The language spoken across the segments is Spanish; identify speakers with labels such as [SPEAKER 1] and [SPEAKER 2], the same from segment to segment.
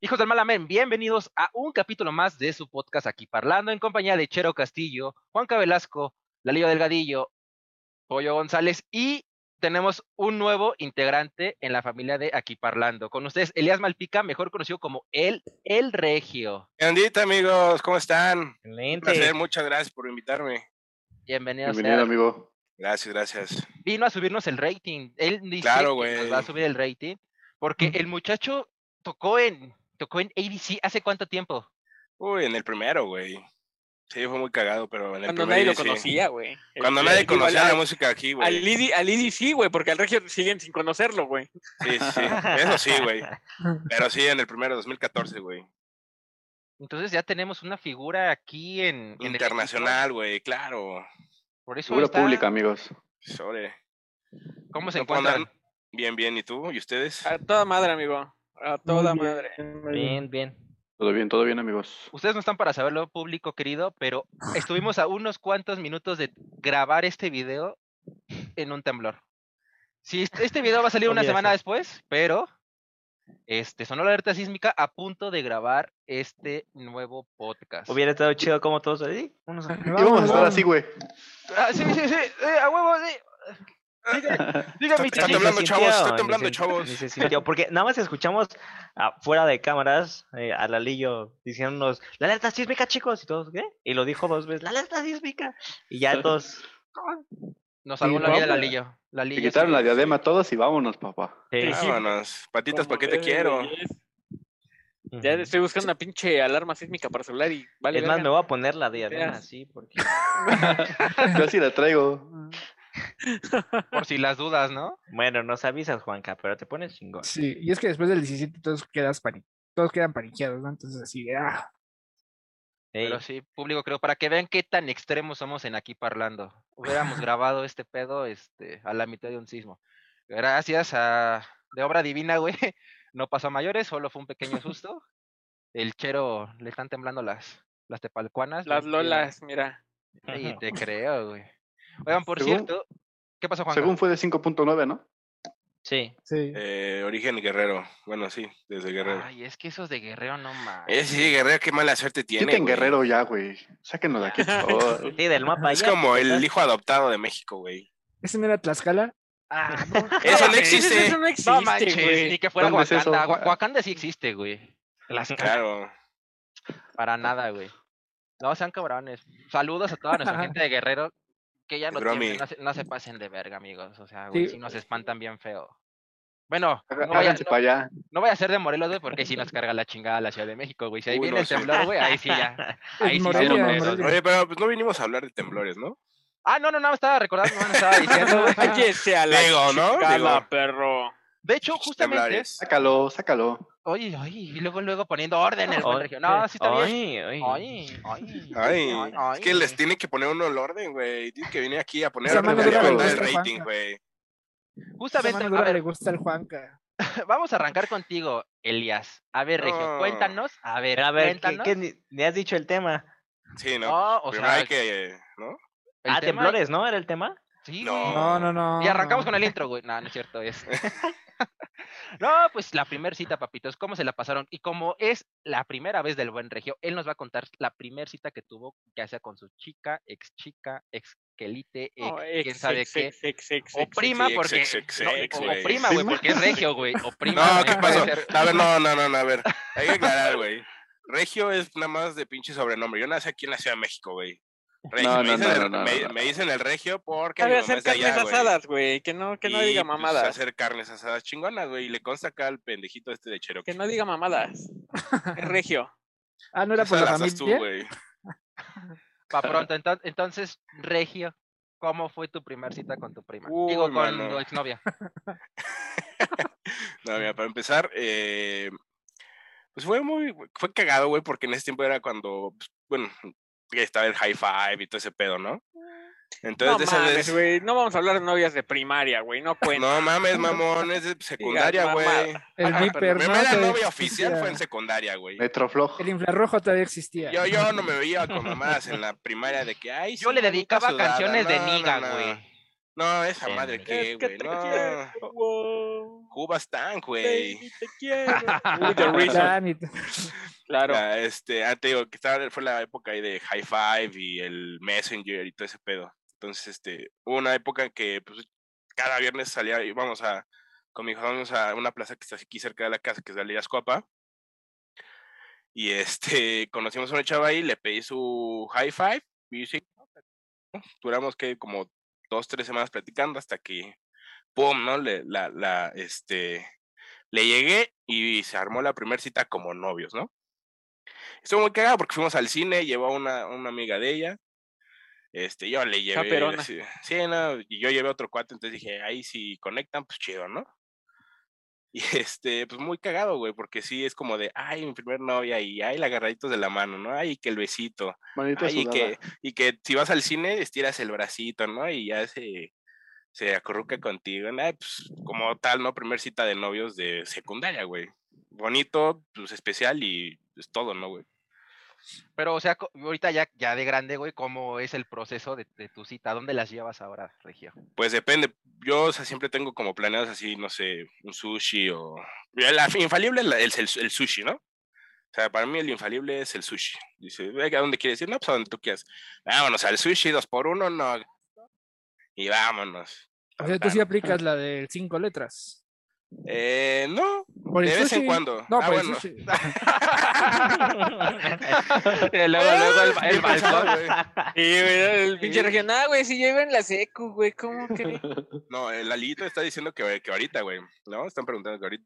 [SPEAKER 1] Hijos del Malamen, bienvenidos a un capítulo más de su podcast aquí parlando en compañía de Chero Castillo, Juanca Velasco, Lalillo Delgadillo, Pollo González y tenemos un nuevo integrante en la familia de Aquí Parlando. Con ustedes, Elías Malpica, mejor conocido como El, el Regio.
[SPEAKER 2] ¿Qué ondita, amigos? ¿Cómo están? Un
[SPEAKER 3] Excelente.
[SPEAKER 2] placer, muchas gracias por invitarme.
[SPEAKER 1] Bienvenido.
[SPEAKER 4] Bienvenido,
[SPEAKER 1] sea.
[SPEAKER 4] amigo.
[SPEAKER 2] Gracias, gracias.
[SPEAKER 1] Vino a subirnos el rating. Él dice
[SPEAKER 2] Claro,
[SPEAKER 1] que nos
[SPEAKER 2] güey.
[SPEAKER 1] va a subir el rating porque el muchacho tocó en, tocó en ABC hace cuánto tiempo.
[SPEAKER 2] Uy, en el primero, güey. Sí, fue muy cagado, pero en el
[SPEAKER 3] Cuando nadie
[SPEAKER 2] primero.
[SPEAKER 3] lo conocía, güey.
[SPEAKER 2] Cuando
[SPEAKER 3] Este,
[SPEAKER 2] nadie
[SPEAKER 3] digo,
[SPEAKER 2] conocía
[SPEAKER 3] al-
[SPEAKER 2] la música aquí,
[SPEAKER 3] Al
[SPEAKER 2] güey.
[SPEAKER 3] Lizzy, al Lizzy sí, güey, porque al Regio siguen sin conocerlo, güey.
[SPEAKER 2] Sí, sí. Eso sí, güey. Pero sí, en el primero, 2014, güey.
[SPEAKER 1] Entonces ya tenemos una figura aquí en, en el equipo.
[SPEAKER 2] Internacional, güey, claro.
[SPEAKER 1] Por eso
[SPEAKER 4] Figura
[SPEAKER 1] está-
[SPEAKER 4] pública, amigos.
[SPEAKER 2] Sobre.
[SPEAKER 1] ¿Cómo se
[SPEAKER 2] No puedo andar-
[SPEAKER 1] encuentran?
[SPEAKER 2] Bien, bien. ¿Y tú? ¿Y ustedes?
[SPEAKER 3] A toda madre, amigo. A toda madre.
[SPEAKER 1] Bien, bien.
[SPEAKER 4] Todo bien, todo bien, amigos.
[SPEAKER 1] Ustedes no están para saberlo, público querido, pero estuvimos a unos cuantos minutos de grabar este video en un temblor. Sí, este este video va a salir una semana después, pero este sonó la alerta sísmica a punto de grabar este nuevo podcast.
[SPEAKER 5] Hubiera estado chido como todos ahí. Unos
[SPEAKER 4] Íbamos a estar así, güey.
[SPEAKER 1] Ah, sí, sí, sí, eh, a huevo, sí. Diga- diga
[SPEAKER 2] Está-
[SPEAKER 1] mi
[SPEAKER 2] está
[SPEAKER 1] chiste.
[SPEAKER 2] temblando, chavos, está temblando, chavos.
[SPEAKER 5] chavos. Porque nada más escuchamos afuera de cámaras eh, a Lalillo diciéndonos, la alerta sísmica, chicos, y todos, ¿qué? Y lo dijo dos veces, la alerta sísmica. Y ya todos,
[SPEAKER 1] Nos salvó la
[SPEAKER 4] Sí,
[SPEAKER 1] vida la
[SPEAKER 4] vamos.
[SPEAKER 1] Lillo. La
[SPEAKER 4] Le
[SPEAKER 1] Lillo
[SPEAKER 4] quitaron
[SPEAKER 1] sí.
[SPEAKER 4] la diadema a todos y vámonos, papá.
[SPEAKER 5] sí,
[SPEAKER 3] Sí.
[SPEAKER 2] Vámonos. Patitas, ¿para
[SPEAKER 3] Como
[SPEAKER 2] qué te
[SPEAKER 3] debe de
[SPEAKER 2] quiero?
[SPEAKER 3] ser.
[SPEAKER 5] ujú.
[SPEAKER 3] Ya estoy buscando una pinche alarma sísmica para celular y vale.
[SPEAKER 5] es más, me
[SPEAKER 3] verga.
[SPEAKER 5] voy a poner la diadema
[SPEAKER 3] veas.
[SPEAKER 5] así, porque
[SPEAKER 4] Yo sí la traigo.
[SPEAKER 1] por si las dudas, ¿no?
[SPEAKER 5] bueno, nos avisas, Juanca, pero te pones chingón.
[SPEAKER 6] Sí, y es que después del 17 todos quedas pani- todos quedan paniqueados, ¿no? Entonces así de, ah,
[SPEAKER 5] Ey,
[SPEAKER 1] Pero sí, público, creo, para que vean qué tan extremos somos en aquí parlando. Hubiéramos grabado este pedo este, a la mitad de un sismo. Gracias a. De obra divina, güey. No pasó a mayores, solo fue un pequeño susto. El chero le están temblando las, las tepalcuanas.
[SPEAKER 3] Las
[SPEAKER 1] güey, y-
[SPEAKER 3] lolas, mira.
[SPEAKER 1] Y te creo, güey. Oigan, por
[SPEAKER 4] Según-
[SPEAKER 1] cierto, ¿qué pasó, Juan?
[SPEAKER 4] Según fue de 5.9, ¿no?
[SPEAKER 5] sí.
[SPEAKER 6] sí.
[SPEAKER 2] Eh, origen Guerrero. Bueno, sí, desde Guerrero.
[SPEAKER 1] Ay, es que esos de Guerrero no más.
[SPEAKER 2] Eh, sí, Guerrero, qué mala suerte tiene.
[SPEAKER 4] Quiten
[SPEAKER 2] güey.
[SPEAKER 4] Guerrero ya, güey. Sáquenos de aquí, por favor.
[SPEAKER 5] Sí, del mapa.
[SPEAKER 2] Es
[SPEAKER 5] ya,
[SPEAKER 2] como
[SPEAKER 5] porque
[SPEAKER 2] el
[SPEAKER 5] estás-
[SPEAKER 2] hijo adoptado de México, güey.
[SPEAKER 6] ¿Ese no era Tlaxcala?
[SPEAKER 1] Ah,
[SPEAKER 2] Eso no
[SPEAKER 3] mames,
[SPEAKER 2] existe.
[SPEAKER 3] Eso no
[SPEAKER 1] no
[SPEAKER 3] existe,
[SPEAKER 1] manches,
[SPEAKER 3] güey.
[SPEAKER 1] ni que fuera
[SPEAKER 4] ¿Dónde es eso?
[SPEAKER 1] Wakanda. Wa- Wakanda sí existe, güey. Las
[SPEAKER 2] Claro.
[SPEAKER 1] Para nada, güey. No sean cabrones. Saludos a toda nuestra gente de Guerrero. Que ya no,
[SPEAKER 2] Gromi.
[SPEAKER 1] tiemblen, no, se, no se pasen de verga, amigos. O sea, güey,
[SPEAKER 6] Sí.
[SPEAKER 1] si nos espantan bien feo. Bueno,
[SPEAKER 4] Haga-
[SPEAKER 1] no vaya,
[SPEAKER 4] Háganse
[SPEAKER 1] no-
[SPEAKER 4] para allá.
[SPEAKER 1] no vaya a ser de Morelos, güey, porque si nos carga la chingada la Ciudad de México, güey. Si ahí
[SPEAKER 2] Uy,
[SPEAKER 1] viene
[SPEAKER 2] no
[SPEAKER 1] el
[SPEAKER 2] sé.
[SPEAKER 1] temblor, güey, ahí sí ya. Ahí sí
[SPEAKER 6] Morelia,
[SPEAKER 1] somos
[SPEAKER 6] en
[SPEAKER 1] Morelos,
[SPEAKER 6] Morelia.
[SPEAKER 1] güey.
[SPEAKER 2] Oye, pero pues no vinimos a hablar de temblores, ¿no?
[SPEAKER 1] Ah, no, no, no, estaba recordando, no, no estaba diciendo, güey.
[SPEAKER 3] Cállese a la
[SPEAKER 2] Digo, ¿no?
[SPEAKER 3] chingada,
[SPEAKER 2] Digo.
[SPEAKER 3] perro.
[SPEAKER 1] De hecho, justamente,
[SPEAKER 2] Temblores.
[SPEAKER 4] Sácalo, sácalo.
[SPEAKER 1] oye, oye, y luego, luego poniendo orden en el
[SPEAKER 5] Ay,
[SPEAKER 1] regio. No, sí está bien.
[SPEAKER 5] ay, ay.
[SPEAKER 1] Ay, ay,
[SPEAKER 2] Ay,
[SPEAKER 1] ay,
[SPEAKER 2] es que
[SPEAKER 1] ay.
[SPEAKER 2] les tiene que poner uno al orden, güey. Tiene que venir aquí a poner
[SPEAKER 6] Esa
[SPEAKER 2] orden
[SPEAKER 4] mano
[SPEAKER 2] y a
[SPEAKER 4] dura le
[SPEAKER 2] levantar el
[SPEAKER 6] gusta,
[SPEAKER 2] rating,
[SPEAKER 6] Juanca.
[SPEAKER 2] güey.
[SPEAKER 1] Justamente,
[SPEAKER 6] Esa
[SPEAKER 1] a
[SPEAKER 6] mano dura
[SPEAKER 1] ver,
[SPEAKER 6] le gusta el Juanca.
[SPEAKER 1] Vamos a arrancar contigo, Elías. A ver, Regio,
[SPEAKER 2] No.
[SPEAKER 1] cuéntanos. A ver,
[SPEAKER 5] Pero a ver, ¿qué,
[SPEAKER 1] cuéntanos.
[SPEAKER 5] qué ni, ni has dicho el tema?
[SPEAKER 2] Sí, ¿no?
[SPEAKER 1] No, o
[SPEAKER 2] Primero
[SPEAKER 1] sea,
[SPEAKER 2] hay que, ¿no?
[SPEAKER 1] el
[SPEAKER 5] ah,
[SPEAKER 1] tema-
[SPEAKER 5] temblores, ¿no? ¿Era el tema?
[SPEAKER 1] Sí,
[SPEAKER 2] No.
[SPEAKER 1] güey.
[SPEAKER 6] No, no, no.
[SPEAKER 1] Y arrancamos
[SPEAKER 6] no.
[SPEAKER 1] con el intro, güey. No, no es cierto. Es... no, pues la primera cita, papitos. ¿Cómo se la pasaron? Y como es la primera vez del buen Regio, él nos va a contar la primera cita que tuvo, ya sea con su chica, ex chica, ex quelite, ex
[SPEAKER 3] No,
[SPEAKER 1] quién
[SPEAKER 3] ex,
[SPEAKER 1] sabe
[SPEAKER 3] ex,
[SPEAKER 1] qué.
[SPEAKER 3] ex, ex, ex,
[SPEAKER 1] O
[SPEAKER 3] ex, ex.
[SPEAKER 1] prima,
[SPEAKER 2] ex,
[SPEAKER 1] porque.
[SPEAKER 2] ex, ex,
[SPEAKER 1] no,
[SPEAKER 2] ex,
[SPEAKER 1] o-
[SPEAKER 2] güey.
[SPEAKER 1] o prima, güey,
[SPEAKER 4] ¿Prima?
[SPEAKER 1] porque es regio, güey. O prima.
[SPEAKER 2] No,
[SPEAKER 1] güey,
[SPEAKER 2] ¿qué
[SPEAKER 1] puede
[SPEAKER 2] pasó?
[SPEAKER 1] ser-
[SPEAKER 2] A ver, no, no, no, no, a ver. Hay que aclarar, güey. Regio es nada más de pinche sobrenombre. Yo nací aquí en la Ciudad de México, güey. Regio,
[SPEAKER 4] No,
[SPEAKER 2] me,
[SPEAKER 4] no,
[SPEAKER 2] dicen
[SPEAKER 4] no,
[SPEAKER 2] el,
[SPEAKER 4] no, no,
[SPEAKER 2] me-
[SPEAKER 4] no.
[SPEAKER 2] me dicen el regio porque.
[SPEAKER 3] Sabe
[SPEAKER 2] mi mamá
[SPEAKER 3] hacer
[SPEAKER 2] es de allá,
[SPEAKER 3] carnes
[SPEAKER 2] güey.
[SPEAKER 3] asadas, güey. Que no, que no
[SPEAKER 2] Y,
[SPEAKER 3] diga
[SPEAKER 2] pues,
[SPEAKER 3] mamadas.
[SPEAKER 2] hacer carnes asadas chingonas, güey. Y le consta acá al pendejito este de Cherokee.
[SPEAKER 3] Que no diga mamadas. Es Regio.
[SPEAKER 6] Ah, no era
[SPEAKER 2] Esas
[SPEAKER 6] por la
[SPEAKER 2] las haz tú,
[SPEAKER 6] familia.
[SPEAKER 2] güey.
[SPEAKER 1] Pa' pronto, enton- entonces, Regio, ¿cómo fue tu primer cita con tu prima? Digo,
[SPEAKER 2] Uy,
[SPEAKER 1] con
[SPEAKER 2] mano.
[SPEAKER 1] tu exnovia.
[SPEAKER 2] No, mira, para empezar, eh, pues fue muy, fue cagado, güey, porque en ese tiempo era cuando, pues, bueno, que estaba el high five y todo ese pedo, ¿no? Entonces,
[SPEAKER 3] No
[SPEAKER 2] de esa
[SPEAKER 3] mames,
[SPEAKER 2] vez-
[SPEAKER 3] güey. No vamos a hablar de novias de primaria, güey. No cuenta.
[SPEAKER 2] no mames, mamón, es de secundaria, güey.
[SPEAKER 3] mamada.
[SPEAKER 6] El
[SPEAKER 3] Ah,
[SPEAKER 6] Viper,
[SPEAKER 2] Mi
[SPEAKER 3] perdón,
[SPEAKER 6] ¿no?
[SPEAKER 2] primera
[SPEAKER 6] Todavía
[SPEAKER 2] novia oficial fue en
[SPEAKER 6] existía.
[SPEAKER 2] secundaria, güey.
[SPEAKER 4] Metrofloj.
[SPEAKER 6] El infrarrojo todavía existía.
[SPEAKER 2] Yo, yo no me veía con mamadas en la primaria de que, ay,
[SPEAKER 1] Yo
[SPEAKER 2] sí,
[SPEAKER 1] le
[SPEAKER 2] me gusta
[SPEAKER 1] dedicaba
[SPEAKER 2] sudada".
[SPEAKER 1] canciones de
[SPEAKER 2] No, no,
[SPEAKER 1] Niga,
[SPEAKER 2] no.
[SPEAKER 1] güey.
[SPEAKER 2] No, esa
[SPEAKER 1] Sí,
[SPEAKER 2] madre
[SPEAKER 1] güey.
[SPEAKER 2] que,
[SPEAKER 3] Es que
[SPEAKER 2] güey.
[SPEAKER 3] te
[SPEAKER 2] No.
[SPEAKER 3] quiero. wow,
[SPEAKER 2] Cubas tan, güey.
[SPEAKER 3] baby, te quiero. Uy, The Reason,
[SPEAKER 6] Ya, ni te-
[SPEAKER 3] claro.
[SPEAKER 2] Ah, este, ah, te digo, que estaba, fue la época ahí de High Five y el Messenger y todo ese pedo. Entonces, este, hubo una época en que pues, cada viernes salía, íbamos a, con mi hijo, vamos a una plaza que está aquí cerca de la casa, que es Galerías Coapa. Y este, conocimos a una chava ahí, le pedí su High Five, y sí, duramos que como dos, tres semanas platicando hasta que, ¡pum! ¿no? Le, la, la, este, le llegué y se armó la primera cita como novios, ¿no? Estuvo muy cagado porque fuimos al cine, llevó a una, una amiga de ella. Este, yo le llevé.
[SPEAKER 3] Chaperona.
[SPEAKER 2] así- Sí, no, y yo llevé otro cuate, entonces dije, ahí si conectan, pues chido, ¿no? Y este, pues muy cagado, güey, porque sí es como de, ay, mi primer novia, y ay, la agarraditos de la mano, ¿no? Ay, que el besito.
[SPEAKER 4] Manita
[SPEAKER 2] Ay, y,
[SPEAKER 4] sudada.
[SPEAKER 2] que, y que si vas al cine, estiras el bracito, ¿no? Y ya se, se acurruca contigo. ¿no? Ay, pues, como tal, ¿no? Primer cita de novios de secundaria, güey. Bonito, pues especial y es todo, ¿no, güey?
[SPEAKER 1] Pero, o sea, co- ahorita ya, ya de grande, güey, ¿cómo es el proceso de, de tu cita? ¿Dónde las llevas ahora, Regio?
[SPEAKER 2] Pues depende. Yo o sea, siempre tengo como planeados así, no sé, un sushi o... Ya La, infalible es la- el, el, el sushi, ¿no? O sea, para mí el infalible es el sushi. Dice, "Venga, ¿a dónde quieres ir? No, pues a donde tú quieras. Vámonos al sushi, dos por uno, no. Y vámonos.
[SPEAKER 6] O sea, tú sí aplicas la de cinco letras.
[SPEAKER 2] Eh, no,
[SPEAKER 6] Por el
[SPEAKER 2] de vez en
[SPEAKER 6] sushi.
[SPEAKER 2] cuando.
[SPEAKER 6] No,
[SPEAKER 2] Ah,
[SPEAKER 6] por el
[SPEAKER 2] bueno.
[SPEAKER 6] sushi.
[SPEAKER 1] Y luego, luego el, ba- el
[SPEAKER 2] Bien pensado,
[SPEAKER 1] balcón.
[SPEAKER 2] güey.
[SPEAKER 3] Y güey, el pinche región, ah, güey, si yo iba en la secu, güey, ¿cómo que?
[SPEAKER 2] No, el Alito está diciendo que, que ahorita, güey. No, están preguntando que ahorita.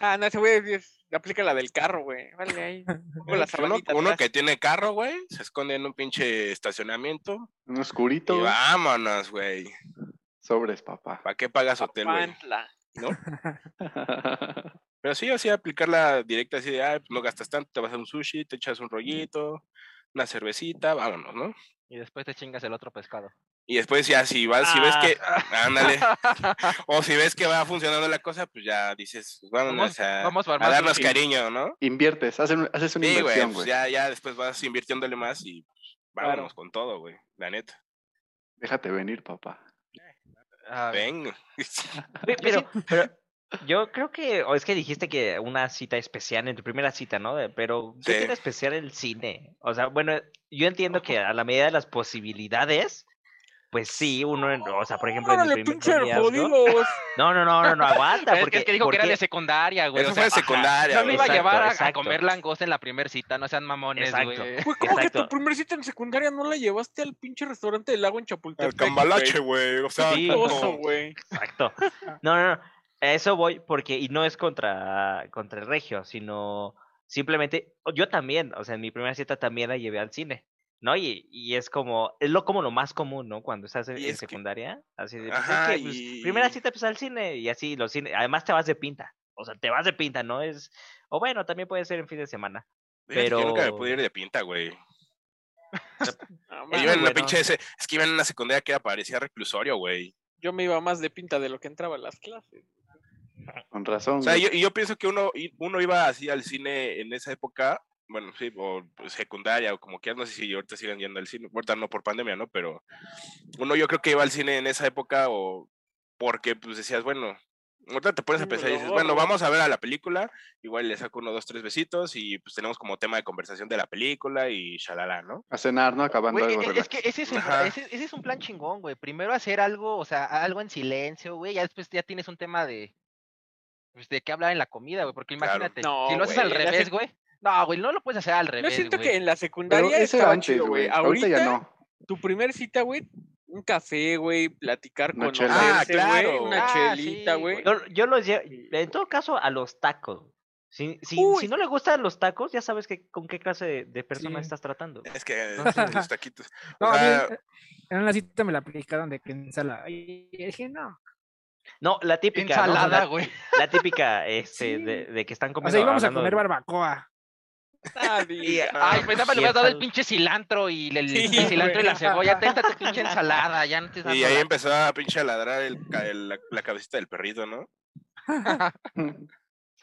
[SPEAKER 3] Ah, no, ese güey es- aplica la del carro, güey. Vale, ahí. Pongo la
[SPEAKER 2] Pues Uno,
[SPEAKER 3] sabanita
[SPEAKER 2] uno
[SPEAKER 3] atrás.
[SPEAKER 2] que tiene carro, güey, se esconde en un pinche estacionamiento.
[SPEAKER 4] Un
[SPEAKER 2] Y
[SPEAKER 4] oscurito.
[SPEAKER 2] vámonos, güey.
[SPEAKER 4] Sobres, papá.
[SPEAKER 2] ¿Para qué pagas hotel, güey?
[SPEAKER 3] Papantla.
[SPEAKER 2] Pero sí, así aplicarla directa, así de, ah, pues no gastas tanto, te vas a un sushi, te echas un rollito, una cervecita, vámonos, ¿no?
[SPEAKER 1] Y después te chingas el otro pescado.
[SPEAKER 2] Y después ya, si vas, si ves que,
[SPEAKER 1] Ah,
[SPEAKER 2] ándale, o si ves que va funcionando la cosa, pues ya dices, pues, vámonos a,
[SPEAKER 1] Vamos
[SPEAKER 2] a
[SPEAKER 1] a armar
[SPEAKER 2] darnos
[SPEAKER 1] sushi.
[SPEAKER 2] cariño, ¿no?
[SPEAKER 4] Inviertes, haces, un- haces una
[SPEAKER 2] Sí, güey,
[SPEAKER 4] inversión,
[SPEAKER 2] pues
[SPEAKER 4] güey.
[SPEAKER 2] ya, ya después vas invirtiéndole más y pues,
[SPEAKER 3] Claro.
[SPEAKER 2] vámonos con todo, güey. La neta.
[SPEAKER 4] Déjate venir, papá.
[SPEAKER 1] Ah,
[SPEAKER 2] Ven.
[SPEAKER 5] Pe- Pero, pero yo creo que, o es que dijiste que una cita especial en tu primera cita, ¿no? De- Pero, ¿qué
[SPEAKER 2] Sí.
[SPEAKER 5] tiene especial el cine? O sea, bueno, yo entiendo que a la medida de las posibilidades, pues sí, uno, en- o sea, por ejemplo, en
[SPEAKER 3] Órale,
[SPEAKER 5] el
[SPEAKER 3] pinche
[SPEAKER 5] primer noviazgo-
[SPEAKER 3] jodidos.
[SPEAKER 5] No, no, no, no, no, aguanta,
[SPEAKER 1] Es que-
[SPEAKER 5] porque,
[SPEAKER 1] es que dijo que era
[SPEAKER 5] porque-
[SPEAKER 1] de secundaria, güey.
[SPEAKER 2] Eso
[SPEAKER 1] o
[SPEAKER 2] fue
[SPEAKER 1] sea,
[SPEAKER 2] de secundaria,
[SPEAKER 1] no me
[SPEAKER 2] güey.
[SPEAKER 1] iba a
[SPEAKER 5] Exacto,
[SPEAKER 1] llevar a- a,
[SPEAKER 5] exacto.
[SPEAKER 1] comer langosta en la primer cita, no sean mamones,
[SPEAKER 5] Exacto.
[SPEAKER 1] güey.
[SPEAKER 3] Güey, ¿cómo que tu
[SPEAKER 5] Exacto.
[SPEAKER 3] primer cita en secundaria no la llevaste al pinche restaurante del lago en Chapultepec?
[SPEAKER 2] Al cambalache, güey. O sea,
[SPEAKER 5] Sí,
[SPEAKER 3] Qué
[SPEAKER 1] pues,
[SPEAKER 3] oso,
[SPEAKER 2] como-
[SPEAKER 3] güey.
[SPEAKER 5] Exacto. No, no, no. A eso voy porque, y no es contra, contra el regio, sino simplemente, o- yo también, o sea, en mi primera cita también la llevé al cine, ¿no? Y, y es como, es lo como lo más común, ¿no? Cuando estás en,
[SPEAKER 2] Y
[SPEAKER 5] en
[SPEAKER 2] es que-
[SPEAKER 5] secundaria, así de, pues, es
[SPEAKER 2] Ajá,
[SPEAKER 5] que, pues, primera
[SPEAKER 2] y-
[SPEAKER 5] cita pues al cine y así, los cines, además te vas de pinta, o sea, te vas de pinta, ¿no? Es, o bueno, también puede ser en fin de semana.
[SPEAKER 2] fíjate que Yo nunca me
[SPEAKER 5] pero-
[SPEAKER 2] pude ir de pinta, güey.
[SPEAKER 3] No
[SPEAKER 2] Yo
[SPEAKER 1] Ah,
[SPEAKER 3] mames,
[SPEAKER 2] iba en una
[SPEAKER 5] bueno.
[SPEAKER 2] pinche. ese- Es que iba en una secundaria que era parecía reclusorio, güey.
[SPEAKER 3] Yo me iba más de pinta de lo que entraba a las clases.
[SPEAKER 4] Con razón.
[SPEAKER 2] O sea,
[SPEAKER 4] güey.
[SPEAKER 2] yo, y yo pienso que uno, i- uno iba así al cine en esa época. Bueno, sí, o pues, secundaria, o como quieras, no sé si ahorita sigan yendo al cine, ahorita no por pandemia, ¿no? Pero uno yo creo que iba al cine en esa época o porque pues decías, bueno, ahorita te pones a
[SPEAKER 3] Sí, pues,
[SPEAKER 2] pensar y
[SPEAKER 3] lo
[SPEAKER 2] dices, bueno,
[SPEAKER 3] ahorro.
[SPEAKER 2] vamos a ver a la película, igual le saco uno, dos, tres besitos y pues tenemos como tema de conversación de la película y shalala, ¿no?
[SPEAKER 4] A cenar, ¿no? Acabando
[SPEAKER 1] Güey,
[SPEAKER 4] algo.
[SPEAKER 1] es, es
[SPEAKER 4] relax.
[SPEAKER 1] que ese es, un,
[SPEAKER 2] Ajá.
[SPEAKER 1] ese, ese es un plan chingón, güey. Primero hacer algo, o sea, algo en silencio, güey. Ya después ya tienes un tema de, pues, de qué hablar en la comida, güey. Porque
[SPEAKER 2] Claro.
[SPEAKER 1] imagínate,
[SPEAKER 3] No,
[SPEAKER 1] si lo haces
[SPEAKER 3] güey,
[SPEAKER 1] al
[SPEAKER 3] ya
[SPEAKER 1] revés,
[SPEAKER 3] se-
[SPEAKER 1] güey. No, güey, no lo puedes hacer al
[SPEAKER 3] Yo
[SPEAKER 1] revés,
[SPEAKER 3] siento
[SPEAKER 1] güey.
[SPEAKER 3] que en la
[SPEAKER 4] Pero
[SPEAKER 3] secundaria
[SPEAKER 4] ese era
[SPEAKER 3] estaba
[SPEAKER 4] antes,
[SPEAKER 3] chido,
[SPEAKER 4] güey.
[SPEAKER 3] güey.
[SPEAKER 4] Ahorita,
[SPEAKER 3] Ahorita,
[SPEAKER 4] ya no.
[SPEAKER 3] tu primer cita, güey, un café, güey, platicar,
[SPEAKER 4] Una
[SPEAKER 3] con
[SPEAKER 4] chela.
[SPEAKER 3] conocerse,
[SPEAKER 2] Ah, claro.
[SPEAKER 3] güey, una
[SPEAKER 1] Ah,
[SPEAKER 3] chelita,
[SPEAKER 1] sí,
[SPEAKER 3] güey.
[SPEAKER 1] güey.
[SPEAKER 5] Yo, yo los llevo, en todo caso, a los tacos. Si, si,
[SPEAKER 3] Uy.
[SPEAKER 5] si no le gustan los tacos, ya sabes que, con qué clase de, de persona
[SPEAKER 6] Sí.
[SPEAKER 5] estás tratando.
[SPEAKER 2] Es que los taquitos.
[SPEAKER 6] No,
[SPEAKER 2] O
[SPEAKER 6] a mí,
[SPEAKER 2] sea-
[SPEAKER 6] eh, en una cita me la aplicaron de que ensalada. Y dije, no.
[SPEAKER 5] No, la típica. ¿no? O sea, la-
[SPEAKER 1] Ensalada, güey.
[SPEAKER 5] La típica, este,
[SPEAKER 6] Sí.
[SPEAKER 5] de, de que están
[SPEAKER 6] O
[SPEAKER 5] comiendo.
[SPEAKER 6] sea, íbamos a
[SPEAKER 5] hablando-
[SPEAKER 6] comer barbacoa.
[SPEAKER 3] Ah, di-
[SPEAKER 1] Ay, pensaba le hubieras dado el
[SPEAKER 5] Cierto.
[SPEAKER 1] pinche cilantro y el, el
[SPEAKER 3] Sí,
[SPEAKER 1] pinche cilantro y la
[SPEAKER 6] güey.
[SPEAKER 1] cebolla. Tenta tu pinche ensalada, ya no te
[SPEAKER 2] Y ahí empezó a pinche ladrar el ca- el- la, la cabecita del perrito, ¿no?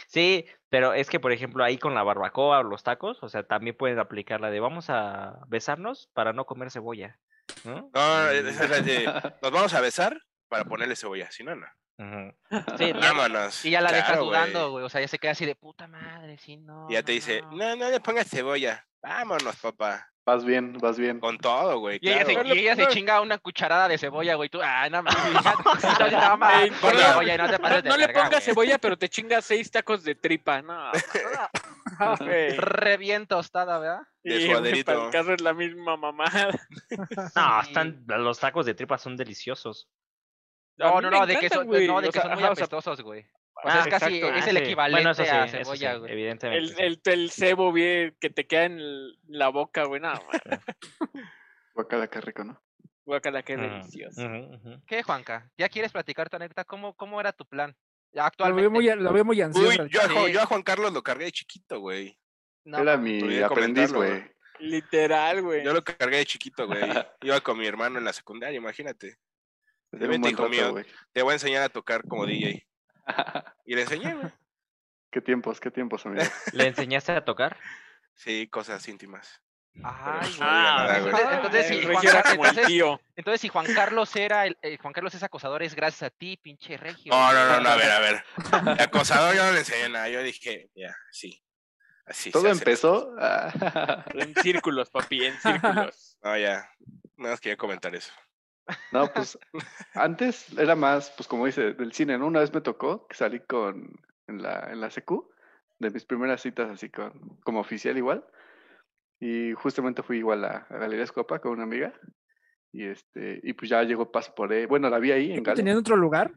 [SPEAKER 5] Sí, pero es que, por ejemplo, ahí con la barbacoa o los tacos, o sea, también pueden aplicar la de vamos a besarnos para no Mm. comer cebolla. ¿no?
[SPEAKER 2] No,
[SPEAKER 5] Y-
[SPEAKER 3] Mm.
[SPEAKER 2] eh, esa es la de, nos vamos a besar para ponerle cebolla, si no, no.
[SPEAKER 5] Ujú.
[SPEAKER 1] Sí, no,
[SPEAKER 2] Vámonos.
[SPEAKER 1] Y ya la dejas
[SPEAKER 2] claro,
[SPEAKER 1] dudando,
[SPEAKER 2] güey.
[SPEAKER 1] güey. O sea, ya se queda así de puta madre, sí, no.
[SPEAKER 2] Y ya te
[SPEAKER 1] no,
[SPEAKER 2] dice,
[SPEAKER 1] no".
[SPEAKER 2] no, no le pongas cebolla. Vámonos, papá.
[SPEAKER 4] Vas bien, vas bien.
[SPEAKER 2] Con todo, güey.
[SPEAKER 1] Y ella,
[SPEAKER 2] Claro.
[SPEAKER 1] se, y ella se chinga una cucharada de cebolla, güey. Tú, ah, no mames. ya, no, no, mames,
[SPEAKER 3] Ey,
[SPEAKER 1] con
[SPEAKER 2] no,
[SPEAKER 1] cebolla, no te
[SPEAKER 3] No,
[SPEAKER 1] pases de
[SPEAKER 3] no le
[SPEAKER 1] verga,
[SPEAKER 3] pongas
[SPEAKER 1] güey.
[SPEAKER 3] cebolla, pero te chingas seis tacos de tripa. No, güey.
[SPEAKER 1] Re bien tostada, ¿verdad?
[SPEAKER 2] De
[SPEAKER 3] Sí, güey,
[SPEAKER 2] suaderito.
[SPEAKER 3] Para el caso es la misma mamada.
[SPEAKER 5] No,
[SPEAKER 1] Sí.
[SPEAKER 5] están, los tacos de tripa son deliciosos.
[SPEAKER 3] A
[SPEAKER 1] No,
[SPEAKER 3] mí
[SPEAKER 1] no,
[SPEAKER 3] me
[SPEAKER 1] no, de que
[SPEAKER 3] encantan,
[SPEAKER 1] son,
[SPEAKER 3] güey,
[SPEAKER 1] no, de
[SPEAKER 3] o
[SPEAKER 1] que
[SPEAKER 3] sea,
[SPEAKER 1] son muy
[SPEAKER 3] ajá, o sea,
[SPEAKER 1] apestosos, güey. O sea,
[SPEAKER 5] Ah,
[SPEAKER 1] es casi,
[SPEAKER 3] exacto,
[SPEAKER 1] es
[SPEAKER 5] Ah,
[SPEAKER 1] el
[SPEAKER 5] sí.
[SPEAKER 1] equivalente
[SPEAKER 5] Bueno, eso sí,
[SPEAKER 1] a
[SPEAKER 5] eso
[SPEAKER 1] cebolla,
[SPEAKER 5] sí,
[SPEAKER 1] güey.
[SPEAKER 5] Evidentemente.
[SPEAKER 3] el,
[SPEAKER 5] sí.
[SPEAKER 3] el, el cebo bien que te queda en el- la boca, güey. No, güey,
[SPEAKER 4] Guacala, qué rico, ¿no?
[SPEAKER 3] guácala, qué
[SPEAKER 5] Ujú,
[SPEAKER 3] delicioso.
[SPEAKER 5] ujú, ujú.
[SPEAKER 1] ¿Qué, Juanca? ¿Ya quieres platicar tu anécdota? ¿Cómo, cómo era tu plan?
[SPEAKER 6] Lo veo
[SPEAKER 1] Actualmente.
[SPEAKER 6] muy, lo veo muy ansioso.
[SPEAKER 2] Uy,
[SPEAKER 6] al
[SPEAKER 2] yo a, Jo-
[SPEAKER 1] Sí.
[SPEAKER 2] yo a Juan Carlos lo cargué de chiquito, güey.
[SPEAKER 1] No,
[SPEAKER 4] Era
[SPEAKER 2] olvidé
[SPEAKER 4] mi
[SPEAKER 2] de
[SPEAKER 4] aprendiz,
[SPEAKER 2] comentarlo,
[SPEAKER 4] güey.
[SPEAKER 3] Literal, güey.
[SPEAKER 2] Yo lo cargué de chiquito, güey. Iba con mi hermano en la secundaria, imagínate.
[SPEAKER 4] Era
[SPEAKER 2] Vente,
[SPEAKER 4] un buen
[SPEAKER 2] hijo
[SPEAKER 4] rato,
[SPEAKER 2] mío.
[SPEAKER 4] güey.
[SPEAKER 2] Te voy a enseñar a tocar como DJ. Y le enseñé, güey.
[SPEAKER 4] qué tiempos, qué tiempos, amigo.
[SPEAKER 5] ¿Le enseñaste a tocar?
[SPEAKER 2] Sí, cosas íntimas.
[SPEAKER 1] Ay,
[SPEAKER 2] Pero-
[SPEAKER 1] güey.
[SPEAKER 2] Ah,
[SPEAKER 1] Entonces-
[SPEAKER 2] güey.
[SPEAKER 1] Entonces,
[SPEAKER 3] el
[SPEAKER 1] si
[SPEAKER 3] regio
[SPEAKER 1] Juan,
[SPEAKER 3] era
[SPEAKER 1] Car-
[SPEAKER 3] Eh, como el
[SPEAKER 1] entonces,
[SPEAKER 3] tío.
[SPEAKER 1] entonces, si Juan Carlos era el, eh, Juan Carlos es acosador, es gracias a ti, pinche regio.
[SPEAKER 2] No,
[SPEAKER 1] güey.
[SPEAKER 2] no, no, no, a ver, a ver. El acosador yo no le enseñé nada. Yo dije, ya, sí. Así. se
[SPEAKER 4] Todo
[SPEAKER 2] hace.
[SPEAKER 4] empezó. Ah.
[SPEAKER 3] En círculos, papi, en círculos.
[SPEAKER 2] No, ya. Nada más quería comentar eso.
[SPEAKER 4] No, pues antes era más, pues como dice, del cine, ¿no? Una vez me tocó que salí con, en la, en la secu, de mis primeras citas así con, como oficial igual. Y justamente fui igual a, a Galería Escopa con una amiga. Y este, y pues ya llegó paso por ahí. Bueno, la vi ahí en Gales.
[SPEAKER 6] ¿Tenían otro lugar?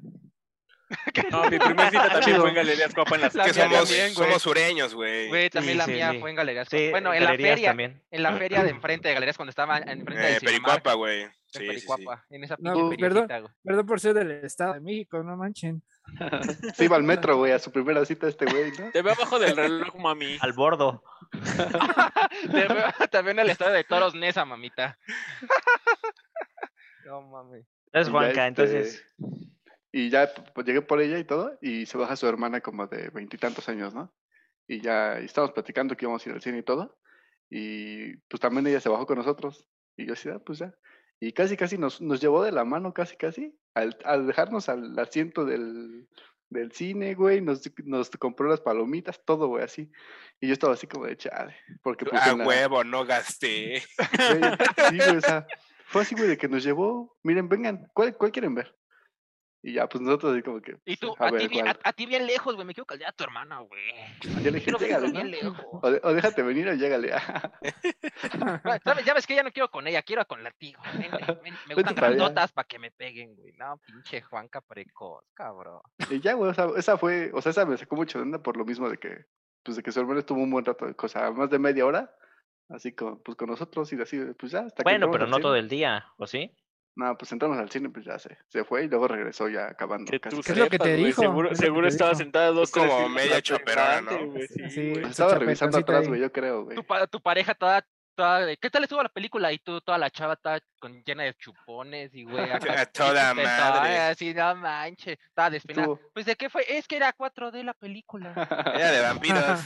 [SPEAKER 3] No, mi primer cita también
[SPEAKER 4] Chido.
[SPEAKER 3] fue en Galerías Copa en la
[SPEAKER 1] La
[SPEAKER 2] Que
[SPEAKER 1] mía
[SPEAKER 2] somos,
[SPEAKER 1] también, güey.
[SPEAKER 2] somos sureños, güey. Eh,
[SPEAKER 1] Güey, también
[SPEAKER 5] Sí,
[SPEAKER 1] la
[SPEAKER 5] sí,
[SPEAKER 1] mía
[SPEAKER 5] sí.
[SPEAKER 1] fue en Galerías.
[SPEAKER 5] Sí,
[SPEAKER 1] Ah, bueno, en la
[SPEAKER 5] galerías
[SPEAKER 1] feria,
[SPEAKER 5] también.
[SPEAKER 1] en la feria de enfrente de Galerías cuando estaba enfrente
[SPEAKER 2] Eh,
[SPEAKER 1] de
[SPEAKER 2] pericuapa,
[SPEAKER 1] Cinemark,
[SPEAKER 2] güey.
[SPEAKER 1] en
[SPEAKER 2] Sí, sí, sí.
[SPEAKER 1] Pericuapa, en esa
[SPEAKER 6] No,
[SPEAKER 1] pinche
[SPEAKER 6] ¿verdad?
[SPEAKER 1] periquita, güey.
[SPEAKER 6] Perdón por ser del Estado de México, no manchen.
[SPEAKER 4] Se iba al metro, güey, a su primera cita este güey, ¿no?
[SPEAKER 3] Te veo abajo del reloj, mami.
[SPEAKER 5] Al bordo.
[SPEAKER 1] Te veo También el estado de toros Nesa, mamita. No mames.
[SPEAKER 5] Es
[SPEAKER 4] Y ya, este,
[SPEAKER 5] Juanca, entonces.
[SPEAKER 4] Y ya pues, llegué por ella y todo, y se baja su hermana como de veintitantos años, ¿no? Y ya y estábamos platicando que íbamos a ir al cine y todo, y pues también ella se bajó con nosotros, y yo así, ah, pues ya. Y casi, casi nos, nos llevó de la mano, casi, casi, al, al dejarnos al asiento del, del cine, güey, nos, nos compró las palomitas, todo, güey, así. Y yo estaba así como de chale, porque pues
[SPEAKER 2] A
[SPEAKER 4] en la-
[SPEAKER 2] huevo, no gasté.
[SPEAKER 4] Güey, sí, güey, o sea, fue así, güey, de que nos llevó. Miren, vengan, ¿cuál, cuál quieren ver? Y ya, pues nosotros así como que.
[SPEAKER 1] Y tú, "Ah,
[SPEAKER 4] A
[SPEAKER 1] a, ti,
[SPEAKER 4] ver,
[SPEAKER 1] bien-
[SPEAKER 4] ¿cuál?
[SPEAKER 1] a- a ti bien lejos, güey. Me quiero caldear a tu hermana, güey.
[SPEAKER 4] Yo le dije,
[SPEAKER 1] Quiero
[SPEAKER 4] "Llégale,
[SPEAKER 1] verla
[SPEAKER 4] ¿no?
[SPEAKER 1] bien lejos.
[SPEAKER 4] O, de- o déjate venir o llégale.
[SPEAKER 1] Güey, ¿sabes? Ya ves que ya no quiero con ella, quiero con la tío. Vente, ven, Me gustan
[SPEAKER 4] para allá.
[SPEAKER 1] grandotas para que me peguen, güey. No, pinche Juanca precoz, cabrón.
[SPEAKER 4] y ya, güey, o sea, esa fue, o sea, esa me sacó mucho de onda por lo mismo de que, pues de que su hermano estuvo un buen rato, o sea, más de media hora, así con, pues con nosotros y así, pues ya, hasta que
[SPEAKER 5] Bueno,
[SPEAKER 4] entramos
[SPEAKER 5] pero
[SPEAKER 4] al
[SPEAKER 5] no
[SPEAKER 4] cine.
[SPEAKER 5] todo el día, ¿o sí?
[SPEAKER 4] No, pues entramos al cine, pues ya se, se fue y luego regresó ya acabando.
[SPEAKER 3] Que
[SPEAKER 4] casi,
[SPEAKER 3] tú
[SPEAKER 4] casi.
[SPEAKER 6] es lo que
[SPEAKER 3] sepas,
[SPEAKER 6] te
[SPEAKER 3] güey,
[SPEAKER 6] dijo,
[SPEAKER 3] Seguro,
[SPEAKER 6] es lo que
[SPEAKER 3] seguro
[SPEAKER 6] te
[SPEAKER 3] estaba
[SPEAKER 6] dijo.
[SPEAKER 3] sentada dos
[SPEAKER 2] Como
[SPEAKER 3] tres filas
[SPEAKER 2] media
[SPEAKER 3] atrás de
[SPEAKER 2] chaperona, ¿no?
[SPEAKER 3] antes, güey,
[SPEAKER 6] Sí,
[SPEAKER 3] sí, güey.
[SPEAKER 6] Su
[SPEAKER 4] Estaba revisando
[SPEAKER 6] chapeconcita
[SPEAKER 4] atrás,
[SPEAKER 6] ahí.
[SPEAKER 4] güey, yo creo, güey.
[SPEAKER 1] Tu, pa- tu pareja toda, toda de, ¿Qué tal estuvo la película? Y tú, toda la chava toda con, llena de chupones y, güey, acá.
[SPEAKER 2] A toda
[SPEAKER 1] pinche
[SPEAKER 2] madre.
[SPEAKER 1] testoy, Así, no manches. Estaba despeinada.
[SPEAKER 4] Estuvo.
[SPEAKER 1] Pues, ¿de qué fue? Es que era 4D la película.
[SPEAKER 2] Era de vampiros.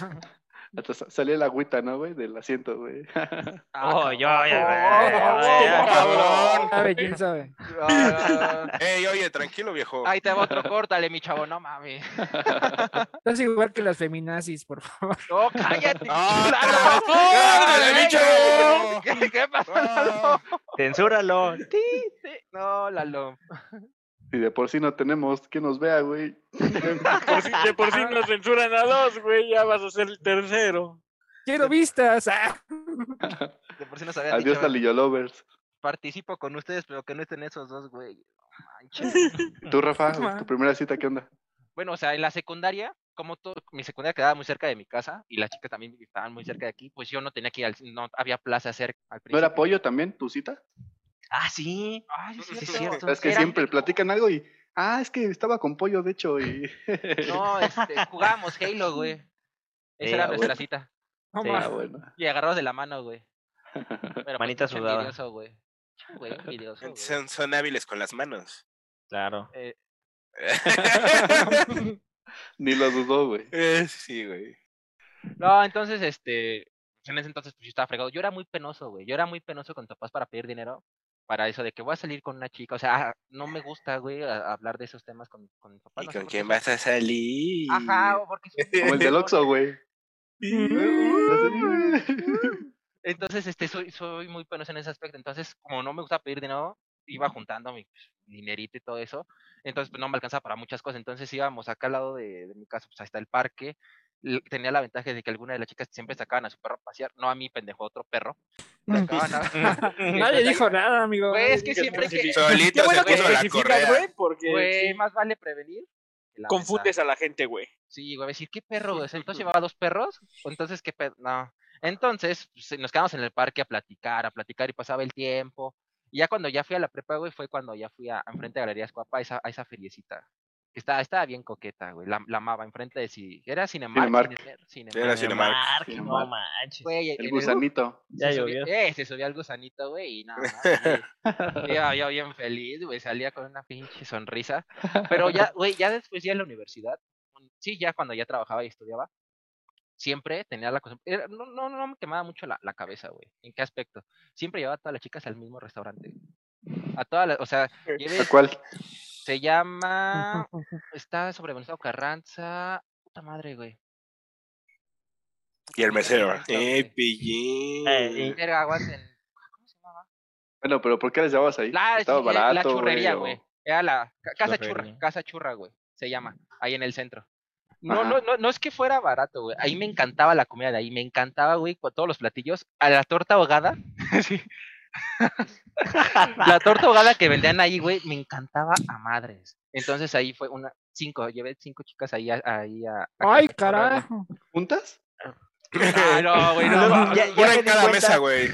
[SPEAKER 4] Hasta sa- salía la agüita, ¿no, güey? Del asiento, güey.
[SPEAKER 1] Ah,
[SPEAKER 5] Oh, yo-
[SPEAKER 1] cabrón.
[SPEAKER 5] ya- ya-
[SPEAKER 1] Oh,
[SPEAKER 2] cabrón.
[SPEAKER 6] ¿Sabe quién sabe?
[SPEAKER 1] Ah,
[SPEAKER 2] Ey, oye, tranquilo, viejo.
[SPEAKER 1] Ahí te va otro, córtale, mi chavo, no mames.
[SPEAKER 6] Estás igual que las feminazis, por favor.
[SPEAKER 1] No, cállate.
[SPEAKER 2] ¡Ah,
[SPEAKER 1] Lalo.
[SPEAKER 2] no! ¡Córtale, mi chavo!
[SPEAKER 1] ¿Qué, qué pasó,
[SPEAKER 2] Ah,
[SPEAKER 1] Lalo?
[SPEAKER 5] Censúralo. Ti.
[SPEAKER 1] No, Lalo.
[SPEAKER 4] Y de por sí no tenemos que nos vea, güey.
[SPEAKER 3] Por si- de por sí nos censuran a dos, güey. Ya vas a ser el tercero.
[SPEAKER 6] Quiero vistas. ah.
[SPEAKER 1] De por sí nos habían
[SPEAKER 4] Adiós,
[SPEAKER 1] dicho,
[SPEAKER 4] Talillo Lovers.
[SPEAKER 1] participo con ustedes, pero que no estén esos dos, güey. No manches. Ah,
[SPEAKER 4] Tú, Rafa,
[SPEAKER 6] Ma.
[SPEAKER 4] tu primera cita, ¿qué onda?
[SPEAKER 1] Bueno, o sea, en la secundaria, como todo, mi secundaria quedaba muy cerca de mi casa y las chicas también estaban muy cerca de aquí, pues yo no tenía que ir al cine, no había plaza cerca al
[SPEAKER 4] ¿No era
[SPEAKER 1] principio.
[SPEAKER 4] pollo también tu cita?
[SPEAKER 5] Ah, sí.
[SPEAKER 1] Ay, sí,
[SPEAKER 2] Sí,
[SPEAKER 1] es
[SPEAKER 2] es
[SPEAKER 1] cierto.
[SPEAKER 4] Es que
[SPEAKER 1] Era-
[SPEAKER 4] siempre platican algo y. Ah, es que estaba con pollo, de hecho, y.
[SPEAKER 1] No, este, jugábamos Halo, güey. Esa
[SPEAKER 5] Sí,
[SPEAKER 1] era
[SPEAKER 5] ah,
[SPEAKER 1] nuestra
[SPEAKER 4] bueno.
[SPEAKER 1] cita.
[SPEAKER 6] No
[SPEAKER 5] Sí.
[SPEAKER 6] mames.
[SPEAKER 4] Ah, bueno.
[SPEAKER 1] Y agarrados de la mano, güey. Pero pues,
[SPEAKER 5] Manita
[SPEAKER 1] pinche
[SPEAKER 5] sudada.
[SPEAKER 1] envidioso, güey. Pinche Güey, envidioso, güey.
[SPEAKER 2] Son, son hábiles con las manos.
[SPEAKER 5] Claro.
[SPEAKER 1] Eh,
[SPEAKER 4] Ni lo dudó, güey.
[SPEAKER 2] Eh, sí, güey.
[SPEAKER 1] No, entonces, pues, este, en ese entonces pues, yo estaba fregado. Yo era muy penoso, güey. Yo era muy penoso con papás para pedir dinero. para eso de que voy a salir con una chica. O sea, ah, no me gusta, güey, a- hablar de esos temas con, con mi papá.
[SPEAKER 2] ¿Y
[SPEAKER 1] no sé
[SPEAKER 2] con
[SPEAKER 1] por
[SPEAKER 2] quién
[SPEAKER 1] qué.
[SPEAKER 2] vas a salir?
[SPEAKER 1] Ajá, o porque...
[SPEAKER 4] Como el del Oxxo, güey.
[SPEAKER 1] Entonces, este, soy, soy muy penoso en ese aspecto. Entonces, como no me gusta pedir dinero, iba juntando mi pues, dinerito y todo eso. Entonces, pues no me alcanzaba para muchas cosas. Entonces íbamos acá al lado de, de mi casa, pues hasta el parque. L- Tenía la ventaja de que alguna de las chicas siempre sacaban a su perro a pasear, no a mí, pendejo, a otro perro. Sacaban a-
[SPEAKER 6] Nadie
[SPEAKER 2] Pues,
[SPEAKER 6] dijo nada, amigo.
[SPEAKER 1] Güey, es que
[SPEAKER 6] Nadie
[SPEAKER 1] siempre que-
[SPEAKER 6] especificó.
[SPEAKER 2] Solito
[SPEAKER 3] Qué bueno
[SPEAKER 2] se
[SPEAKER 3] que
[SPEAKER 1] güey,
[SPEAKER 2] puso la
[SPEAKER 3] especificas,
[SPEAKER 2] correa.
[SPEAKER 3] güey, porque
[SPEAKER 1] Güey,
[SPEAKER 3] sí,
[SPEAKER 1] más vale prevenir. que lamentar.
[SPEAKER 3] confundes a la gente, güey.
[SPEAKER 1] Sí, güey, a decir, ¿qué perro? güey? Entonces llevaba dos perros, o entonces qué perro, no. Entonces pues, nos quedamos en el parque a platicar, a platicar y pasaba el tiempo. Y ya cuando ya fui a la prepa, güey, fue cuando ya fui a, a enfrente de Galerías Cuapa, a esa, a esa feriecita. Que estaba, estaba bien coqueta, güey, la, la amaba, enfrente de si Era Cinemark.
[SPEAKER 4] Cinemark.
[SPEAKER 1] Cinemer- Cinemark,
[SPEAKER 2] Era Cinemark.
[SPEAKER 5] Cinemark, no
[SPEAKER 4] Cinemark.
[SPEAKER 5] manches.
[SPEAKER 1] güey, en
[SPEAKER 4] El gusanito.
[SPEAKER 5] Ya
[SPEAKER 1] se subía-
[SPEAKER 5] llovió.
[SPEAKER 1] eh, se subía al gusanito, güey, y nada más, güey. Iba yo bien feliz, güey, salía con una pinche sonrisa. Pero ya, güey, ya después ya en la universidad, mm, sí, ya cuando ya trabajaba y estudiaba, siempre tenía la cosa, era- no, no, no me quemaba mucho la, la cabeza, güey. ¿En qué aspecto? Siempre llevaba a todas las chicas al mismo restaurante. güey. A todas las, o sea, llevé-
[SPEAKER 4] ¿A cuál?
[SPEAKER 1] se llama, está sobre Venustiano Carranza, puta madre, güey.
[SPEAKER 2] Y el mesero.
[SPEAKER 1] Exacto,
[SPEAKER 2] Eh,
[SPEAKER 1] güey.
[SPEAKER 2] pillín.
[SPEAKER 5] Eh, y-
[SPEAKER 1] Verga, aguanten. ¿Cómo se llamaba?
[SPEAKER 4] Bueno, pero ¿por qué les llevabas ahí?
[SPEAKER 1] La,
[SPEAKER 4] Estaba
[SPEAKER 1] sí, eh, la
[SPEAKER 4] barato.
[SPEAKER 1] churrería,
[SPEAKER 4] o-
[SPEAKER 1] güey. Era la ca- casa churra,
[SPEAKER 5] Churrería.
[SPEAKER 1] casa churra, güey. Se llama, ahí en el centro. No,
[SPEAKER 4] Ajá.
[SPEAKER 1] no, no, no es que fuera barato, güey. Ahí me encantaba la comida de ahí, me encantaba, güey, con todos los platillos. A la torta ahogada, sí. la torta ahogada que vendían ahí, güey, me encantaba a madres. Entonces ahí fue una, cinco, llevé cinco chicas ahí a, ahí a, a casa churra,
[SPEAKER 6] Ay,
[SPEAKER 1] güey.
[SPEAKER 6] carajo.
[SPEAKER 4] ¿Juntas?
[SPEAKER 1] Ah, no, güey, no,
[SPEAKER 5] No,
[SPEAKER 1] va.
[SPEAKER 5] ya-
[SPEAKER 2] Una
[SPEAKER 5] me
[SPEAKER 2] en
[SPEAKER 5] di
[SPEAKER 2] cada
[SPEAKER 5] cuenta.
[SPEAKER 2] mesa, güey.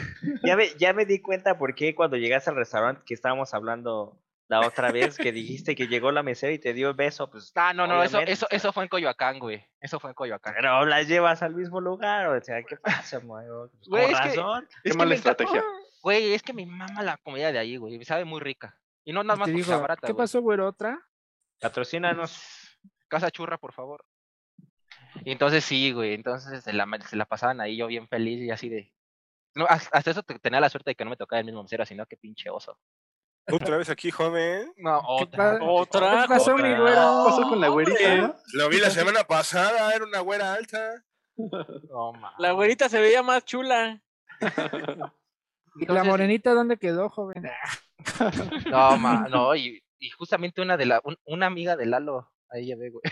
[SPEAKER 5] Ya me, ya me di cuenta por qué cuando llegaste al restaurante que estábamos hablando la otra vez que dijiste que llegó la mesera y te dio el beso, pues
[SPEAKER 1] Ah, no, no, eso,
[SPEAKER 5] Obviamente,
[SPEAKER 1] eso,
[SPEAKER 5] o sea.
[SPEAKER 1] eso fue en Coyoacán, güey. Eso fue en Coyoacán.
[SPEAKER 5] pero las llevas al mismo lugar, o sea, ¿qué pasa, amigo? Pues,
[SPEAKER 1] Güey,
[SPEAKER 5] con
[SPEAKER 1] es que-
[SPEAKER 5] razón.
[SPEAKER 4] Qué
[SPEAKER 1] Es que
[SPEAKER 4] mala
[SPEAKER 1] me encanta-
[SPEAKER 4] estrategia.
[SPEAKER 1] Güey, es que me mama la comida de ahí, güey. Sabe muy rica. Y no nada
[SPEAKER 6] Y
[SPEAKER 1] más
[SPEAKER 6] te
[SPEAKER 1] porque
[SPEAKER 6] digo,
[SPEAKER 1] sea barata,
[SPEAKER 6] ¿qué
[SPEAKER 1] güey.
[SPEAKER 6] pasó, güey? ¿Otra?
[SPEAKER 5] Patrocínanos.
[SPEAKER 1] Casa churra, por favor. Y entonces sí, güey. Entonces se la, se la pasaban ahí yo bien feliz y así de... No, has- hasta eso te- tenía la suerte de que no me tocaba el mismo mesero, sino que pinche oso.
[SPEAKER 2] Otra vez aquí, joven.
[SPEAKER 1] No,
[SPEAKER 6] pa-
[SPEAKER 1] otra. güey.
[SPEAKER 3] Otra.
[SPEAKER 6] ¿Qué Pues pasó, mi
[SPEAKER 5] otra.
[SPEAKER 4] ¿Qué
[SPEAKER 6] güero?
[SPEAKER 4] pasó con la güerita?
[SPEAKER 3] hombre.
[SPEAKER 4] no?
[SPEAKER 2] Lo vi la semana pasada, era una güera alta.
[SPEAKER 1] No, mames.
[SPEAKER 3] La güerita se veía más chula.
[SPEAKER 6] ¿Y la
[SPEAKER 1] Entonces,
[SPEAKER 6] morenita dónde quedó, joven?
[SPEAKER 1] No, ma, no. Y, y justamente una de la, un- una amiga de Lalo, ahí ya ve, güey.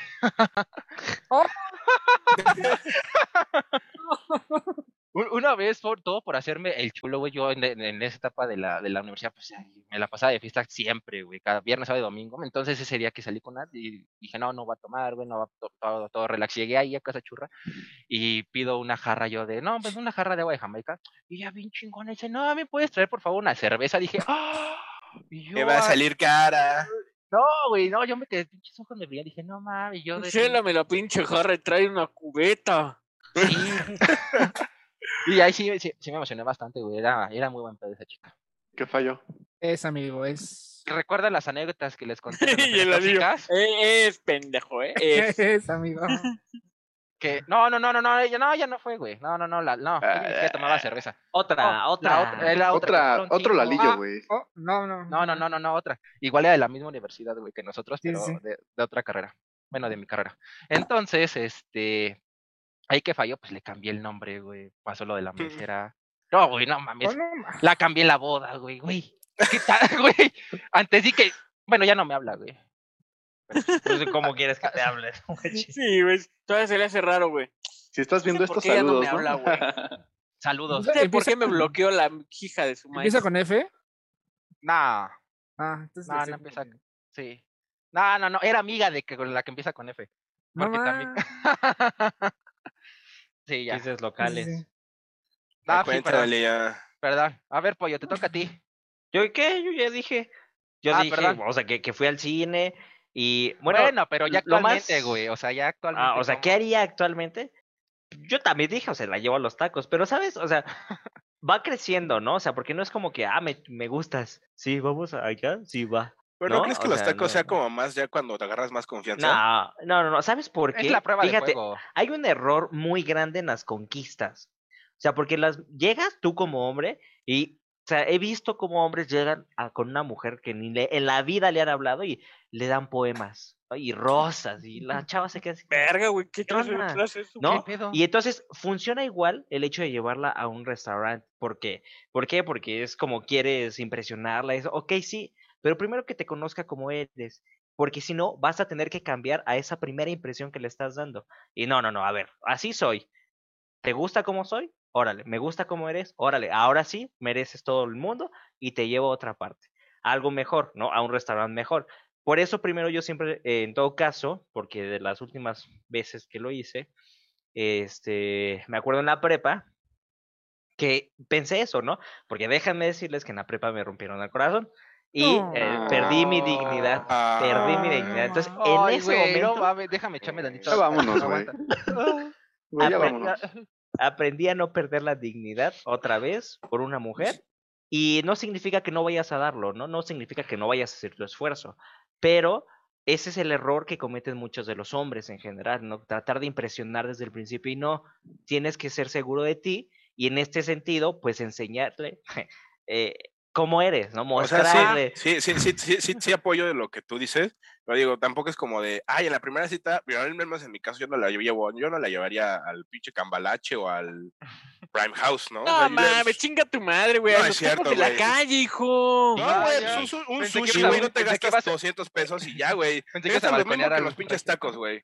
[SPEAKER 1] Un- Una vez, por todo por hacerme el chulo, güey, yo en, en- en esa etapa de la, de la universidad, pues ahí me la pasaba de fiesta siempre, güey, cada viernes, sábado y domingo. Entonces ese día que salí con Nat, y dije, no, no va a tomar, güey, no va a to- todo, todo relax. Llegué ahí a casa churra y pido una jarra yo de, no, pues una jarra de agua de Jamaica. Y ya bien chingona, dice, no, ¿me puedes traer por favor una cerveza? Dije, ah, Y yo,
[SPEAKER 2] Me va a
[SPEAKER 1] "Ah,
[SPEAKER 2] salir cara.
[SPEAKER 1] No, güey, no, yo me quedé, pinches ojos me brillan, dije, no mames, yo de-
[SPEAKER 3] Chélame la pinche jarra y trae una cubeta.
[SPEAKER 1] Y ahí sí, sí, sí me emocioné bastante, güey, era, era muy buen pedo esa chica.
[SPEAKER 4] ¿Qué falló?
[SPEAKER 6] Es, amigo, es.
[SPEAKER 1] recuerda las anécdotas que les conté de
[SPEAKER 3] y el
[SPEAKER 1] relaciones
[SPEAKER 3] amigo.
[SPEAKER 1] tóxicas?
[SPEAKER 3] "Eh, es pendejo, ¿eh? Es.
[SPEAKER 6] Es, amigo.
[SPEAKER 1] que no no no no no ella no ya no fue güey no no no la no ella ni siquiera tomaba cerveza
[SPEAKER 5] ah, Otra,
[SPEAKER 1] la
[SPEAKER 5] otra.
[SPEAKER 1] otra, eh, la otra, que
[SPEAKER 4] Otra,
[SPEAKER 1] fueron
[SPEAKER 4] otro
[SPEAKER 1] cinco.
[SPEAKER 4] lalillo,
[SPEAKER 1] Ah,
[SPEAKER 4] güey.
[SPEAKER 6] Oh, no, no.
[SPEAKER 1] no no no no no otra igual era de la misma universidad güey que nosotros
[SPEAKER 6] Sí,
[SPEAKER 1] pero
[SPEAKER 6] sí.
[SPEAKER 1] De, de otra carrera bueno de mi carrera entonces este ahí que falló pues le cambié el nombre güey pasó lo de la mesera no güey no
[SPEAKER 6] Oh,
[SPEAKER 1] mames
[SPEAKER 6] no, ma-
[SPEAKER 1] la cambié en la boda güey güey ¿Qué tal, güey antes sí que bueno ya no me habla güey
[SPEAKER 5] Entonces, ¿cómo Pues, quieres que te hable? güey?
[SPEAKER 3] Sí, güey. Todavía se le hace raro, güey.
[SPEAKER 4] Si estás viendo
[SPEAKER 3] ¿Por
[SPEAKER 4] esto,
[SPEAKER 3] qué ella no
[SPEAKER 4] saludos.
[SPEAKER 3] me habla, güey?
[SPEAKER 1] saludos
[SPEAKER 3] No sé por
[SPEAKER 6] Empieza
[SPEAKER 3] qué me bloqueó la hija de su madre.
[SPEAKER 6] ¿Empieza con F?
[SPEAKER 1] nah
[SPEAKER 6] Ah, entonces.
[SPEAKER 1] No,
[SPEAKER 6] le
[SPEAKER 1] no
[SPEAKER 6] sigo
[SPEAKER 1] empieza-
[SPEAKER 6] bien.
[SPEAKER 1] Sí. No, no, no, era amiga de que con la que empieza con F.
[SPEAKER 6] No
[SPEAKER 1] Porque también.
[SPEAKER 6] mames.
[SPEAKER 1] sí, ya.
[SPEAKER 5] Dices locales.
[SPEAKER 6] Sí, sí.
[SPEAKER 1] No,
[SPEAKER 2] Ah,
[SPEAKER 1] sí, perdón,
[SPEAKER 2] Cuéntale ya.
[SPEAKER 1] perdón. A ver, pollo, te toca a ti.
[SPEAKER 5] ¿Yo qué? Yo ya dije. Yo
[SPEAKER 1] Ah,
[SPEAKER 5] dije,
[SPEAKER 1] perdón.
[SPEAKER 5] o sea, que, que fui al cine y. Bueno,
[SPEAKER 1] Bueno, pero ya
[SPEAKER 5] lo más-
[SPEAKER 1] actualmente, güey. O sea, ya actualmente.
[SPEAKER 5] ah, o sea,
[SPEAKER 1] ¿cómo?
[SPEAKER 5] ¿qué haría actualmente? Yo también dije, o sea, la llevo a los tacos, pero ¿sabes? O sea, va creciendo, ¿no? O sea, porque no es como que, ah, me, me gustas. Sí, vamos acá, sí, va.
[SPEAKER 2] ¿Pero no
[SPEAKER 5] No,
[SPEAKER 2] crees que
[SPEAKER 5] o
[SPEAKER 2] los
[SPEAKER 5] sea,
[SPEAKER 2] tacos
[SPEAKER 5] no.
[SPEAKER 2] sea como más ya cuando te agarras más confianza?
[SPEAKER 5] No, no, no, no, ¿sabes por qué?
[SPEAKER 1] Es la prueba
[SPEAKER 5] Fíjate,
[SPEAKER 1] de juego.
[SPEAKER 5] hay un error muy grande en las conquistas. O sea, porque las llegas tú como hombre y sea, he visto cómo hombres llegan a- con una mujer que ni le- en la vida le han hablado y le dan poemas ¿no? y rosas y la chava se queda así. como,
[SPEAKER 3] Verga, güey, ¿qué clase de
[SPEAKER 5] onda?
[SPEAKER 3] clase es eso?
[SPEAKER 5] ¿No?
[SPEAKER 1] ¿Qué pedo?
[SPEAKER 5] Y entonces funciona igual el hecho de llevarla a un restaurante. ¿Por qué? ¿Por qué? Porque es como quieres impresionarla. Eso. Ok, sí, pero primero que te conozca como eres. Porque si no, vas a tener que cambiar a esa primera impresión que le estás dando. Y no, no, no, a ver, así soy. ¿Te gusta como soy? Órale, me gusta como eres, órale, ahora sí, mereces todo el mundo y te llevo a otra parte. a Algo mejor, ¿no? A un restaurante mejor. Por eso primero yo siempre, eh, en todo caso, porque de las últimas veces que lo hice, este, me acuerdo en la prepa que pensé eso, ¿no? Porque déjenme decirles que en la prepa me rompieron el corazón y eh, perdí mi dignidad.
[SPEAKER 2] Ah,
[SPEAKER 5] Perdí mi dignidad. Entonces, en
[SPEAKER 1] Ay,
[SPEAKER 5] ese
[SPEAKER 1] güey, no
[SPEAKER 5] momento eh,
[SPEAKER 1] mames, déjame echarme tantito.
[SPEAKER 4] Ya vámonos, güey.
[SPEAKER 1] Aguanta.
[SPEAKER 2] Pues,
[SPEAKER 4] Güey, ya
[SPEAKER 5] Aprenda-
[SPEAKER 4] vámonos. Ah,
[SPEAKER 5] aprendí a no perder la dignidad otra vez por una mujer. Y no significa que no vayas a darlo, ¿no? No significa que no vayas a hacer tu esfuerzo. Pero ese es el error que cometen muchos de los hombres en general, ¿no? Tratar de impresionar desde el principio y no, tienes que ser seguro de ti y en este sentido, pues enseñarle eh, cómo eres, ¿no?
[SPEAKER 2] O sea,
[SPEAKER 5] Mostrarle.
[SPEAKER 2] sí, sí, sí, sí, sí, sí, sí apoyo de lo que tú dices, pero digo, tampoco es como de, ay, en la primera cita, yo al menos en mi caso yo no la llevo, yo no la llevaría al pinche cambalache o al Prime House, ¿no? O sea,
[SPEAKER 3] No
[SPEAKER 2] yo ya-
[SPEAKER 3] mames, chinga tu madre, güey.
[SPEAKER 2] No,
[SPEAKER 3] a
[SPEAKER 2] es
[SPEAKER 3] los tiempos
[SPEAKER 2] cierto,
[SPEAKER 3] de la
[SPEAKER 2] güey.
[SPEAKER 3] calle, hijo.
[SPEAKER 2] No,
[SPEAKER 1] Ah,
[SPEAKER 2] güey,
[SPEAKER 1] ya.
[SPEAKER 2] pues un, su- un
[SPEAKER 1] Pensé que
[SPEAKER 2] sushi,
[SPEAKER 1] ibas a-
[SPEAKER 2] güey, no te
[SPEAKER 1] pensé que
[SPEAKER 2] gastas
[SPEAKER 1] ibas a-
[SPEAKER 2] 200 pesos y ya, güey.
[SPEAKER 1] Pensé
[SPEAKER 2] Te
[SPEAKER 1] que ibas a
[SPEAKER 2] gastas lo mismo
[SPEAKER 1] balconear
[SPEAKER 2] que
[SPEAKER 1] al-
[SPEAKER 2] los pinches tacos, güey.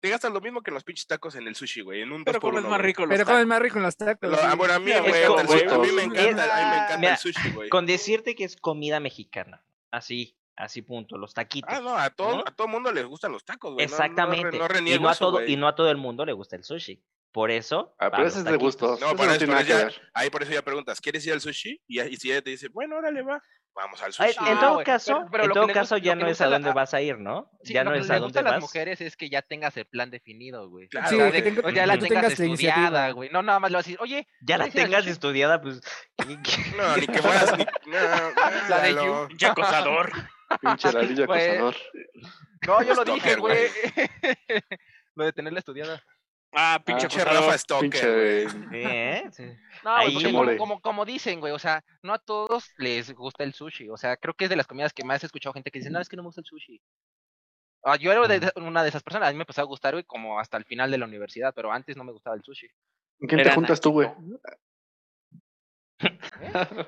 [SPEAKER 2] Te gastas lo mismo que los pinches tacos en el sushi, güey, en un
[SPEAKER 3] Pero
[SPEAKER 2] 2 por
[SPEAKER 3] comes
[SPEAKER 2] 1,
[SPEAKER 3] más
[SPEAKER 2] güey.
[SPEAKER 3] rico los
[SPEAKER 6] Pero
[SPEAKER 3] tacos.
[SPEAKER 6] comes más rico en los tacos.
[SPEAKER 2] Lo-
[SPEAKER 6] sí.
[SPEAKER 2] ah, bueno, a mí,
[SPEAKER 3] Es
[SPEAKER 2] güey, el
[SPEAKER 3] como-
[SPEAKER 2] sushi- a mí me
[SPEAKER 3] es-
[SPEAKER 2] encanta, a mí me encanta
[SPEAKER 5] Mira,
[SPEAKER 2] el sushi, güey.
[SPEAKER 5] Con decirte que es comida mexicana. Así, así punto, los taquitos.
[SPEAKER 2] Ah, no, a todo,
[SPEAKER 5] ¿no?
[SPEAKER 2] a todo mundo les gustan los tacos, güey. no- no re-
[SPEAKER 5] Exactamente.
[SPEAKER 2] No,
[SPEAKER 5] y,
[SPEAKER 2] reniego
[SPEAKER 5] no a
[SPEAKER 2] eso,
[SPEAKER 5] todo,
[SPEAKER 2] güey.
[SPEAKER 5] y no a todo el mundo le gusta el sushi. Por eso.
[SPEAKER 4] Ah,
[SPEAKER 5] a
[SPEAKER 4] pero
[SPEAKER 5] los
[SPEAKER 4] ese es de
[SPEAKER 5] taquitos.
[SPEAKER 4] gustos.
[SPEAKER 2] No,
[SPEAKER 4] eso
[SPEAKER 2] para
[SPEAKER 4] no
[SPEAKER 2] eso,
[SPEAKER 4] tiene nada que
[SPEAKER 2] ya-
[SPEAKER 4] ver.
[SPEAKER 2] Ahí por eso ya preguntas, ¿quieres ir al sushi? Y, ya- y si ella te dice, bueno, órale, va, vamos al
[SPEAKER 5] Ay,
[SPEAKER 2] sushi.
[SPEAKER 1] Ah,
[SPEAKER 5] en todo
[SPEAKER 1] güey,
[SPEAKER 5] caso,
[SPEAKER 1] pero- pero
[SPEAKER 5] en
[SPEAKER 1] lo que
[SPEAKER 5] todo
[SPEAKER 1] le
[SPEAKER 5] caso
[SPEAKER 1] gusta-
[SPEAKER 5] ya
[SPEAKER 1] lo que
[SPEAKER 5] no
[SPEAKER 1] le
[SPEAKER 5] es
[SPEAKER 1] gusta
[SPEAKER 5] a
[SPEAKER 1] la-
[SPEAKER 5] dónde vas a ir, ¿no?
[SPEAKER 1] Sí,
[SPEAKER 5] ya
[SPEAKER 1] lo
[SPEAKER 5] no
[SPEAKER 1] que
[SPEAKER 5] es
[SPEAKER 1] le
[SPEAKER 5] a
[SPEAKER 1] gusta
[SPEAKER 5] dónde
[SPEAKER 1] a las
[SPEAKER 5] vas.
[SPEAKER 1] mujeres es que ya tengas el plan definido, güey.
[SPEAKER 2] Claro,
[SPEAKER 6] Sí,
[SPEAKER 1] o sea, de-
[SPEAKER 6] que tenga-
[SPEAKER 1] o ya
[SPEAKER 6] que
[SPEAKER 1] la
[SPEAKER 6] tú
[SPEAKER 1] tengas,
[SPEAKER 6] tengas la iniciativa.
[SPEAKER 1] estudiada, güey. No, nada más le vas a decir, oye,
[SPEAKER 5] Ya la
[SPEAKER 1] ¿Quieres ir al
[SPEAKER 5] tengas
[SPEAKER 1] sushi?
[SPEAKER 5] estudiada, pues. ¿qué- qué?
[SPEAKER 2] No, ni que fueras, ni... No,
[SPEAKER 1] La de
[SPEAKER 2] no,
[SPEAKER 3] Pinche acosador.
[SPEAKER 4] Pinche ladrillo
[SPEAKER 1] Güey.
[SPEAKER 4] acosador.
[SPEAKER 1] no, yo lo dije,
[SPEAKER 2] Stalker,
[SPEAKER 1] güey. lo de tenerla estudiada.
[SPEAKER 3] Ah, pinche
[SPEAKER 2] Pinche
[SPEAKER 3] acosador.
[SPEAKER 2] Rafa Stalker.
[SPEAKER 4] Pinche.
[SPEAKER 5] ¿Eh? Sí.
[SPEAKER 1] No, güey,
[SPEAKER 5] Ahí-
[SPEAKER 1] porque
[SPEAKER 4] Mole.
[SPEAKER 1] como, como, como dicen, güey, o sea, no a todos les gusta el sushi. O sea, creo que es de las comidas que más he escuchado gente que dice, no, es que no me gusta el sushi. Ah, yo era de- una de esas personas, a mí me empezó a gustar, güey, como hasta el final de la universidad, pero antes no me gustaba el sushi.
[SPEAKER 4] ¿Con quién te
[SPEAKER 3] Era
[SPEAKER 4] juntas tú, güey?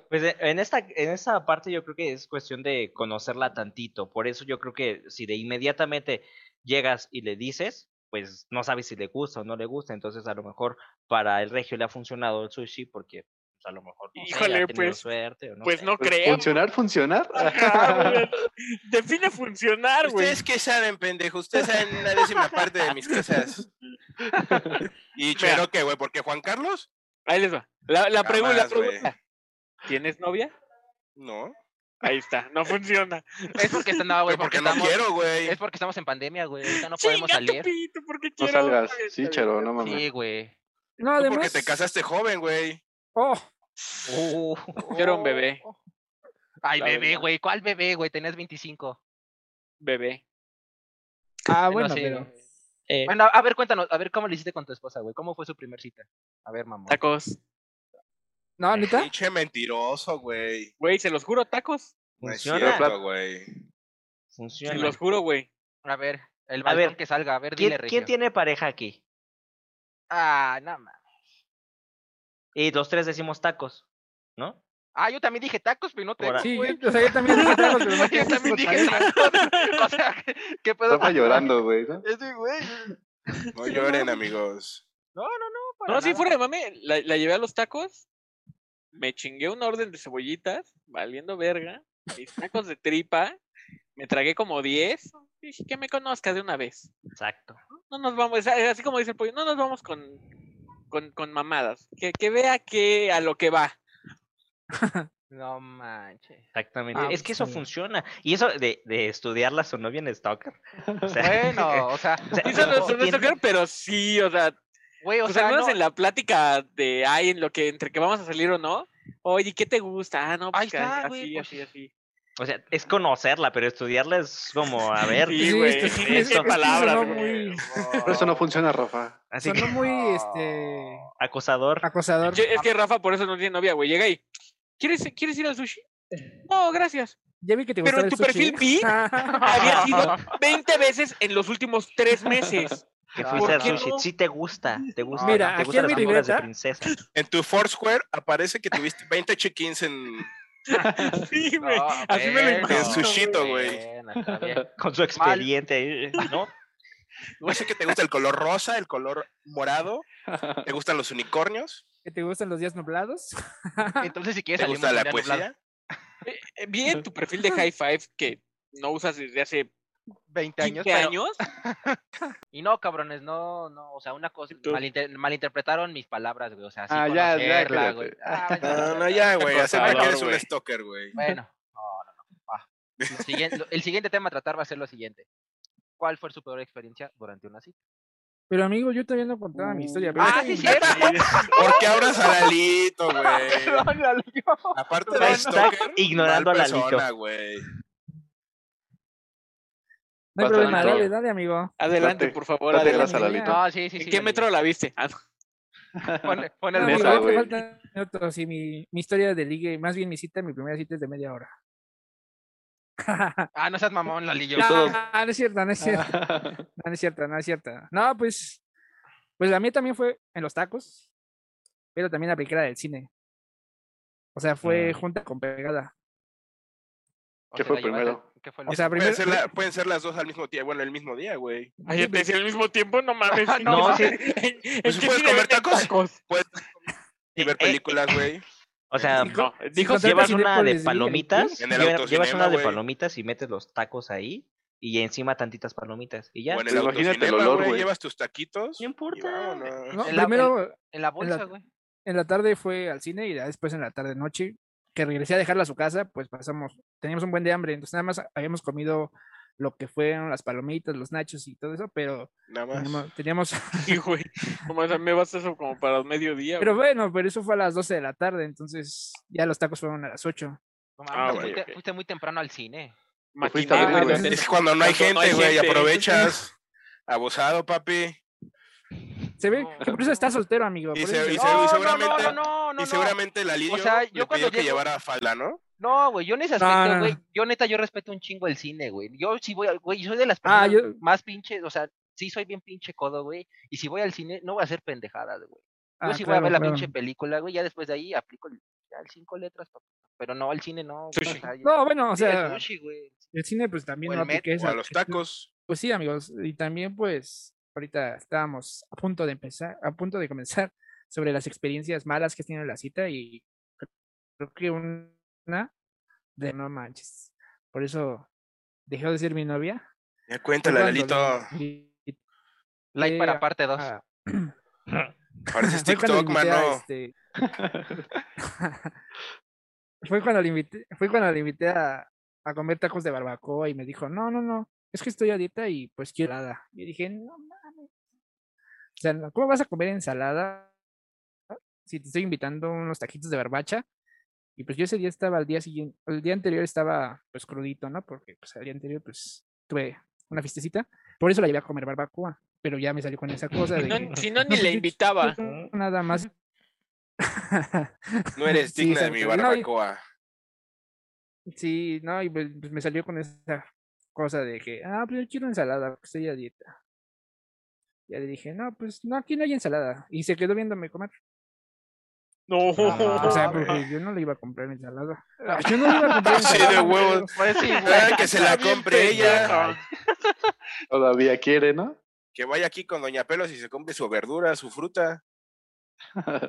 [SPEAKER 5] Pues eh, en esta, en esta parte yo creo que es cuestión de conocerla tantito. Por eso yo creo que si de inmediatamente llegas y le dices, pues no sabes si le gusta o no le gusta. Entonces a lo mejor para el regio le ha funcionado el sushi porque pues, a lo mejor no sé, ha
[SPEAKER 3] Híjole,
[SPEAKER 5] tenido
[SPEAKER 3] pues-
[SPEAKER 5] suerte o no
[SPEAKER 3] Pues
[SPEAKER 5] sé.
[SPEAKER 3] no
[SPEAKER 4] Pues,
[SPEAKER 3] creo.
[SPEAKER 4] ¿Funcionar, funcionar?
[SPEAKER 3] Ajá, güey. Define funcionar, güey.
[SPEAKER 2] Ustedes que saben, pendejo, ustedes saben una décima parte de mis cosas. Y
[SPEAKER 3] Mira.
[SPEAKER 2] Cherokee, güey, porque Juan Carlos.
[SPEAKER 3] Ahí les va. La, la pregu- la
[SPEAKER 2] Jamás, güey.
[SPEAKER 3] pregunta. ¿Tienes novia?
[SPEAKER 2] No.
[SPEAKER 3] Ahí está, no funciona.
[SPEAKER 1] Es porque está, no, güey,
[SPEAKER 2] Pero porque no
[SPEAKER 1] estamos,
[SPEAKER 2] quiero, güey. Pues
[SPEAKER 1] Es porque estamos en pandemia, güey, ahorita no podemos
[SPEAKER 3] Chinga tu
[SPEAKER 1] salir.
[SPEAKER 3] pito, porque
[SPEAKER 4] No
[SPEAKER 3] quiero.
[SPEAKER 4] salgas.
[SPEAKER 3] novia,
[SPEAKER 4] Sí,
[SPEAKER 3] está
[SPEAKER 4] chero,
[SPEAKER 3] bien.
[SPEAKER 4] no mames.
[SPEAKER 1] Sí, güey.
[SPEAKER 6] No,
[SPEAKER 2] Tú
[SPEAKER 6] además.
[SPEAKER 2] porque te casaste joven, güey.
[SPEAKER 6] Oh,
[SPEAKER 5] Uh,
[SPEAKER 3] Quiero un bebé.
[SPEAKER 1] Ay,
[SPEAKER 3] La
[SPEAKER 1] bebé,
[SPEAKER 3] verdad.
[SPEAKER 1] güey, ¿cuál bebé, güey? Tenías 25.
[SPEAKER 3] Bebé.
[SPEAKER 6] ah,
[SPEAKER 1] Bueno,
[SPEAKER 6] bueno,
[SPEAKER 1] sí,
[SPEAKER 6] pero.
[SPEAKER 1] güey.
[SPEAKER 5] eh,
[SPEAKER 1] Bueno, a ver, cuéntanos, a ver, ¿cómo le hiciste con tu esposa, güey? ¿Cómo fue su primer cita? A ver, mamón.
[SPEAKER 3] Tacos.
[SPEAKER 6] No, ¿Ah, neta.
[SPEAKER 2] Pinche mentiroso, güey.
[SPEAKER 3] Güey, se los juro, tacos.
[SPEAKER 2] No es
[SPEAKER 5] Funciona.
[SPEAKER 2] cierto, güey.
[SPEAKER 3] Se
[SPEAKER 5] funciona.
[SPEAKER 3] los juro, güey.
[SPEAKER 1] A ver, el
[SPEAKER 5] A ver,
[SPEAKER 1] balcón que salga, a ver,
[SPEAKER 5] ¿Quién,
[SPEAKER 1] dile,
[SPEAKER 5] quién
[SPEAKER 1] Regio.
[SPEAKER 5] tiene pareja aquí?
[SPEAKER 1] Ah, nada más.
[SPEAKER 5] Y los tres decimos tacos, ¿no?
[SPEAKER 1] Ah, yo también dije tacos, pero no te
[SPEAKER 5] Ahora-
[SPEAKER 1] digo,
[SPEAKER 6] Sí,
[SPEAKER 1] güey.
[SPEAKER 6] yo, o sea, yo también dije tacos, pero no
[SPEAKER 1] Yo
[SPEAKER 6] quiero
[SPEAKER 1] también
[SPEAKER 6] ser
[SPEAKER 1] dije
[SPEAKER 6] pareja.
[SPEAKER 1] tacos. O sea, ¿qué- ¿qué pedo?
[SPEAKER 4] Rafa llorando, güey. ¿no?
[SPEAKER 1] Ese güey.
[SPEAKER 2] No lloren, amigos.
[SPEAKER 1] No, no, no. para
[SPEAKER 3] No, sí,
[SPEAKER 1] nada.
[SPEAKER 3] fuera de mame, la, la llevé a los tacos. Me chingué una orden de cebollitas, valiendo verga. Mis tacos de tripa. Me tragué como 10. Dije que me conozcas de una vez.
[SPEAKER 5] Exacto.
[SPEAKER 3] No nos vamos, a- así como dice el pollo, no nos vamos con, con, con mamadas. Que, que vea que a lo que va.
[SPEAKER 1] No manches.
[SPEAKER 5] Exactamente.
[SPEAKER 6] Ah,
[SPEAKER 5] es
[SPEAKER 6] pues
[SPEAKER 5] que
[SPEAKER 6] está
[SPEAKER 5] eso
[SPEAKER 6] bien.
[SPEAKER 5] funciona. Y eso de, de estudiarla sonó bien stalker. O sea,
[SPEAKER 1] Bueno, o sea,
[SPEAKER 5] o sea,
[SPEAKER 3] Sí, se nos- se nos
[SPEAKER 5] tiene-
[SPEAKER 3] tocaron, pero sí, o sea,
[SPEAKER 1] güey, o
[SPEAKER 3] pues al
[SPEAKER 1] sea,
[SPEAKER 3] menos
[SPEAKER 1] no.
[SPEAKER 3] en la plática de ay, en lo que entre que vamos a salir o no. Oye, ¿qué te gusta? Ah, no, pues
[SPEAKER 1] Ahí
[SPEAKER 3] que
[SPEAKER 1] está,
[SPEAKER 3] así,
[SPEAKER 1] güey,
[SPEAKER 3] así,
[SPEAKER 1] pues.
[SPEAKER 3] así, así.
[SPEAKER 5] O sea, es conocerla, pero estudiarla es como, a ver,
[SPEAKER 3] Sí,
[SPEAKER 6] Sí,
[SPEAKER 3] güey,
[SPEAKER 6] esto sí-
[SPEAKER 3] es
[SPEAKER 6] esto
[SPEAKER 3] que
[SPEAKER 6] sí
[SPEAKER 3] palabras,
[SPEAKER 6] sonó
[SPEAKER 3] güey.
[SPEAKER 6] muy-
[SPEAKER 4] Pero eso no funciona, Rafa.
[SPEAKER 5] así
[SPEAKER 6] Sonó
[SPEAKER 5] que
[SPEAKER 6] muy este
[SPEAKER 5] acosador.
[SPEAKER 6] acosador.
[SPEAKER 3] Che, Es que Rafa por eso no tiene novia, güey. Llega y ¿Quieres, ¿Quieres ir al sushi? No, gracias.
[SPEAKER 6] Ya vi que te
[SPEAKER 3] Pero
[SPEAKER 6] gustaba
[SPEAKER 3] en
[SPEAKER 6] el
[SPEAKER 3] tu
[SPEAKER 6] sushi.
[SPEAKER 3] perfil vi- Había sido 20 veces en los últimos 3 meses.
[SPEAKER 5] Que
[SPEAKER 1] ¿Por
[SPEAKER 5] fuiste al
[SPEAKER 3] qué
[SPEAKER 5] sushi.
[SPEAKER 3] no?
[SPEAKER 5] Sí te gusta, te gusta.
[SPEAKER 6] Mira,
[SPEAKER 5] te
[SPEAKER 6] aquí
[SPEAKER 5] gustan
[SPEAKER 6] en
[SPEAKER 5] las
[SPEAKER 6] mi
[SPEAKER 5] figuras de
[SPEAKER 6] libreta-
[SPEAKER 5] princesa.
[SPEAKER 2] En tu Foursquare aparece que tuviste 20 check-ins en.
[SPEAKER 3] Sí,
[SPEAKER 1] No,
[SPEAKER 3] güey. Así me lo
[SPEAKER 1] bueno,
[SPEAKER 3] imagino.
[SPEAKER 2] El sushito, güey.
[SPEAKER 1] bueno, está bien.
[SPEAKER 5] Con su expediente. ahí, eh, ¿no?
[SPEAKER 2] No sé que te gusta el color rosa, el color morado. ¿Te gustan los unicornios?
[SPEAKER 6] ¿Que te gustan los días nublados?
[SPEAKER 1] Entonces, si quieres
[SPEAKER 2] ¿Te
[SPEAKER 1] salir
[SPEAKER 2] gusta
[SPEAKER 1] un
[SPEAKER 2] la
[SPEAKER 1] día nublado,
[SPEAKER 2] poesía?
[SPEAKER 3] Eh, Vi en tu perfil de High Five que no usas desde hace
[SPEAKER 1] 20 años.
[SPEAKER 3] 15
[SPEAKER 1] pero-
[SPEAKER 3] años.
[SPEAKER 1] Y no, cabrones, no, no, o sea, una cosa,
[SPEAKER 3] Tú.
[SPEAKER 1] malinter- malinterpretaron mis palabras, güey, o sea, así
[SPEAKER 4] Ah, ya, ya,
[SPEAKER 1] conocerla,
[SPEAKER 4] cállate.
[SPEAKER 1] güey. Ah,
[SPEAKER 2] No, no, ya, güey. Acepta que
[SPEAKER 3] favor,
[SPEAKER 2] eres un
[SPEAKER 3] güey.
[SPEAKER 2] stalker, güey.
[SPEAKER 1] Bueno, no, no, no. va. Lo siguiente- lo- el siguiente tema a tratar va a ser lo siguiente. ¿Cuál fue su peor experiencia durante una cita?
[SPEAKER 6] Pero amigo, yo todavía no contaba mi historia. pero
[SPEAKER 1] Ah,
[SPEAKER 6] está
[SPEAKER 1] sí,
[SPEAKER 6] bien.
[SPEAKER 1] cierto.
[SPEAKER 2] ¿Por qué abras a Lalito, güey? Aparte de
[SPEAKER 5] Hashtag
[SPEAKER 2] stalker,
[SPEAKER 5] ignorando
[SPEAKER 2] mal
[SPEAKER 5] a Lalito.
[SPEAKER 2] persona, güey.
[SPEAKER 6] No hay
[SPEAKER 4] Bastante.
[SPEAKER 6] problema, dale, dale, amigo.
[SPEAKER 3] Adelante,
[SPEAKER 4] Date-
[SPEAKER 3] por favor.
[SPEAKER 4] date
[SPEAKER 3] adelante.
[SPEAKER 4] grasa, Lalito.
[SPEAKER 1] No, sí, sí, sí.
[SPEAKER 3] ¿En qué
[SPEAKER 1] sí.
[SPEAKER 3] metro la viste? Ah, no.
[SPEAKER 1] Pon, pon el
[SPEAKER 6] No,
[SPEAKER 4] Neta,
[SPEAKER 1] Google.
[SPEAKER 6] amigo, te
[SPEAKER 4] güey.
[SPEAKER 6] faltan minutos y mi, mi historia de ligue, más bien mi cita, mi primera cita es de media hora.
[SPEAKER 1] Ah, no seas mamón, Lalillo.
[SPEAKER 6] no,
[SPEAKER 4] todos-
[SPEAKER 6] Ah, no es cierto, no es cierto.
[SPEAKER 1] Ah.
[SPEAKER 6] No, no es cierta, no es cierta. No, pues, pues la mía también fue en los tacos, pero también apliqué la del cine. O sea, fue junta con pegada.
[SPEAKER 1] O
[SPEAKER 4] ¿Qué
[SPEAKER 1] sea,
[SPEAKER 4] fue
[SPEAKER 1] la llevaste-
[SPEAKER 4] primero?
[SPEAKER 1] ¿Qué fue lo
[SPEAKER 6] O sea,
[SPEAKER 2] Pueden
[SPEAKER 6] primero,
[SPEAKER 2] ser, la- pueden ser las dos al mismo día, bueno, el mismo día, güey.
[SPEAKER 3] Ay, yo te decía al mismo tiempo, no mames.
[SPEAKER 1] Ah,
[SPEAKER 3] sí,
[SPEAKER 1] no,
[SPEAKER 3] mames.
[SPEAKER 5] sí.
[SPEAKER 3] ¿En, en
[SPEAKER 2] Pues
[SPEAKER 3] qué
[SPEAKER 2] puedes
[SPEAKER 3] cine
[SPEAKER 2] comer
[SPEAKER 3] venden
[SPEAKER 2] tacos. Puedes y ver
[SPEAKER 5] Eh, eh,
[SPEAKER 2] películas, güey.
[SPEAKER 5] O sea,
[SPEAKER 6] Sí,
[SPEAKER 3] No, dijo
[SPEAKER 6] contrata
[SPEAKER 5] llevas
[SPEAKER 6] Cinépolis
[SPEAKER 5] una de
[SPEAKER 6] VIP.
[SPEAKER 5] palomitas,
[SPEAKER 2] En el
[SPEAKER 5] lleva- llevas
[SPEAKER 2] autocinema,
[SPEAKER 5] una de
[SPEAKER 2] güey.
[SPEAKER 5] palomitas y metes los tacos ahí y encima tantitas palomitas y ya.
[SPEAKER 2] O en el
[SPEAKER 4] Pero imagínate el
[SPEAKER 2] autocinema,
[SPEAKER 4] olor,
[SPEAKER 2] güey.
[SPEAKER 4] güey.
[SPEAKER 2] Llevas tus taquitos. y
[SPEAKER 5] No importa.
[SPEAKER 2] vámonos.
[SPEAKER 6] no,
[SPEAKER 1] en la-
[SPEAKER 6] primero
[SPEAKER 1] En la bolsa, güey.
[SPEAKER 6] en la tarde fue al cine y ya después en la tarde noche que regresé a dejarla a su casa, pues pasamos, teníamos un buen de hambre, entonces nada más habíamos comido lo que fueron las palomitas, los nachos y todo eso, pero
[SPEAKER 2] Nada más.
[SPEAKER 6] teníamos, teníamos
[SPEAKER 3] Sí, güey. No mames, a mí me vas eso como para el mediodía.
[SPEAKER 6] pero
[SPEAKER 3] güey.
[SPEAKER 6] bueno, pero eso fue a las 12 de la tarde, entonces ya los tacos fueron a las 8.
[SPEAKER 1] No
[SPEAKER 3] Ah,
[SPEAKER 1] mames,
[SPEAKER 3] güey,
[SPEAKER 1] fuiste,
[SPEAKER 3] ok.
[SPEAKER 1] fuiste muy temprano al cine.
[SPEAKER 4] Te fuiste
[SPEAKER 3] Matiné,
[SPEAKER 4] a ver,
[SPEAKER 3] güey.
[SPEAKER 4] güey.
[SPEAKER 2] Es que cuando no hay
[SPEAKER 3] Cuando no hay
[SPEAKER 2] gente, güey,
[SPEAKER 3] gente.
[SPEAKER 2] aprovechas. Abusado, papi.
[SPEAKER 6] Se ve
[SPEAKER 1] No.
[SPEAKER 6] que por eso está soltero, amigo.
[SPEAKER 2] Y
[SPEAKER 6] por
[SPEAKER 2] se-
[SPEAKER 6] eso
[SPEAKER 2] y
[SPEAKER 6] yo-
[SPEAKER 2] se-
[SPEAKER 1] No, no,
[SPEAKER 2] seguramente-
[SPEAKER 1] no, no, no, no.
[SPEAKER 2] y seguramente Lalillo
[SPEAKER 1] O sea, yo
[SPEAKER 2] le
[SPEAKER 1] cuando
[SPEAKER 2] pidió que
[SPEAKER 1] llego-
[SPEAKER 2] llevara falda, ¿no?
[SPEAKER 1] No, güey, yo en ese
[SPEAKER 6] No,
[SPEAKER 1] aspecto,
[SPEAKER 6] no,
[SPEAKER 1] güey,
[SPEAKER 6] no.
[SPEAKER 1] yo neta, yo respeto un chingo el cine, güey. Yo sí voy, al- güey, soy de las
[SPEAKER 6] Ah,
[SPEAKER 1] personas
[SPEAKER 6] yo-
[SPEAKER 1] más pinches, o sea, sí soy bien pinche codo, güey. Y si voy al cine, no voy a hacer pendejadas, güey. Yo
[SPEAKER 6] Ah,
[SPEAKER 1] sí voy a ver la
[SPEAKER 6] claro,
[SPEAKER 1] pinche
[SPEAKER 6] claro.
[SPEAKER 1] película, güey, ya después de ahí aplico el, ya el cinco letras, papá. Pero no, al cine no. güey,
[SPEAKER 3] Sushi.
[SPEAKER 1] o sea, yo-
[SPEAKER 6] No, bueno, o
[SPEAKER 1] sí, el
[SPEAKER 6] sea,
[SPEAKER 1] sushi, güey.
[SPEAKER 6] el cine pues también
[SPEAKER 1] el
[SPEAKER 6] no
[SPEAKER 1] metro,
[SPEAKER 6] apliqué
[SPEAKER 2] O
[SPEAKER 6] esa,
[SPEAKER 2] a los
[SPEAKER 6] porque-
[SPEAKER 2] tacos.
[SPEAKER 6] Pues sí, amigos, y también pues ahorita estábamos a punto de empezar, a punto de comenzar sobre las experiencias malas que has tenido en la cita y creo que una de no manches. Por eso dejó de ser mi novia.
[SPEAKER 2] Ya
[SPEAKER 6] fue
[SPEAKER 2] cuéntala,
[SPEAKER 6] cuando
[SPEAKER 2] Lalito.
[SPEAKER 6] le invité
[SPEAKER 1] Like para parte 2.
[SPEAKER 6] a-
[SPEAKER 2] Pareces
[SPEAKER 6] fue cuando le
[SPEAKER 2] TikTok,
[SPEAKER 6] invité a,
[SPEAKER 2] mano.
[SPEAKER 6] este, fue cuando le invité, fue cuando le invité a, a comer tacos de barbacoa y me dijo, no, no, no, es que estoy a dieta y pues quiero ensalada. Yo dije, no mames. O sea, no, ¿cómo vas a comer ensalada si te estoy invitando unos taquitos de barbacha? Y pues yo ese día estaba al día siguiente, el día anterior estaba pues crudito, ¿no? Porque pues el día anterior pues tuve una fiestecita, por eso la llevé a comer barbacoa, pero ya me salió con esa cosa de que,
[SPEAKER 3] No, si no, ni
[SPEAKER 6] pues,
[SPEAKER 3] la
[SPEAKER 6] yo-
[SPEAKER 3] invitaba.
[SPEAKER 6] Nada más.
[SPEAKER 2] No eres
[SPEAKER 6] Sí,
[SPEAKER 2] digna de mi
[SPEAKER 6] exacto. No, y-
[SPEAKER 2] barbacoa.
[SPEAKER 6] Sí, no, y pues pues me salió con esa cosa de que, ah, pues yo quiero ensalada, porque estoy a dieta. Ya le dije, no, pues no, aquí no hay ensalada. Y se quedó viéndome comer.
[SPEAKER 3] No.
[SPEAKER 1] Ah,
[SPEAKER 6] o sea,
[SPEAKER 1] güey.
[SPEAKER 6] porque yo no le iba a comprar ensalada. Yo no le iba a comprar
[SPEAKER 2] Sí, de
[SPEAKER 6] ensalada.
[SPEAKER 2] huevos.
[SPEAKER 6] amigo.
[SPEAKER 1] Pues sí,
[SPEAKER 2] Ah, que se la
[SPEAKER 3] Está bien
[SPEAKER 2] compre ella.
[SPEAKER 3] pendeja.
[SPEAKER 4] Todavía quiere, ¿no?
[SPEAKER 2] Que vaya aquí con Doña Pelos y se compre su verdura, su fruta.
[SPEAKER 1] No,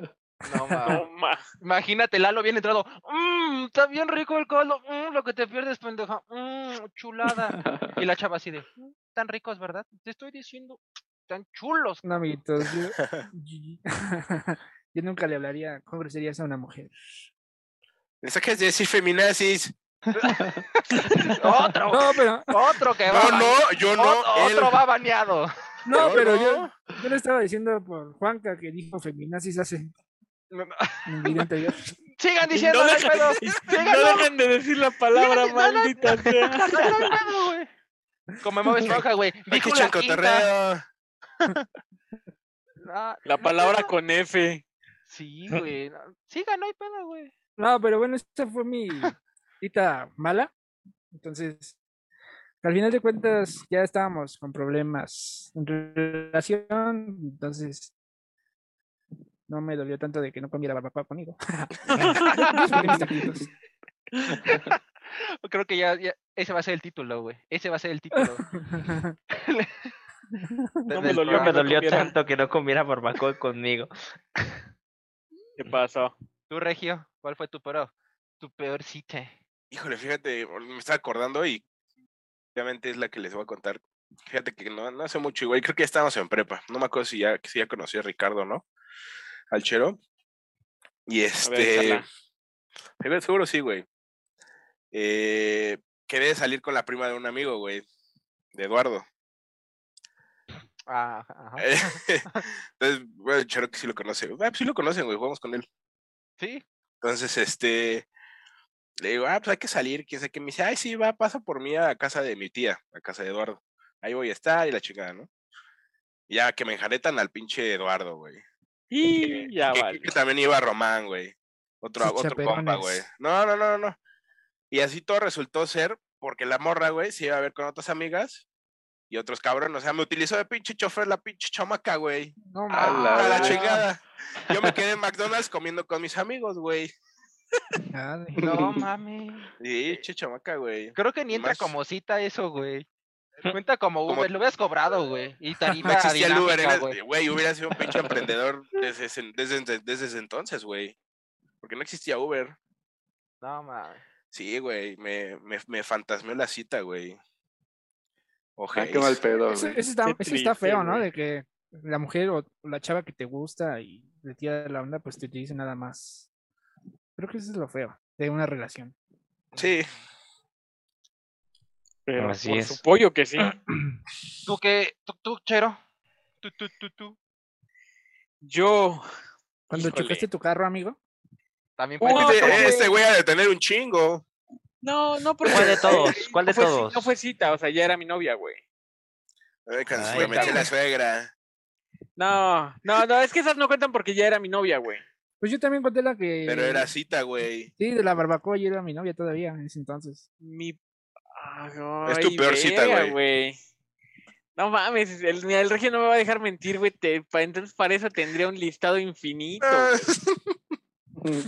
[SPEAKER 3] No,
[SPEAKER 1] ma.
[SPEAKER 3] ma.
[SPEAKER 1] Imagínate, Lalo bien entrado. Mmm, está bien rico el caldo. Mmm, lo que te pierdes, pendeja. Mmm, chulada.
[SPEAKER 4] Ah,
[SPEAKER 1] Y la chava así de, "Mm, tan ricos, ¿verdad? Te estoy diciendo, tan chulos.
[SPEAKER 6] No, amiguitos, yo, yo- yo nunca le hablaría con groserías a una mujer.
[SPEAKER 2] Le saques de decir feminazis.
[SPEAKER 1] Otro,
[SPEAKER 6] No, pero,
[SPEAKER 1] otro que va.
[SPEAKER 2] No, no, yo no.
[SPEAKER 1] Ot-
[SPEAKER 2] él.
[SPEAKER 1] Otro va baneado.
[SPEAKER 6] no,
[SPEAKER 2] Yo
[SPEAKER 6] pero
[SPEAKER 2] no.
[SPEAKER 6] yo, yo le estaba diciendo por Juanca que dijo feminazis hace
[SPEAKER 1] No, no.
[SPEAKER 6] un video anterior.
[SPEAKER 1] Sigan
[SPEAKER 3] Y
[SPEAKER 1] diciendo,
[SPEAKER 3] no
[SPEAKER 1] no hay
[SPEAKER 3] dejan-
[SPEAKER 1] pedo.
[SPEAKER 3] y
[SPEAKER 1] Sigan,
[SPEAKER 3] No
[SPEAKER 1] no.
[SPEAKER 3] dejan de decir la palabra
[SPEAKER 1] Díganle, no, no,
[SPEAKER 3] maldita sea.
[SPEAKER 1] No, no hay pedo, güey. Como Bob Esponja, güey. Dijo
[SPEAKER 2] Pinche
[SPEAKER 1] la quinta.
[SPEAKER 2] chancotorreo.
[SPEAKER 1] Ah,
[SPEAKER 3] La palabra con F.
[SPEAKER 1] sí, güey. no. Sigan, no hay pedo, güey.
[SPEAKER 6] No, pero bueno, esa fue mi cita mala. Entonces, al final de cuentas, ya estábamos con problemas en relación. Entonces, no me dolió tanto de que no comiera barbacoa conmigo. Mis taquitos.
[SPEAKER 1] Creo que ya, ya- ese va a ser el título, güey. Ese va a ser el título.
[SPEAKER 3] No me
[SPEAKER 1] Del
[SPEAKER 3] dolió,
[SPEAKER 1] programa.
[SPEAKER 5] me
[SPEAKER 3] no
[SPEAKER 5] dolió
[SPEAKER 3] comiera.
[SPEAKER 5] tanto que no comiera barbacoa conmigo.
[SPEAKER 3] ¿Qué pasó?
[SPEAKER 1] Tú, Regio, ¿cuál fue tu peor, tu peor cita?
[SPEAKER 2] Híjole, fíjate, ahor- me estaba acordando y obviamente es la que les voy a contar. Fíjate que no, no hace mucho, igual creo que ya estábamos en prepa. No me acuerdo si ya, si ya conocí a Ricardo, ¿no? Al chero. Y
[SPEAKER 3] A ver,
[SPEAKER 2] este.
[SPEAKER 3] échala.
[SPEAKER 2] Pero seguro sí, güey. Eh, quedé de salir con la prima de un amigo, güey. De Eduardo.
[SPEAKER 1] Ah, ajá.
[SPEAKER 2] Eh, Entonces, bueno, el chero que sí lo conoce. Ah, pues sí lo conocen, güey. Jugamos con él.
[SPEAKER 1] Sí,
[SPEAKER 2] Entonces, este, le digo, ah, pues hay que salir, quién sabe qué. Me dice, ay, sí, va, pasa por mí a casa de mi tía, a casa de Eduardo. Ahí voy a estar y la chingada, ¿no? Y Ya que me enjaretan al pinche Eduardo, güey.
[SPEAKER 3] Y ya
[SPEAKER 2] que,
[SPEAKER 3] vale.
[SPEAKER 2] que también iba Román, güey. Otro,
[SPEAKER 6] Sus
[SPEAKER 2] otro compa, güey.
[SPEAKER 6] chaperones.
[SPEAKER 2] No, no, no, no. Y así todo resultó ser porque la morra, güey, se iba a ver con otras amigas y otros cabrones. O sea, me utilizó de pinche chofer la pinche chamaca, güey.
[SPEAKER 6] No
[SPEAKER 2] A
[SPEAKER 6] mames.
[SPEAKER 2] la,
[SPEAKER 4] Ah.
[SPEAKER 2] chingada. Yo me quedé en McDonald's comiendo con mis amigos, güey.
[SPEAKER 6] Madre.
[SPEAKER 1] no mames.
[SPEAKER 2] Sí, che chamaca, güey.
[SPEAKER 1] Creo que ni entra
[SPEAKER 2] Más-
[SPEAKER 1] como cita eso, güey. Cuenta como Uber, lo hubieras cobrado, güey. Y
[SPEAKER 2] No
[SPEAKER 1] tarifa
[SPEAKER 2] existía el Uber,
[SPEAKER 1] dinámica,
[SPEAKER 2] era-
[SPEAKER 1] güey.
[SPEAKER 2] güey, hubiera sido un pinche emprendedor desde ese, desde, ese- desde ese entonces, güey. Porque no existía Uber.
[SPEAKER 1] No mames.
[SPEAKER 2] Sí, güey, me, me, me fantasmeó la cita, güey.
[SPEAKER 4] Ah,
[SPEAKER 2] Ojalá.
[SPEAKER 4] qué mal pedo,
[SPEAKER 6] Eso,
[SPEAKER 4] güey.
[SPEAKER 6] eso está,
[SPEAKER 3] Qué
[SPEAKER 6] eso
[SPEAKER 3] triste,
[SPEAKER 6] está feo, ¿no?
[SPEAKER 3] güey.
[SPEAKER 6] De que la mujer o la chava que te gusta y le tira la onda, pues te dice nada más. Creo que eso es lo feo de una relación.
[SPEAKER 2] Sí,
[SPEAKER 3] Pero
[SPEAKER 5] Así
[SPEAKER 3] por
[SPEAKER 5] es.
[SPEAKER 3] su pollo que sí.
[SPEAKER 1] ¿Tú qué? ¿Tú, tú Chero? ¿Tú, tú, tú, tú?
[SPEAKER 3] Yo.
[SPEAKER 6] Cuando
[SPEAKER 3] Híjole.
[SPEAKER 6] chocaste tu carro, amigo.
[SPEAKER 1] También
[SPEAKER 3] Oh,
[SPEAKER 1] cuenta
[SPEAKER 2] este-
[SPEAKER 1] como-
[SPEAKER 3] porque-
[SPEAKER 2] este güey ha de tener un chingo.
[SPEAKER 3] No, no, porque.
[SPEAKER 5] ¿Cuál de todos? ¿Cuál de
[SPEAKER 3] no fue ci-
[SPEAKER 5] todos?
[SPEAKER 3] No fue cita, o sea, ya era mi novia, güey.
[SPEAKER 2] Ay, con su-
[SPEAKER 5] Ay,
[SPEAKER 2] me metí
[SPEAKER 3] cabrón.
[SPEAKER 2] la suegra.
[SPEAKER 3] No, no, no, es que esas no cuentan porque ya era mi novia, güey.
[SPEAKER 6] Pues yo también conté la que.
[SPEAKER 2] Pero era cita, güey.
[SPEAKER 6] Sí, de la barbacoa yo era mi novia todavía en ese entonces.
[SPEAKER 3] Mi. Ah,
[SPEAKER 2] Es tu
[SPEAKER 3] ay,
[SPEAKER 2] peor cita,
[SPEAKER 3] verga,
[SPEAKER 2] güey.
[SPEAKER 3] No mames, el, mira, el regio no me va a dejar mentir, güey. te- pa- Entonces, para eso tendría un listado infinito.
[SPEAKER 2] Ah,
[SPEAKER 3] güey.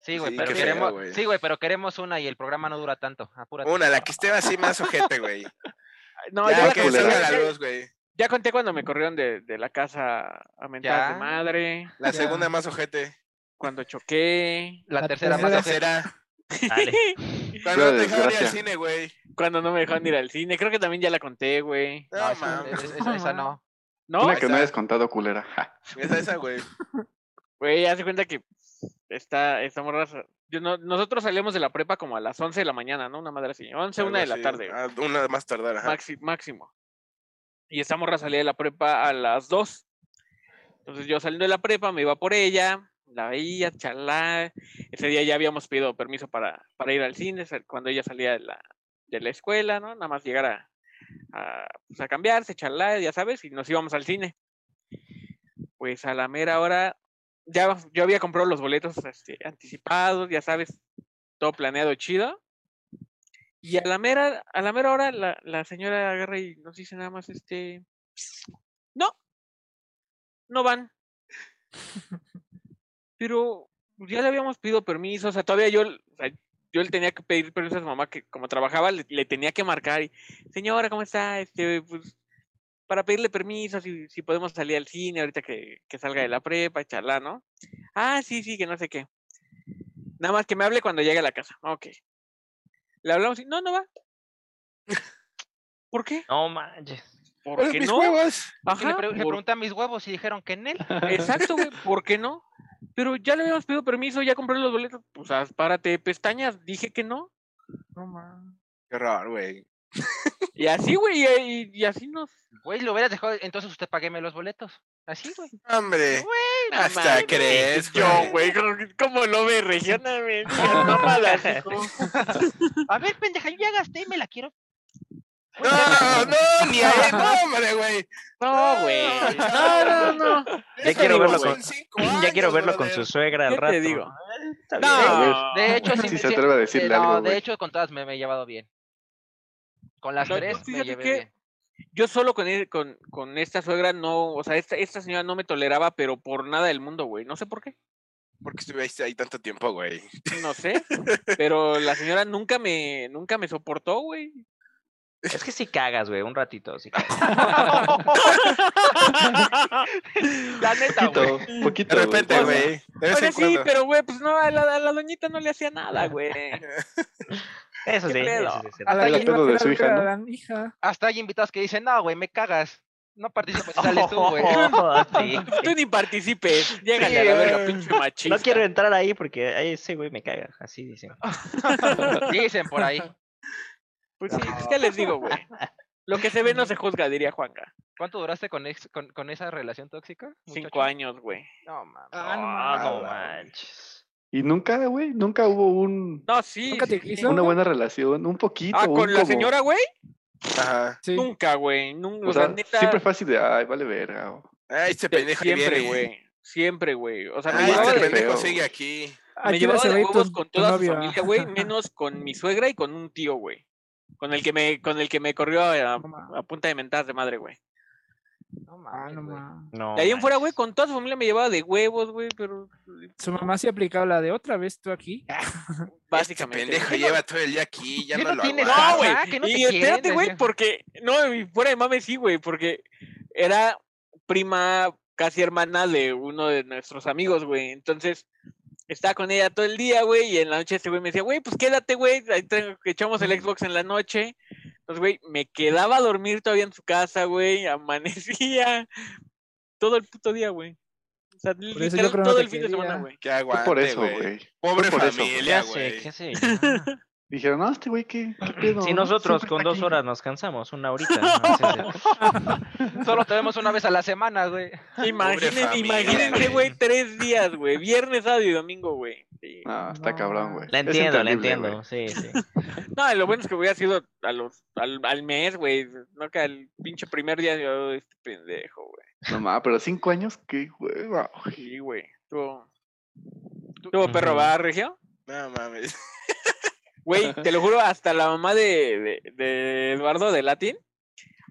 [SPEAKER 1] Sí, güey,
[SPEAKER 2] Sí,
[SPEAKER 1] pero
[SPEAKER 2] qué feo,
[SPEAKER 1] queremos.
[SPEAKER 2] güey.
[SPEAKER 1] sí, güey, pero queremos una y el programa no dura tanto. Apúrate.
[SPEAKER 2] Una, la que esté así más sujete, güey.
[SPEAKER 3] No, ya,
[SPEAKER 2] Ya
[SPEAKER 3] la
[SPEAKER 2] que
[SPEAKER 3] conté,
[SPEAKER 2] salga
[SPEAKER 3] güey,
[SPEAKER 2] la
[SPEAKER 3] ya-
[SPEAKER 2] luz, güey.
[SPEAKER 3] ya conté cuando me corrieron de, de la casa a mentadas de
[SPEAKER 1] Ya.
[SPEAKER 3] madre,
[SPEAKER 2] La
[SPEAKER 6] Ya.
[SPEAKER 2] segunda más ojete.
[SPEAKER 3] cuando choqué,
[SPEAKER 1] La
[SPEAKER 6] La
[SPEAKER 1] tercera
[SPEAKER 2] La
[SPEAKER 1] más
[SPEAKER 6] tercera.
[SPEAKER 1] ojete.
[SPEAKER 2] tercera.
[SPEAKER 5] Dale.
[SPEAKER 2] Cuando no
[SPEAKER 4] Pura
[SPEAKER 2] te dejaron ir al
[SPEAKER 4] desgracia.
[SPEAKER 2] cine, güey.
[SPEAKER 3] cuando no me dejaron ir al cine. Creo que también ya la conté, güey.
[SPEAKER 1] No,
[SPEAKER 2] No,
[SPEAKER 1] esa,
[SPEAKER 2] mames.
[SPEAKER 1] esa- esa- esa no.
[SPEAKER 3] ¿No?
[SPEAKER 4] Una que no hayas contado, culera. Ja.
[SPEAKER 2] Esa, esa, güey.
[SPEAKER 3] Güey, hace cuenta que está, esta morra sa- Yo no, nosotros salíamos de la prepa como a las 11 de la mañana, ¿no? Una madre así. 11,
[SPEAKER 2] Algo
[SPEAKER 3] una de la
[SPEAKER 2] así.
[SPEAKER 3] tarde.
[SPEAKER 2] Ah, una más tardar, ajá.
[SPEAKER 3] maxi- máximo. Y esta morra salía de la prepa a las 2. Entonces yo saliendo de la prepa me iba por ella, la veía, chalá. Ese día ya habíamos pedido permiso para, para ir al cine sal- cuando ella salía de la, de la escuela, ¿no? Nada más llegar a, a, pues, a cambiarse, chalá, ya sabes, y nos íbamos al cine. Pues a la mera hora, ya yo había comprado los boletos este, anticipados, ya sabes, todo planeado chido. Y a la mera, a la mera hora la, la señora agarra y nos dice nada más este no, no van. Pero pues, ya le habíamos pedido permiso, o sea, todavía yo, o sea, yo le tenía que pedir permiso a su mamá, que como trabajaba, le, le tenía que marcar y, señora, ¿cómo está? Este, pues, para pedirle permiso, si, si podemos salir al cine ahorita que, que salga de la prepa, charla, ¿no? Ah, sí, sí, que no sé qué. Nada más que me hable cuando llegue a la casa. Ok. Le hablamos y no, no va. ¿Por qué?
[SPEAKER 5] No manches.
[SPEAKER 3] ¿Por
[SPEAKER 2] Pues
[SPEAKER 3] qué
[SPEAKER 2] mis
[SPEAKER 3] no?
[SPEAKER 2] huevos.
[SPEAKER 1] Y le,
[SPEAKER 3] Ajá,
[SPEAKER 1] pre- le
[SPEAKER 3] ¿por
[SPEAKER 1] pregunté a mis huevos y dijeron que en él.
[SPEAKER 3] Exacto, güey, ¿por qué no? Pero ya le habíamos pedido permiso, ya compré los boletos. Pues haz- párate, pestañas, dije que no.
[SPEAKER 6] No mames.
[SPEAKER 2] Qué horror, güey.
[SPEAKER 3] Y así, güey, y, y así nos.
[SPEAKER 1] Güey, lo hubieras dejado. Entonces usted pagueme los boletos. Así, güey.
[SPEAKER 2] Hombre.
[SPEAKER 3] No
[SPEAKER 2] Hasta
[SPEAKER 3] mames,
[SPEAKER 2] crees,
[SPEAKER 3] Yo,
[SPEAKER 2] güey.
[SPEAKER 3] güey, como- como lo ve, regioname. No malas, hijo.
[SPEAKER 1] A ver, pendeja, yo ya gasté y me la quiero.
[SPEAKER 2] No, no, Ni ahí, no, hombre, güey.
[SPEAKER 3] No, güey. No, no, no.
[SPEAKER 5] Ya
[SPEAKER 2] Eso
[SPEAKER 5] quiero
[SPEAKER 2] ni
[SPEAKER 5] verlo
[SPEAKER 2] pasó
[SPEAKER 5] con-
[SPEAKER 2] en cinco
[SPEAKER 5] Ya quiero
[SPEAKER 2] años,
[SPEAKER 5] verlo con
[SPEAKER 2] brother.
[SPEAKER 5] su suegra al
[SPEAKER 3] ¿Qué
[SPEAKER 5] rato.
[SPEAKER 3] te digo?
[SPEAKER 5] Eh, está bien.
[SPEAKER 3] No.
[SPEAKER 1] De hecho, sí
[SPEAKER 4] Si
[SPEAKER 1] me
[SPEAKER 4] se
[SPEAKER 1] lle-
[SPEAKER 4] atreve a
[SPEAKER 1] eh,
[SPEAKER 4] decirle
[SPEAKER 1] no,
[SPEAKER 4] algo,
[SPEAKER 1] de
[SPEAKER 4] güey.
[SPEAKER 1] hecho, con todas me, me he llevado bien. Con las
[SPEAKER 3] No, yo
[SPEAKER 1] tres me
[SPEAKER 3] fíjate
[SPEAKER 1] llevé
[SPEAKER 3] que-
[SPEAKER 1] bien.
[SPEAKER 3] Yo solo con, él- con, con esta suegra no, o sea, esta, esta señora no me toleraba, pero por nada del mundo, güey. No sé por qué.
[SPEAKER 2] ¿Por qué estuviste ahí tanto tiempo, güey?
[SPEAKER 3] No sé. Pero la señora nunca me, nunca me soportó, güey.
[SPEAKER 5] Es que si cagas, güey, un ratito. sí cagas.
[SPEAKER 1] La neta, güey.
[SPEAKER 4] Poquito, poquito.
[SPEAKER 2] De repente,
[SPEAKER 4] todo.
[SPEAKER 2] güey. De vez
[SPEAKER 3] Oiga,
[SPEAKER 2] en
[SPEAKER 3] sí,
[SPEAKER 2] cuando.
[SPEAKER 3] pero güey, pues no, a la, a la doñita no le hacía nada, güey.
[SPEAKER 5] Eso
[SPEAKER 3] ¿Qué
[SPEAKER 5] sí,
[SPEAKER 3] pedo? Ah,
[SPEAKER 5] eso sí, se nota.
[SPEAKER 6] A la
[SPEAKER 4] El
[SPEAKER 6] que iba
[SPEAKER 4] acuerdo Ah,
[SPEAKER 6] a
[SPEAKER 4] de su
[SPEAKER 6] hacer
[SPEAKER 4] hija,
[SPEAKER 6] algo
[SPEAKER 4] ¿no?
[SPEAKER 6] era la hija.
[SPEAKER 1] Hasta hay invitados que dicen, no, güey, me cagas. No participas, sales tú, güey.
[SPEAKER 5] Oh, Sí.
[SPEAKER 3] Tú ni participes. Llégale a
[SPEAKER 1] Sí,
[SPEAKER 3] la verga,
[SPEAKER 1] güey.
[SPEAKER 3] pinche machista.
[SPEAKER 5] No quiero entrar ahí porque ay, ese güey me caga. Así dicen.
[SPEAKER 1] Dicen por ahí.
[SPEAKER 3] Pues sí, pues, ¿qué les digo, güey? Lo que se ve no se juzga, diría Juanca.
[SPEAKER 1] ¿Cuánto duraste con, ex- con, con esa relación tóxica?
[SPEAKER 3] Cinco
[SPEAKER 1] muchacho?
[SPEAKER 3] años, güey.
[SPEAKER 1] No, mames.
[SPEAKER 5] Ah,
[SPEAKER 4] mames.
[SPEAKER 5] no manches.
[SPEAKER 4] Y nunca, güey, nunca hubo un,
[SPEAKER 3] No, sí.
[SPEAKER 6] ¿Nunca
[SPEAKER 3] sí,
[SPEAKER 6] te
[SPEAKER 3] sí.
[SPEAKER 6] quiso?
[SPEAKER 4] una buena relación, un poquito.
[SPEAKER 3] Ah,
[SPEAKER 4] un
[SPEAKER 3] con la
[SPEAKER 4] como-
[SPEAKER 3] señora, güey.
[SPEAKER 2] Ajá.
[SPEAKER 6] Sí.
[SPEAKER 3] Nunca, güey. Nunca.
[SPEAKER 4] O sea, siempre fácil de, ay, vale verga. o-
[SPEAKER 2] Ay, este pendejo ahí
[SPEAKER 3] siempre,
[SPEAKER 2] viene.
[SPEAKER 3] güey. Siempre, güey. O sea, me
[SPEAKER 2] Ay,
[SPEAKER 4] Ah,
[SPEAKER 3] llevaba
[SPEAKER 2] este
[SPEAKER 3] de,
[SPEAKER 4] pendejo
[SPEAKER 2] pendejo
[SPEAKER 4] feo.
[SPEAKER 2] sigue aquí. Este
[SPEAKER 3] me
[SPEAKER 6] Aquí
[SPEAKER 3] llevaba
[SPEAKER 6] vas a
[SPEAKER 3] de
[SPEAKER 6] ver
[SPEAKER 3] huevos
[SPEAKER 6] tu-
[SPEAKER 3] con
[SPEAKER 6] tu
[SPEAKER 3] toda su
[SPEAKER 6] novio,
[SPEAKER 3] familia,
[SPEAKER 6] ah.
[SPEAKER 3] güey, menos con mi suegra y con un tío, güey. Con el que me, con el que me corrió a,
[SPEAKER 6] No ma-
[SPEAKER 3] a punta de mentadas de madre, güey.
[SPEAKER 1] No
[SPEAKER 6] Ah,
[SPEAKER 1] mames,
[SPEAKER 6] no
[SPEAKER 1] güey.
[SPEAKER 6] ma.
[SPEAKER 5] No.
[SPEAKER 3] De ahí en fuera, güey,
[SPEAKER 5] manches.
[SPEAKER 3] con toda su familia me llevaba de huevos, güey, pero
[SPEAKER 6] Su mamá se ha aplicado la de otra vez tú aquí.
[SPEAKER 2] Este
[SPEAKER 3] básicamente. güey.
[SPEAKER 2] pendejo lleva todo el día aquí, ya
[SPEAKER 1] ¿Qué
[SPEAKER 2] no
[SPEAKER 1] no
[SPEAKER 2] lo
[SPEAKER 1] tienes
[SPEAKER 2] aguanto.
[SPEAKER 1] casa?
[SPEAKER 3] No, güey.
[SPEAKER 1] que no te
[SPEAKER 3] y espérate,
[SPEAKER 1] quieren,
[SPEAKER 3] güey,
[SPEAKER 1] decía.
[SPEAKER 3] porque. No, y fuera de mame sí, güey, porque era prima, casi hermana de uno de nuestros amigos, güey. Entonces, estaba con ella todo el día, güey, y en la noche este güey me decía, güey, pues quédate, güey, ahí te- echamos el Xbox en la noche. Entonces, güey, me quedaba a dormir todavía en su casa, güey, amanecía todo el puto día, güey. O sea,
[SPEAKER 6] eso yo
[SPEAKER 3] literal,
[SPEAKER 6] creo no
[SPEAKER 3] todo
[SPEAKER 6] te
[SPEAKER 3] el fin de semana,
[SPEAKER 6] quería.
[SPEAKER 3] güey.
[SPEAKER 2] Que
[SPEAKER 4] Fue
[SPEAKER 2] aguante,
[SPEAKER 4] por eso, güey.
[SPEAKER 2] Pobre
[SPEAKER 4] Fue por eso, güey.
[SPEAKER 5] ¿Qué
[SPEAKER 2] familia,
[SPEAKER 5] hace?
[SPEAKER 2] güey.
[SPEAKER 5] ¿Qué hace? Ah.
[SPEAKER 4] Dijeron, no, este güey, ¿qué, qué pedo?
[SPEAKER 5] Si
[SPEAKER 4] no?
[SPEAKER 5] nosotros
[SPEAKER 4] Siempre
[SPEAKER 5] con
[SPEAKER 4] está
[SPEAKER 5] dos
[SPEAKER 4] aquí".
[SPEAKER 5] horas nos cansamos, una horita. ¿no? Sí, sí.
[SPEAKER 1] Solo te vemos una vez a la semana, güey.
[SPEAKER 3] Imaginen,
[SPEAKER 2] familia,
[SPEAKER 3] imagínense,
[SPEAKER 2] güey.
[SPEAKER 3] güey, tres días, güey. Viernes, sábado y domingo, güey. Sí.
[SPEAKER 4] No, está
[SPEAKER 6] No,
[SPEAKER 4] cabrón,
[SPEAKER 6] ma.
[SPEAKER 4] güey.
[SPEAKER 5] La
[SPEAKER 4] Es
[SPEAKER 5] entiendo, la
[SPEAKER 4] entendible, güey.
[SPEAKER 5] entiendo. Sí, sí.
[SPEAKER 3] No, y lo bueno es que hubiera sido a los, al, al mes, güey. No que al pinche primer día yo, este pendejo, güey.
[SPEAKER 4] No, ma, pero cinco años, qué hueva, güey.
[SPEAKER 3] Sí, güey. Tuvo. Tuvo perro, ¿va, Regio?
[SPEAKER 2] No mames.
[SPEAKER 3] Güey, te lo juro, hasta la mamá de, de, de Eduardo de Latin,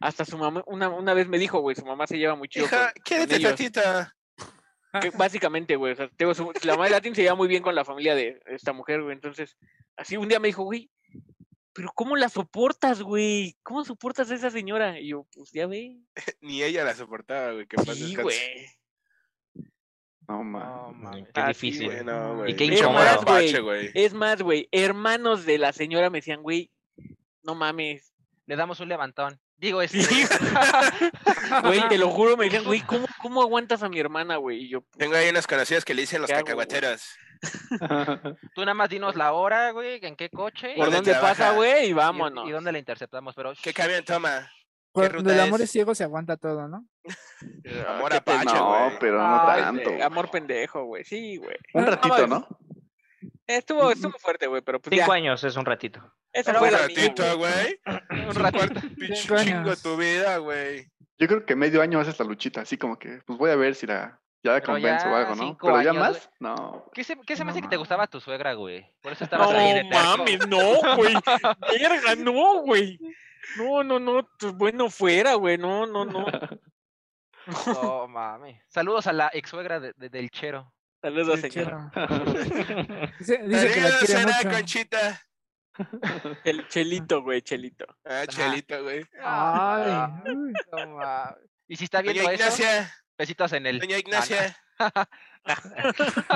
[SPEAKER 3] hasta su mamá, una, una vez me dijo, güey, su mamá se lleva muy chido.
[SPEAKER 2] Hija,
[SPEAKER 3] con-
[SPEAKER 2] quédate
[SPEAKER 3] ellos.
[SPEAKER 2] tantita.
[SPEAKER 3] que básicamente, güey, o sea, te digo, su- la madre latín se lleva muy bien con la familia de esta mujer, güey. Entonces, así un día me dijo, güey, pero ¿cómo la soportas, güey? ¿Cómo soportas a esa señora? Y yo, pues ya ve.
[SPEAKER 2] Ni ella la soportaba, güey. Que en paz
[SPEAKER 3] Sí,
[SPEAKER 2] descanse.
[SPEAKER 3] güey.
[SPEAKER 4] No, ma.
[SPEAKER 1] No mames.
[SPEAKER 5] Qué
[SPEAKER 3] Ah, sí,
[SPEAKER 5] difícil.
[SPEAKER 2] Sí, no, güey.
[SPEAKER 5] Y qué
[SPEAKER 2] Pinche
[SPEAKER 5] incómodo.
[SPEAKER 2] mapache, güey.
[SPEAKER 3] Es más, güey, hermanos de la señora me decían, güey, no mames.
[SPEAKER 1] Le damos un levantón. Digo, este, es.
[SPEAKER 3] Sí, Güey, te lo juro, me decían, güey, ¿cómo, cómo aguantas a mi hermana, güey? Y yo, pues,
[SPEAKER 2] Tengo ahí unas conocidas que le dicen los
[SPEAKER 3] ¿Qué hago, güey?
[SPEAKER 2] cacahuateros.
[SPEAKER 1] Tú nada más dinos la hora, güey, en qué coche.
[SPEAKER 3] ¿por
[SPEAKER 1] y-
[SPEAKER 2] ¿dónde
[SPEAKER 3] dónde pasa,
[SPEAKER 2] trabaja?
[SPEAKER 3] güey? Y
[SPEAKER 1] y-
[SPEAKER 3] vámonos.
[SPEAKER 1] ¿Y dónde la interceptamos? Pero.
[SPEAKER 2] ¿Qué camión toma?
[SPEAKER 6] Cuando
[SPEAKER 2] ruta
[SPEAKER 6] el amor
[SPEAKER 2] es?
[SPEAKER 6] es ciego se aguanta todo, ¿no?
[SPEAKER 3] Eh,
[SPEAKER 2] Amor
[SPEAKER 3] qué
[SPEAKER 2] apache,
[SPEAKER 4] No,
[SPEAKER 2] güey.
[SPEAKER 4] pero no
[SPEAKER 1] Ay,
[SPEAKER 4] tanto.
[SPEAKER 3] pende-
[SPEAKER 4] güey.
[SPEAKER 3] Amor pendejo, güey. Sí, güey.
[SPEAKER 4] Un
[SPEAKER 3] este, No,
[SPEAKER 4] ratito,
[SPEAKER 3] mames.
[SPEAKER 4] ¿no?
[SPEAKER 3] Estuvo, estuvo fuerte, güey, pero pues ya.
[SPEAKER 5] Cinco años es un ratito.
[SPEAKER 3] Esa
[SPEAKER 1] Pero
[SPEAKER 3] fue
[SPEAKER 2] Un
[SPEAKER 1] bueno,
[SPEAKER 3] la mía,
[SPEAKER 2] ratito,
[SPEAKER 3] güey.
[SPEAKER 2] güey.
[SPEAKER 1] Un
[SPEAKER 2] Un
[SPEAKER 1] ratito.
[SPEAKER 2] ratito. Pinche
[SPEAKER 6] Cinco
[SPEAKER 2] chingo de
[SPEAKER 6] años.
[SPEAKER 2] tu vida, güey.
[SPEAKER 4] Yo creo que medio año haces la luchita, así como que, pues voy a ver si la, ya la
[SPEAKER 1] Pero
[SPEAKER 4] convenzo o
[SPEAKER 1] ya
[SPEAKER 4] algo, ¿no?
[SPEAKER 1] cinco
[SPEAKER 4] Pero ya
[SPEAKER 1] años,
[SPEAKER 4] más, no.
[SPEAKER 1] ¿Qué se, qué se me
[SPEAKER 6] No
[SPEAKER 1] hace que te
[SPEAKER 6] mames.
[SPEAKER 1] gustaba tu suegra, güey? Por eso estabas ahí de
[SPEAKER 3] No
[SPEAKER 1] terco.
[SPEAKER 3] mames, no, güey. Verga, no, güey. No, no, no. pues, Bueno, fuera, güey. No, no, no.
[SPEAKER 1] No mames. Saludos a la ex suegra de- de- del Chero.
[SPEAKER 3] Saludos,
[SPEAKER 6] Sí,
[SPEAKER 3] señor.
[SPEAKER 6] chero. Dice, dice que la
[SPEAKER 2] Saludos,
[SPEAKER 6] quiere
[SPEAKER 2] Sara,
[SPEAKER 6] mucho.
[SPEAKER 2] Conchita.
[SPEAKER 3] El chelito, güey, chelito.
[SPEAKER 2] Ah, Chelito, güey.
[SPEAKER 6] Ay,
[SPEAKER 1] Ah,
[SPEAKER 6] uy.
[SPEAKER 1] no mames. Y si está viendo
[SPEAKER 2] Doña
[SPEAKER 1] eso,
[SPEAKER 2] Ignacia.
[SPEAKER 1] besitos en el.
[SPEAKER 2] Doña Ignacia.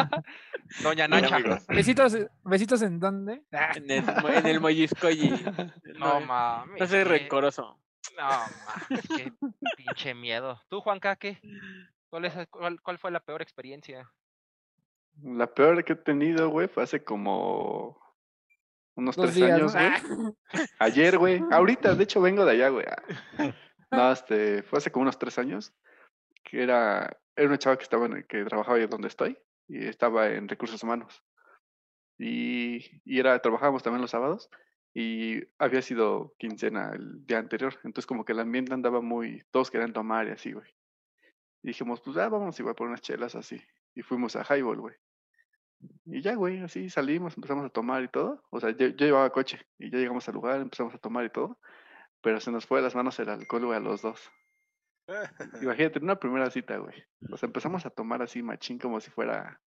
[SPEAKER 1] Doña
[SPEAKER 3] Bueno,
[SPEAKER 1] Nacha.
[SPEAKER 3] amigos,
[SPEAKER 6] Besitos, besitos en dónde? Ah,
[SPEAKER 3] En el, mo- en el molliscoyi.
[SPEAKER 1] No
[SPEAKER 3] no,
[SPEAKER 1] mames.
[SPEAKER 3] no soy
[SPEAKER 1] qué-
[SPEAKER 3] rencoroso.
[SPEAKER 1] No mames, qué pinche miedo. ¿Tú, Juanca, qué? ¿Cuál, es, cuál, cuál fue la peor experiencia?
[SPEAKER 4] La peor que he tenido, güey, fue hace como unos
[SPEAKER 6] Dos
[SPEAKER 4] tres
[SPEAKER 6] días, ¿no? Ah.
[SPEAKER 4] años, güey. Ayer, güey. Ahorita, de hecho, vengo de allá, güey. Ah. No, este, fue hace como unos tres años, que era, era una chava que estaba en, que trabajaba ahí donde estoy, y estaba en recursos humanos. Y, y era, trabajábamos también los sábados, y había sido quincena el día anterior, entonces como que el ambiente andaba muy, todos querían tomar y así, güey. Y dijimos, pues ah, vamos igual por unas chelas así. Y fuimos a Highball, güey. Y ya, güey, así salimos, empezamos a tomar y todo. O sea, yo, yo llevaba coche y ya llegamos al lugar, empezamos a tomar y todo. Pero se nos fue de las manos el alcohol, güey, a los dos.
[SPEAKER 2] Ah.
[SPEAKER 4] Imagínate, en una primera cita, güey. O sea, empezamos a tomar así machín como si fuera,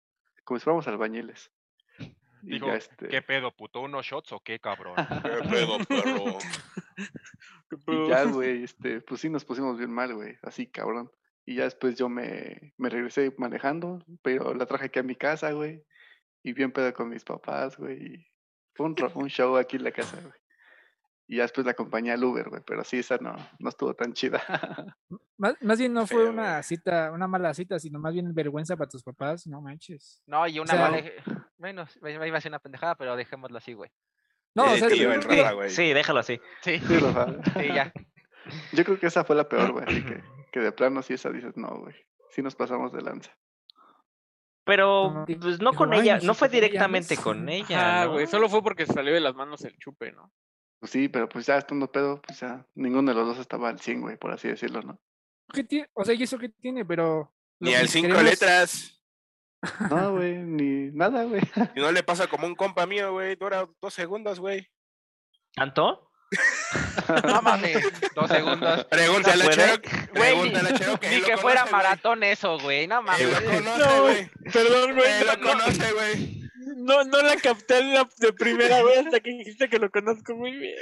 [SPEAKER 4] como si fuéramos albañiles. Y
[SPEAKER 7] Digo,
[SPEAKER 4] ya, este,
[SPEAKER 7] ¿Qué pedo, puto? ¿Unos shots o qué, cabrón?
[SPEAKER 2] ¿Qué pedo, perro?
[SPEAKER 4] Y ya, güey, este, pues sí nos pusimos bien mal, güey, así cabrón. Y ya después yo me, me regresé manejando, pero la traje aquí a mi casa, güey. Y bien pedo con mis papás, güey. y Fue un, ra- un show aquí en la casa, güey. Y ya después la acompañé al Uber, güey, pero sí, esa no, no estuvo tan chida.
[SPEAKER 6] Más, más bien no fue
[SPEAKER 2] Feo,
[SPEAKER 6] una
[SPEAKER 2] güey.
[SPEAKER 6] cita, una mala cita, sino más bien vergüenza para tus papás, no manches.
[SPEAKER 1] No, y una
[SPEAKER 6] O sea-
[SPEAKER 1] mala. Bueno, me iba a hacer una pendejada, pero dejémoslo así, güey.
[SPEAKER 6] No, o
[SPEAKER 2] Eh,
[SPEAKER 6] sea,
[SPEAKER 2] te
[SPEAKER 6] yo
[SPEAKER 2] iba a
[SPEAKER 6] creo que-
[SPEAKER 2] enredar, güey.
[SPEAKER 5] Sí, déjalo así.
[SPEAKER 1] Sí,
[SPEAKER 4] Sí, o sea,
[SPEAKER 1] sí, ya.
[SPEAKER 4] ah, yo creo que esa fue la peor, güey, así que, que de plano sí esa dices, no, güey. Sí nos pasamos de lanza.
[SPEAKER 5] Pero
[SPEAKER 6] Ajá. Di-
[SPEAKER 5] pues no
[SPEAKER 6] dijo,
[SPEAKER 5] con
[SPEAKER 6] "Ay,
[SPEAKER 5] ella,
[SPEAKER 6] nos
[SPEAKER 5] no fue
[SPEAKER 6] hizo novias".
[SPEAKER 5] directamente con ella.
[SPEAKER 3] Ah,
[SPEAKER 5] ¿no?
[SPEAKER 3] güey, solo fue porque se salió de las manos el chupe, ¿no?
[SPEAKER 4] Pues sí, pero pues ya estando pedo, pues ya ninguno de los dos estaba al 100, güey, por así decirlo, ¿no?
[SPEAKER 6] ¿qué tiene? O sea, ¿y eso qué tiene? Pero. lo
[SPEAKER 2] Ni
[SPEAKER 6] que
[SPEAKER 2] al cinco
[SPEAKER 6] queremos-
[SPEAKER 2] letras.
[SPEAKER 4] No, güey, ni nada, güey.
[SPEAKER 2] Y no le pasa como un compa mío, güey. Dura dos segundos, güey.
[SPEAKER 5] ¿Tanto?
[SPEAKER 1] No mames. Dos segundos.
[SPEAKER 2] Pregúntale a
[SPEAKER 5] puede?
[SPEAKER 2] Chero.
[SPEAKER 1] Güey, ni,
[SPEAKER 2] Pregúntale a Chero que
[SPEAKER 1] ni
[SPEAKER 2] él lo
[SPEAKER 1] que fuera
[SPEAKER 2] conoce, güey.
[SPEAKER 1] maratón eso, güey. No
[SPEAKER 2] Él
[SPEAKER 1] mames.
[SPEAKER 2] lo conoce, güey.
[SPEAKER 3] Perdón,
[SPEAKER 2] Él lo conoce, güey.
[SPEAKER 3] No, no la capté en la- de primera vez hasta que dijiste que lo conozco muy bien.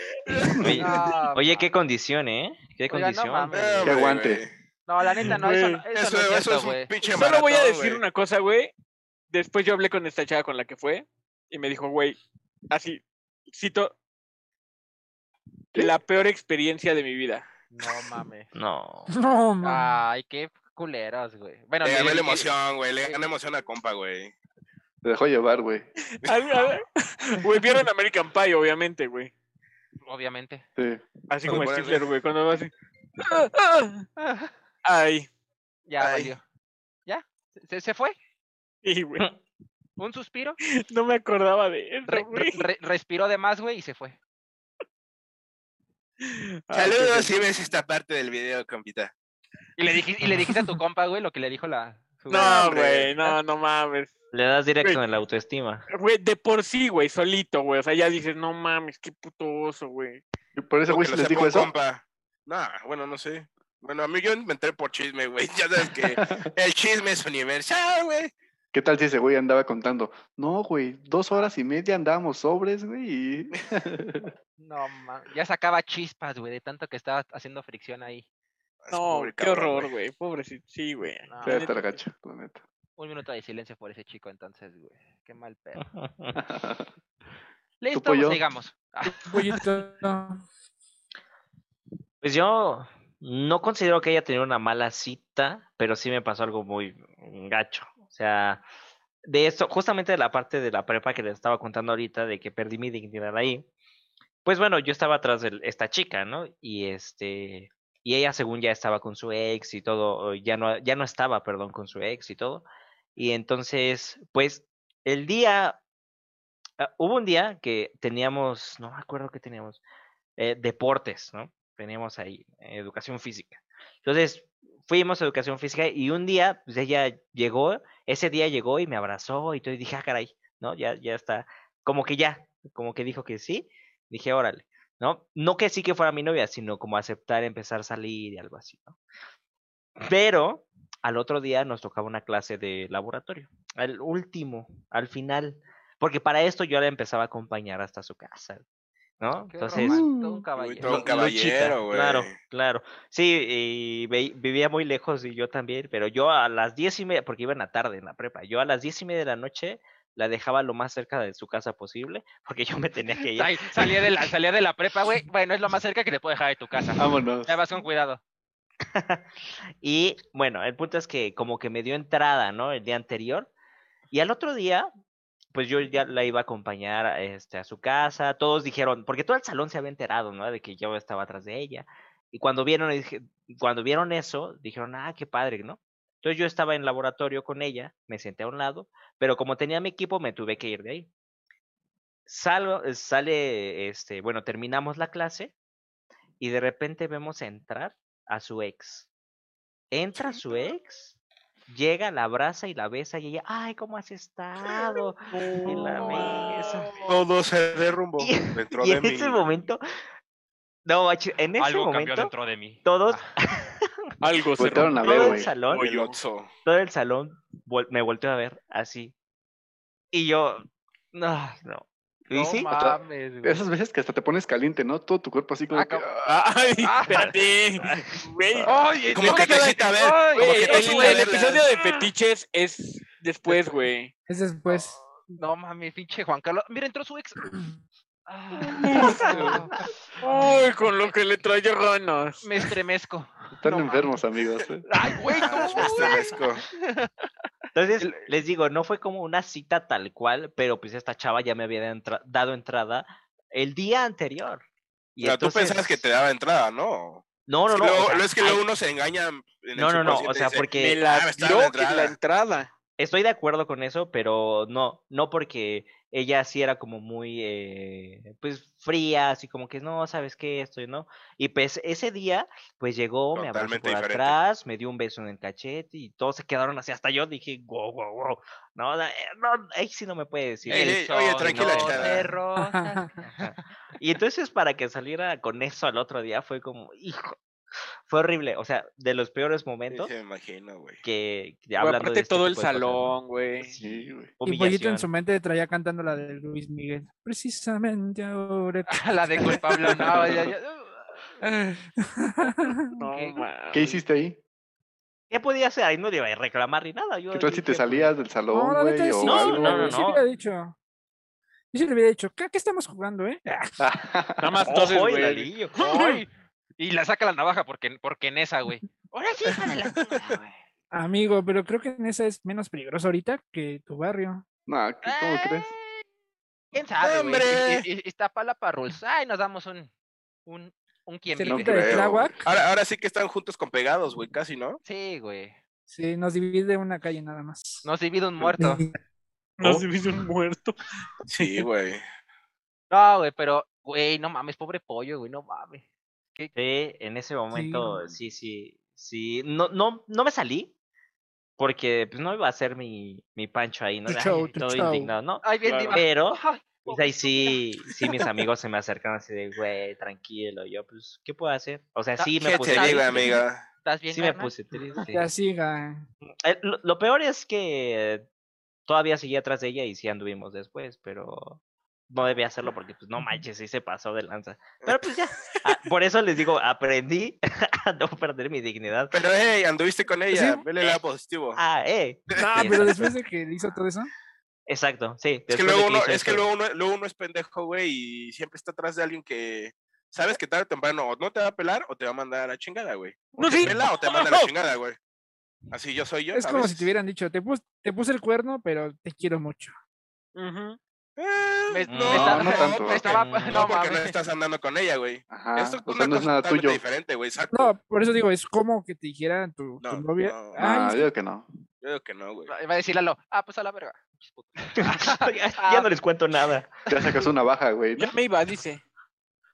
[SPEAKER 5] Oye,
[SPEAKER 1] No,
[SPEAKER 5] oye, qué
[SPEAKER 1] mames.
[SPEAKER 5] condición, ¿eh? Qué
[SPEAKER 1] Oiga, no
[SPEAKER 5] condición.
[SPEAKER 1] mames.
[SPEAKER 2] No,
[SPEAKER 4] Que
[SPEAKER 2] hombre,
[SPEAKER 4] aguante.
[SPEAKER 2] Ah, güey.
[SPEAKER 1] No, la neta no, eso, no- eso,
[SPEAKER 2] Eso,
[SPEAKER 1] no es
[SPEAKER 2] eso
[SPEAKER 1] cierto,
[SPEAKER 2] es un
[SPEAKER 1] güey.
[SPEAKER 2] pinche
[SPEAKER 3] Solo voy a
[SPEAKER 2] maratón,
[SPEAKER 3] decir
[SPEAKER 2] güey.
[SPEAKER 3] una cosa, güey. Después yo hablé con esta chava con la que fue y me dijo, güey, así, cito, la peor experiencia de mi vida.
[SPEAKER 1] No mames.
[SPEAKER 5] No.
[SPEAKER 6] No, mames.
[SPEAKER 2] Ah.
[SPEAKER 1] Ay, qué culeros, güey. Bueno,
[SPEAKER 2] Le
[SPEAKER 1] ni-
[SPEAKER 2] gané la
[SPEAKER 1] ni-
[SPEAKER 2] emoción, güey. Le gané emoción al compa, güey.
[SPEAKER 4] Te dejó llevar, güey.
[SPEAKER 3] Al- al- Güey, vieron American Pie, obviamente, güey.
[SPEAKER 1] Obviamente.
[SPEAKER 4] Sí.
[SPEAKER 3] Así
[SPEAKER 2] Muy
[SPEAKER 3] como
[SPEAKER 2] buena,
[SPEAKER 3] Stifler,
[SPEAKER 2] güey.
[SPEAKER 3] güey, cuando va así. "Ah, ah". Ay,
[SPEAKER 1] Ya
[SPEAKER 2] Ay.
[SPEAKER 1] valió. Ya. Se, se fue.
[SPEAKER 3] sí, güey.
[SPEAKER 1] Un suspiro.
[SPEAKER 3] No me acordaba de
[SPEAKER 1] re-
[SPEAKER 3] eso,
[SPEAKER 1] re-
[SPEAKER 3] güey.
[SPEAKER 1] re- respiró de más, güey, y se fue.
[SPEAKER 2] Ah,
[SPEAKER 3] Ay,
[SPEAKER 2] Saludos si ves esta parte del video, compita.
[SPEAKER 1] Y le, dijiste, y le dijiste a tu compa, güey, lo que le dijo la. su-
[SPEAKER 3] No,
[SPEAKER 2] hombre.
[SPEAKER 3] güey, no, no mames.
[SPEAKER 5] Le das directo
[SPEAKER 3] Güey.
[SPEAKER 5] en la autoestima.
[SPEAKER 3] Güey, de por sí, güey, solito, güey. O sea, ya dices, no mames, qué puto oso, güey.
[SPEAKER 4] Y por eso,
[SPEAKER 2] Lo
[SPEAKER 4] güey,
[SPEAKER 2] que le
[SPEAKER 4] si les
[SPEAKER 2] sacó
[SPEAKER 4] dijo
[SPEAKER 2] un
[SPEAKER 4] eso.
[SPEAKER 2] compa. Nah, bueno, no sé. Bueno, a mí yo me enteré por chisme, güey. Ya sabes que el chisme es universal, güey.
[SPEAKER 4] ¿Qué tal si ese güey andaba contando? No, güey, dos horas y media andábamos sobres, güey. y-
[SPEAKER 1] No, ma- ya sacaba chispas, güey, de tanto que estaba haciendo fricción ahí.
[SPEAKER 3] No,
[SPEAKER 2] Pobre
[SPEAKER 3] qué
[SPEAKER 2] cabrón,
[SPEAKER 3] horror, güey. Pobrecito, sí, güey.
[SPEAKER 1] No,
[SPEAKER 4] Sí, hasta la gacho, la neta.
[SPEAKER 1] un minuto de silencio por ese chico, entonces, güey. Qué mal pedo.
[SPEAKER 4] ¿Tú,
[SPEAKER 1] Listo,
[SPEAKER 4] pollo?
[SPEAKER 1] pues, digamos. Ah,
[SPEAKER 6] Pollito, no.
[SPEAKER 5] Pues yo no considero que haya tenido una mala cita, pero sí me pasó algo muy gacho. O sea, de esto, justamente de la parte de la prepa que les estaba contando ahorita, de que perdí mi dignidad ahí. Pues bueno, yo estaba atrás de esta chica, ¿no? Y este, y ella según ya estaba con su ex y todo, o ya no, ya no estaba, perdón, con su ex y todo. Y entonces, pues, el día, ah, hubo un día que teníamos, no me acuerdo qué teníamos, eh, deportes, ¿no? teníamos ahí, eh, educación física. Entonces, fuimos a educación física y un día, pues ella llegó, ese día llegó y me abrazó y todo, y dije, ah, caray, ¿no? Ya, ya está, como que ya, como que dijo que sí, dije, órale, ¿no? No que sí que fuera mi novia, sino como aceptar empezar a salir y algo así, ¿no? Pero al otro día nos tocaba una clase de laboratorio, al último, al final, porque para esto yo la empezaba a acompañar hasta su casa, ¿no?
[SPEAKER 1] qué
[SPEAKER 5] Entonces,
[SPEAKER 1] romántico, un
[SPEAKER 2] Uy,
[SPEAKER 1] caballero.
[SPEAKER 2] todo un
[SPEAKER 5] Luchita,
[SPEAKER 2] caballero, güey.
[SPEAKER 5] Claro, claro. Sí, y ve- vivía muy lejos y yo también, pero yo a las diez y media, porque iba en la tarde en la prepa, yo a las diez y media de la noche la dejaba lo más cerca de su casa posible, porque yo me tenía que ir.
[SPEAKER 1] Ay, salía, de la, salía de la prepa, güey. Bueno, es lo más cerca que te puedo dejar de tu casa.
[SPEAKER 4] Vámonos.
[SPEAKER 1] Ya vas con cuidado.
[SPEAKER 5] Y bueno, el punto es que como que me dio entrada, ¿no? El día anterior. Y al otro día, pues yo ya la iba a acompañar a, este, a su casa. Todos dijeron, porque todo el salón se había enterado, ¿no? De que yo estaba atrás de ella. Y cuando vieron, dije- cuando vieron eso, dijeron, ah, qué padre, ¿no? Entonces yo estaba en laboratorio con ella, me senté a un lado, pero como tenía mi equipo, me tuve que ir de ahí. salgo, eh, sale, este, bueno, terminamos la clase y de repente vemos entrar a su ex. Entra su ex, llega, la abraza y la besa y ella, ay, ¿cómo has estado? En la mesa.
[SPEAKER 2] Todo se derrumbó
[SPEAKER 5] Y-
[SPEAKER 2] dentro
[SPEAKER 5] Y
[SPEAKER 2] de
[SPEAKER 5] en
[SPEAKER 2] mí.
[SPEAKER 5] ese momento, no, macho, en ese
[SPEAKER 7] Algo cambió
[SPEAKER 5] momento,
[SPEAKER 7] dentro de mí.
[SPEAKER 5] todos,
[SPEAKER 3] Algo se
[SPEAKER 4] Voltearon a
[SPEAKER 3] rompió.
[SPEAKER 4] ver,
[SPEAKER 5] todo el
[SPEAKER 4] güey.
[SPEAKER 5] salón,
[SPEAKER 2] Goyotso.
[SPEAKER 5] todo el salón vol- me volteó a ver así. Y yo, no, no. ¿Y sí?
[SPEAKER 4] o sea,
[SPEAKER 3] mames, güey.
[SPEAKER 4] Esas veces que hasta te pones caliente, ¿no? Todo tu cuerpo así como.
[SPEAKER 1] Ah,
[SPEAKER 4] que,
[SPEAKER 1] cabrón.
[SPEAKER 4] ah,
[SPEAKER 3] Ay, espérate. Güey,
[SPEAKER 1] Oye,
[SPEAKER 2] Como que te excita ver, como
[SPEAKER 3] güey,
[SPEAKER 2] que te
[SPEAKER 3] el,
[SPEAKER 2] excita
[SPEAKER 3] el
[SPEAKER 2] ver las-
[SPEAKER 3] episodio de fetiches es después, güey.
[SPEAKER 6] Es después.
[SPEAKER 1] No mames, pinche Juan Carlos. Mira, entró su ex. Ah,
[SPEAKER 3] Ay, con lo que le trae ganas.
[SPEAKER 1] me estremezco.
[SPEAKER 4] "Ah, Están
[SPEAKER 1] No,
[SPEAKER 4] enfermos, amigos. eh.
[SPEAKER 1] Ay, güey, no,
[SPEAKER 2] Me
[SPEAKER 1] güey.
[SPEAKER 2] estremezco.
[SPEAKER 5] Entonces, les digo, no fue como una cita tal cual, pero pues esta chava ya me había de entra- dado entrada el día anterior.
[SPEAKER 2] O sea, tú pensabas que te daba entrada, ¿no?
[SPEAKER 5] No,
[SPEAKER 2] Es que
[SPEAKER 5] no, no. o
[SPEAKER 2] luego-
[SPEAKER 5] sea,
[SPEAKER 2] no es que luego
[SPEAKER 5] ay,
[SPEAKER 2] uno se engaña. en el
[SPEAKER 5] No, no, no. O
[SPEAKER 2] subconsciente y
[SPEAKER 5] sea,
[SPEAKER 2] dice,
[SPEAKER 5] porque
[SPEAKER 3] Me la
[SPEAKER 2] Ah, me estaba
[SPEAKER 3] dio
[SPEAKER 2] de
[SPEAKER 3] en la
[SPEAKER 2] entrada.
[SPEAKER 3] entrada.
[SPEAKER 5] estoy de acuerdo con eso, pero no, no porque ella sí era como muy, eh, pues, fría, así como que, no, ¿sabes qué? Esto y no. Y pues ese día, pues llegó, me abrazó por
[SPEAKER 2] Totalmente diferente.
[SPEAKER 5] atrás, me dio un beso en el cachete y todos se quedaron así. Hasta yo dije, wow, wow, wow. No, no, eh, no, ahí sí no me puede decir.
[SPEAKER 2] Ey,
[SPEAKER 5] el
[SPEAKER 2] ey, oye,
[SPEAKER 5] sol
[SPEAKER 2] tranquila,
[SPEAKER 5] no
[SPEAKER 2] chava.
[SPEAKER 5] se rosa. Y entonces para que saliera con eso al otro día fue como, hijo, fue horrible. O sea, de los peores
[SPEAKER 2] Sí,
[SPEAKER 5] momentos
[SPEAKER 2] sí, me imagino, güey.
[SPEAKER 5] que
[SPEAKER 3] Güey,
[SPEAKER 5] hablando
[SPEAKER 3] aparte
[SPEAKER 5] de este
[SPEAKER 3] todo el
[SPEAKER 5] tipo de cosas, ¿no?
[SPEAKER 3] salón, güey.
[SPEAKER 4] Sí, güey.
[SPEAKER 6] Y Pollito en
[SPEAKER 5] Humillación.
[SPEAKER 6] su mente traía cantando la de Luis Miguel. Precisamente ahora.
[SPEAKER 1] Ah, La de con Pablo Nava. ya, ya.
[SPEAKER 3] No,
[SPEAKER 1] ¿Qué?
[SPEAKER 3] mames.
[SPEAKER 4] ¿Qué hiciste ahí?
[SPEAKER 5] ¿Qué podía hacer? Ahí no le iba a reclamar ni nada. Yo
[SPEAKER 4] ¿Qué tal si te
[SPEAKER 5] dije, pues,
[SPEAKER 4] salías del salón,
[SPEAKER 6] No, la
[SPEAKER 4] güey?
[SPEAKER 6] neta
[SPEAKER 4] o
[SPEAKER 6] sí.
[SPEAKER 5] No,
[SPEAKER 4] algo,
[SPEAKER 5] no,
[SPEAKER 4] güey?
[SPEAKER 5] no,
[SPEAKER 6] Yo sí le hubiera dicho. Yo sí le hubiera dicho, ¿qué, qué estamos jugando, eh?
[SPEAKER 3] Nada más
[SPEAKER 5] pues, Ojo
[SPEAKER 3] entonces,
[SPEAKER 5] y la
[SPEAKER 3] güey.
[SPEAKER 5] lillo.
[SPEAKER 1] Ay, Y la saca la navaja porque, porque en esa, güey. Ahora sí, hija de la chingada, güey.
[SPEAKER 6] Amigo, pero creo que en esa es menos peligroso ahorita que tu barrio.
[SPEAKER 4] No, ¿qué- ¿cómo crees?
[SPEAKER 1] ¿Quién sabe, güey?
[SPEAKER 2] ¡Hombre!
[SPEAKER 1] Y- y- y- Está para la parrulsa y nos damos un, un, un quien
[SPEAKER 6] Cerquita
[SPEAKER 1] vive.
[SPEAKER 6] de
[SPEAKER 2] creo.
[SPEAKER 6] Tláhuac,
[SPEAKER 2] Ahora, ahora sí que están juntos con pegados, güey, casi, ¿no?
[SPEAKER 1] Sí, güey.
[SPEAKER 6] sí, nos divide una calle nada más.
[SPEAKER 1] Nos divide un muerto.
[SPEAKER 3] Nos divide un muerto.
[SPEAKER 2] Sí, güey.
[SPEAKER 1] No, güey, pero, güey, no mames, pobre pollo, güey, no mames.
[SPEAKER 5] Sí, en ese momento,
[SPEAKER 6] mames.
[SPEAKER 5] sí, sí, sí. No, no, no me salí. Porque pues no iba a ser mi, mi pancho ahí, ¿no?
[SPEAKER 6] Tu
[SPEAKER 5] Ay,
[SPEAKER 6] show, tu
[SPEAKER 5] todo
[SPEAKER 6] show.
[SPEAKER 5] indignado, ¿no?
[SPEAKER 1] Ay, bien,
[SPEAKER 3] Claro.
[SPEAKER 1] diva.
[SPEAKER 5] Pero,
[SPEAKER 1] Ay,
[SPEAKER 5] pues, ahí sí, sí mis amigos se me acercaron así de, güey, tranquilo. Yo, pues, ¿qué puedo hacer? O sea,
[SPEAKER 1] Ta-
[SPEAKER 5] sí me
[SPEAKER 2] ¿Qué
[SPEAKER 5] puse
[SPEAKER 2] te digo,
[SPEAKER 5] triste,
[SPEAKER 2] amiga?
[SPEAKER 1] ¿Estás bien,
[SPEAKER 5] Sí me
[SPEAKER 1] carnal?
[SPEAKER 5] puse triste.
[SPEAKER 6] Ya siga.
[SPEAKER 5] Eh, Lo, lo peor es que todavía seguía atrás de ella y sí anduvimos después, pero no debía hacerlo porque, pues, no manches, sí se pasó de lanza. Pero, pues, ya. Ah, por eso les digo, aprendí a no perder mi dignidad.
[SPEAKER 2] Pero, hey, anduviste con ella.
[SPEAKER 6] Sí.
[SPEAKER 2] Vele la positivo.
[SPEAKER 5] "Pues Ah, eh.
[SPEAKER 6] No,
[SPEAKER 5] Sí,
[SPEAKER 6] pero
[SPEAKER 5] exacto,
[SPEAKER 6] después de que hizo todo eso,
[SPEAKER 5] Exacto, sí.
[SPEAKER 2] Es que,
[SPEAKER 5] después de
[SPEAKER 2] luego uno,
[SPEAKER 5] hizo
[SPEAKER 2] es que
[SPEAKER 5] esto.
[SPEAKER 2] luego, uno, luego uno es pendejo, güey, y siempre está atrás de alguien que sabes que tarde o temprano o no te va a pelar o te va a mandar a la chingada, güey. O
[SPEAKER 3] No,
[SPEAKER 2] te
[SPEAKER 3] sí.
[SPEAKER 2] pela o te manda a la chingada, güey. Así yo soy yo.
[SPEAKER 6] es
[SPEAKER 2] a
[SPEAKER 6] como si
[SPEAKER 2] veces.
[SPEAKER 6] te hubieran dicho, te, pus- te puse el cuerno, pero te quiero mucho.
[SPEAKER 3] Ujú.
[SPEAKER 2] Eh,
[SPEAKER 1] Me,
[SPEAKER 5] No,
[SPEAKER 1] me estaba,
[SPEAKER 4] no tanto,
[SPEAKER 1] me estaba-
[SPEAKER 5] porque-
[SPEAKER 1] no,
[SPEAKER 2] No, porque no
[SPEAKER 1] mames.
[SPEAKER 2] estás andando con ella, güey.
[SPEAKER 4] Ajá.
[SPEAKER 2] Esto es
[SPEAKER 4] o
[SPEAKER 2] una
[SPEAKER 4] sea, no es
[SPEAKER 2] cosa
[SPEAKER 4] nada
[SPEAKER 2] totalmente
[SPEAKER 4] tuyo.
[SPEAKER 2] diferente, güey. Exacto.
[SPEAKER 6] No, por eso digo, es como que te dijera tu, tu
[SPEAKER 2] No,
[SPEAKER 6] novia.
[SPEAKER 2] no.
[SPEAKER 6] "Ay,
[SPEAKER 4] No,
[SPEAKER 6] es
[SPEAKER 4] yo digo que no.
[SPEAKER 2] Yo digo que no, güey.
[SPEAKER 1] Va a decir Lalo, ah, pues a la verga. pinches putos.
[SPEAKER 5] ya, ya
[SPEAKER 2] Ah.
[SPEAKER 5] no les cuento nada.
[SPEAKER 4] Ya sacas una baja, güey. ¿no?
[SPEAKER 3] Ya me iba, dice.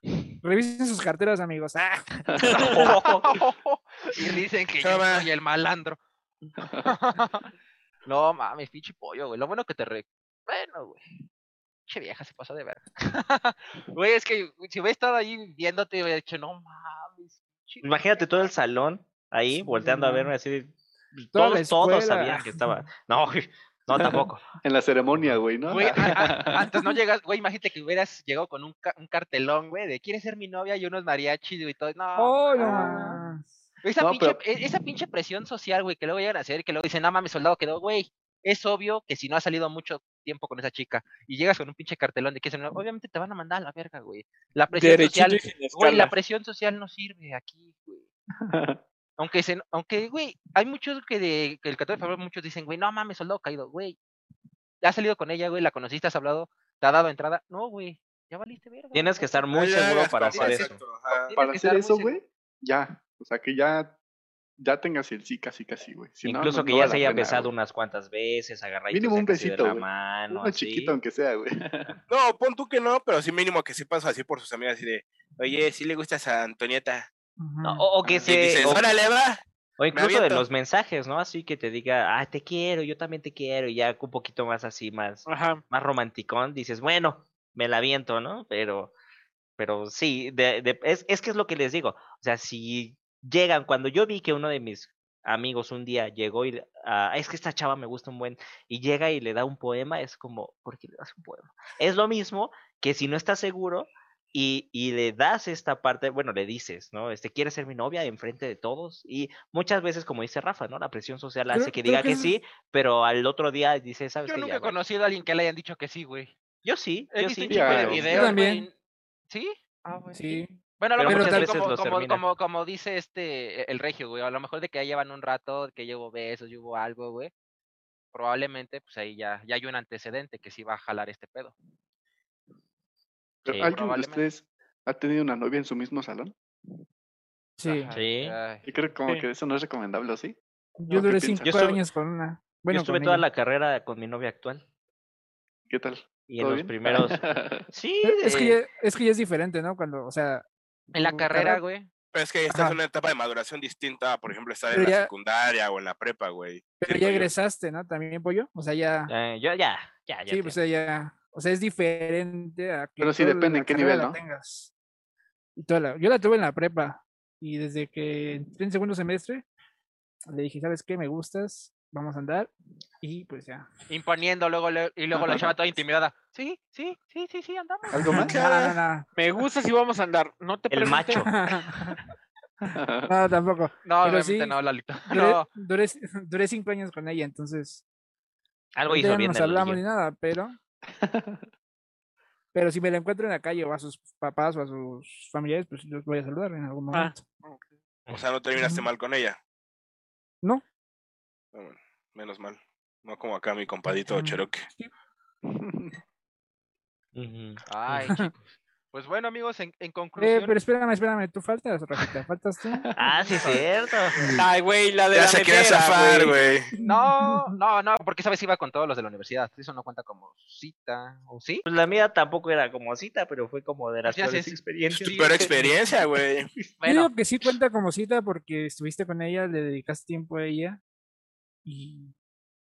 [SPEAKER 6] que- Revisen sus carteras, amigos. Ah,
[SPEAKER 1] y dicen que yo
[SPEAKER 2] Chava.
[SPEAKER 1] soy el malandro. no mames, pinche pollo, güey. Lo bueno que te re... Bueno, güey. Che vieja se pasó de verga. Güey, es que si hubiera estado ahí viéndote, hubiera dicho, no mames. pinche
[SPEAKER 5] Imagínate todo el salón ahí
[SPEAKER 6] Sí,
[SPEAKER 5] volteando a
[SPEAKER 6] no.
[SPEAKER 5] verme así. de-
[SPEAKER 6] Toda la
[SPEAKER 5] Todos, todos
[SPEAKER 6] escuela.
[SPEAKER 5] sabían que estaba. No, no tampoco.
[SPEAKER 4] En la ceremonia, güey, ¿no?
[SPEAKER 1] Güey, a- a- antes no llegas, güey, imagínate que hubieras llegado con un, ca- un cartelón, güey, de quieres ser mi novia y unos mariachis y todo. No,
[SPEAKER 6] oh, hola.
[SPEAKER 1] esa,
[SPEAKER 4] No,
[SPEAKER 1] pinche,
[SPEAKER 4] pero-
[SPEAKER 1] e- esa pinche presión social, güey, que luego llegan a hacer, que luego dicen, no mames, soldado quedó, güey. Es obvio que si no has salido mucho tiempo con esa chica y llegas con un pinche cartelón de que es obviamente te van a mandar a la verga, güey. La presión
[SPEAKER 3] Derechito
[SPEAKER 1] social,
[SPEAKER 3] y sin
[SPEAKER 1] güey, la
[SPEAKER 3] escala.
[SPEAKER 1] presión social no sirve aquí, güey. Aunque, se, aunque, güey, hay muchos que, de, que el 14 de febrero muchos dicen, güey, no mames, soldado caído, güey. Has salido con ella, güey, la conociste, has hablado, te ha dado entrada. No, güey, ya valiste verga.
[SPEAKER 5] Tienes que estar muy
[SPEAKER 2] No le
[SPEAKER 5] seguro
[SPEAKER 2] hagas
[SPEAKER 5] para
[SPEAKER 2] como-
[SPEAKER 5] hacer eso.
[SPEAKER 2] exacto, ajá.
[SPEAKER 1] Tienes
[SPEAKER 4] Para
[SPEAKER 1] que
[SPEAKER 4] hacer
[SPEAKER 1] estar muy
[SPEAKER 4] eso,
[SPEAKER 1] seguro.
[SPEAKER 4] güey, ya. O sea, que ya ya tengas el sí, casi, casi, güey. Si no,
[SPEAKER 5] Incluso
[SPEAKER 4] no-
[SPEAKER 5] que
[SPEAKER 4] no
[SPEAKER 5] ya
[SPEAKER 4] vale
[SPEAKER 5] se
[SPEAKER 4] la
[SPEAKER 5] haya
[SPEAKER 4] pena,
[SPEAKER 5] besado
[SPEAKER 4] güey.
[SPEAKER 5] unas cuantas veces, agarraditos
[SPEAKER 4] Mínimo
[SPEAKER 5] ya
[SPEAKER 4] un
[SPEAKER 5] casi de
[SPEAKER 4] besito,
[SPEAKER 5] la
[SPEAKER 4] güey.
[SPEAKER 5] mano,
[SPEAKER 4] Uno
[SPEAKER 5] así.
[SPEAKER 4] chiquito aunque sea, güey.
[SPEAKER 2] No, pon tú que no, pero sí mínimo que sepas así por sus amigas, así de, oye, sí le gustas a Antonieta.
[SPEAKER 5] No,
[SPEAKER 1] oh,
[SPEAKER 5] o, o que
[SPEAKER 2] Y
[SPEAKER 5] se.
[SPEAKER 2] Ah, dices,
[SPEAKER 5] o-
[SPEAKER 2] órale, va.
[SPEAKER 5] O incluso de
[SPEAKER 2] aviento.
[SPEAKER 5] los mensajes, ¿no? Así que te diga, ah, te quiero, yo también te quiero, y ya un poquito más así, más,
[SPEAKER 3] Ajá.
[SPEAKER 5] más romanticón, dices, bueno, me la viento, ¿no? Pero, pero sí, de, de- es, es que es lo que les digo. O sea, si llegan, cuando yo vi que uno de mis amigos un día llegó y, le- ah, es que esta chava me gusta un buen, y llega y le da un poema, es como, ¿por qué le das un poema? Es lo mismo que si no estás seguro y, y le das esta parte, bueno, le dices, ¿no? Este, ¿quieres ser mi novia enfrente de todos? Y muchas veces, como dice Rafa, ¿no? La presión social hace
[SPEAKER 6] Creo-
[SPEAKER 5] que
[SPEAKER 6] creo
[SPEAKER 5] diga
[SPEAKER 6] que
[SPEAKER 5] que,
[SPEAKER 6] eso es-
[SPEAKER 5] sí, pero al otro día dice, ¿sabes
[SPEAKER 1] Yo
[SPEAKER 5] qué? Ya,
[SPEAKER 1] nunca he
[SPEAKER 5] bye".
[SPEAKER 1] conocido a alguien que le hayan dicho que sí, güey.
[SPEAKER 5] Yo sí,
[SPEAKER 1] He
[SPEAKER 5] yo
[SPEAKER 1] visto
[SPEAKER 5] sí.
[SPEAKER 1] un chingo de
[SPEAKER 4] claro. Yo
[SPEAKER 1] videos,
[SPEAKER 6] también.
[SPEAKER 1] güey. ¿Sí? Ah, güey.
[SPEAKER 6] Sí.
[SPEAKER 1] Bueno, a lo
[SPEAKER 5] Pero
[SPEAKER 1] mejor
[SPEAKER 6] muchas
[SPEAKER 1] sí,
[SPEAKER 6] veces
[SPEAKER 1] como,
[SPEAKER 5] los
[SPEAKER 1] como,
[SPEAKER 5] terminan.
[SPEAKER 1] como, como dice este eh, el regio, güey. A lo mejor de que ya llevan un rato, que llevo besos, yo hubo algo, güey. Probablemente, pues ahí ya, ya hay un antecedente que sí va a jalar este pedo.
[SPEAKER 5] Sí,
[SPEAKER 4] Pero ¿Alguien de
[SPEAKER 1] probablemente.
[SPEAKER 4] ustedes ha tenido una novia en su mismo salón?
[SPEAKER 6] Sí.
[SPEAKER 1] Ajá,
[SPEAKER 5] Sí.
[SPEAKER 1] ay.
[SPEAKER 4] Yo creo que como
[SPEAKER 3] Sí.
[SPEAKER 4] que eso no es recomendable, ¿o sí?
[SPEAKER 6] Yo
[SPEAKER 4] ¿O qué
[SPEAKER 6] duré
[SPEAKER 4] piensas?
[SPEAKER 6] cinco
[SPEAKER 5] Yo estuve-
[SPEAKER 6] años con una.
[SPEAKER 5] Yo
[SPEAKER 6] Bueno,
[SPEAKER 5] estuve
[SPEAKER 6] con
[SPEAKER 5] toda
[SPEAKER 6] ella.
[SPEAKER 5] la carrera con mi novia actual.
[SPEAKER 4] ¿Qué tal?
[SPEAKER 5] Y en
[SPEAKER 4] ¿Todo
[SPEAKER 5] los
[SPEAKER 4] bien?
[SPEAKER 5] primeros. Sí,
[SPEAKER 6] Es que,
[SPEAKER 5] eh,
[SPEAKER 6] ya- es que ya es diferente, ¿no? Cuando, o sea.
[SPEAKER 1] En la
[SPEAKER 6] tu
[SPEAKER 1] carrera, güey.
[SPEAKER 2] Pero es que estás
[SPEAKER 6] Ajá.
[SPEAKER 2] en una etapa de maduración distinta, por ejemplo, estar en
[SPEAKER 6] Pero
[SPEAKER 2] la
[SPEAKER 6] ya-
[SPEAKER 2] secundaria o en la prepa, güey.
[SPEAKER 6] Pero
[SPEAKER 2] Siento
[SPEAKER 6] ya
[SPEAKER 2] yo.
[SPEAKER 6] egresaste, ¿no? También, pollo. O sea, ya.
[SPEAKER 5] eh, yo ya, ya, ya.
[SPEAKER 6] sí, pues o sea, ya. O sea, es diferente a que
[SPEAKER 4] Pero sí
[SPEAKER 6] toda
[SPEAKER 4] depende
[SPEAKER 6] la
[SPEAKER 4] en qué
[SPEAKER 6] carrera
[SPEAKER 4] nivel,
[SPEAKER 6] la
[SPEAKER 4] ¿no?
[SPEAKER 6] tengas. Y toda la- yo la tuve en la prepa. Y desde que entré en segundo semestre, le dije, ¿sabes qué? Me gustas, vamos a andar. Y pues ya.
[SPEAKER 1] Imponiendo, luego, le- y luego la chava toda intimidada. Sí, sí, sí, sí, sí, andamos.
[SPEAKER 4] ¿Algo
[SPEAKER 6] No,
[SPEAKER 4] más?
[SPEAKER 6] no, no.
[SPEAKER 3] Me gusta si vamos a andar. No te
[SPEAKER 5] El
[SPEAKER 3] pregunté.
[SPEAKER 5] macho.
[SPEAKER 6] No, tampoco.
[SPEAKER 1] No,
[SPEAKER 6] Pero
[SPEAKER 1] obviamente
[SPEAKER 6] sí,
[SPEAKER 1] no, Lalito.
[SPEAKER 4] Ah,
[SPEAKER 6] Duré,
[SPEAKER 1] No,
[SPEAKER 6] duré, duré cinco años con ella, entonces.
[SPEAKER 5] Algo
[SPEAKER 6] ahorita
[SPEAKER 5] hizo
[SPEAKER 6] ya no
[SPEAKER 5] bien.
[SPEAKER 6] nos
[SPEAKER 5] el
[SPEAKER 6] hablamos ni
[SPEAKER 5] Lillo.
[SPEAKER 6] nada, pero. Pero si me la encuentro en la calle o a sus papás o a sus familiares, pues los voy a saludar en algún
[SPEAKER 3] Ah.
[SPEAKER 6] momento.
[SPEAKER 2] O sea, no terminaste
[SPEAKER 6] Ujú.
[SPEAKER 2] mal con ella.
[SPEAKER 6] No.
[SPEAKER 2] Ah, bueno, Menos mal. No como acá mi compadito
[SPEAKER 6] Ujú.
[SPEAKER 2] Cherokee.
[SPEAKER 5] Ujú.
[SPEAKER 1] Ay, chicos. Pues bueno, amigos, en, en
[SPEAKER 6] Eh,
[SPEAKER 1] conclusión.
[SPEAKER 6] pero espérame, espérame, tú faltas, Rafita, faltas tú.
[SPEAKER 5] Ah, sí, cierto.
[SPEAKER 3] Ay, güey, la de
[SPEAKER 2] Ya
[SPEAKER 3] la
[SPEAKER 2] se quiere
[SPEAKER 3] metera,
[SPEAKER 2] zafar,
[SPEAKER 3] güey.
[SPEAKER 2] güey.
[SPEAKER 1] No, no, no, porque esa vez iba con todos los de la universidad. Eso no cuenta como cita, ¿o sí?
[SPEAKER 5] Pues la mía tampoco era como cita, pero fue como de las
[SPEAKER 1] Ya sé,
[SPEAKER 5] peores
[SPEAKER 1] sí.
[SPEAKER 2] Es
[SPEAKER 5] experiencias.
[SPEAKER 2] tu peor experiencia, güey.
[SPEAKER 6] Yo
[SPEAKER 1] Pues, Bueno,
[SPEAKER 6] digo que sí cuenta como cita porque estuviste con ella, le dedicaste tiempo a ella. Y.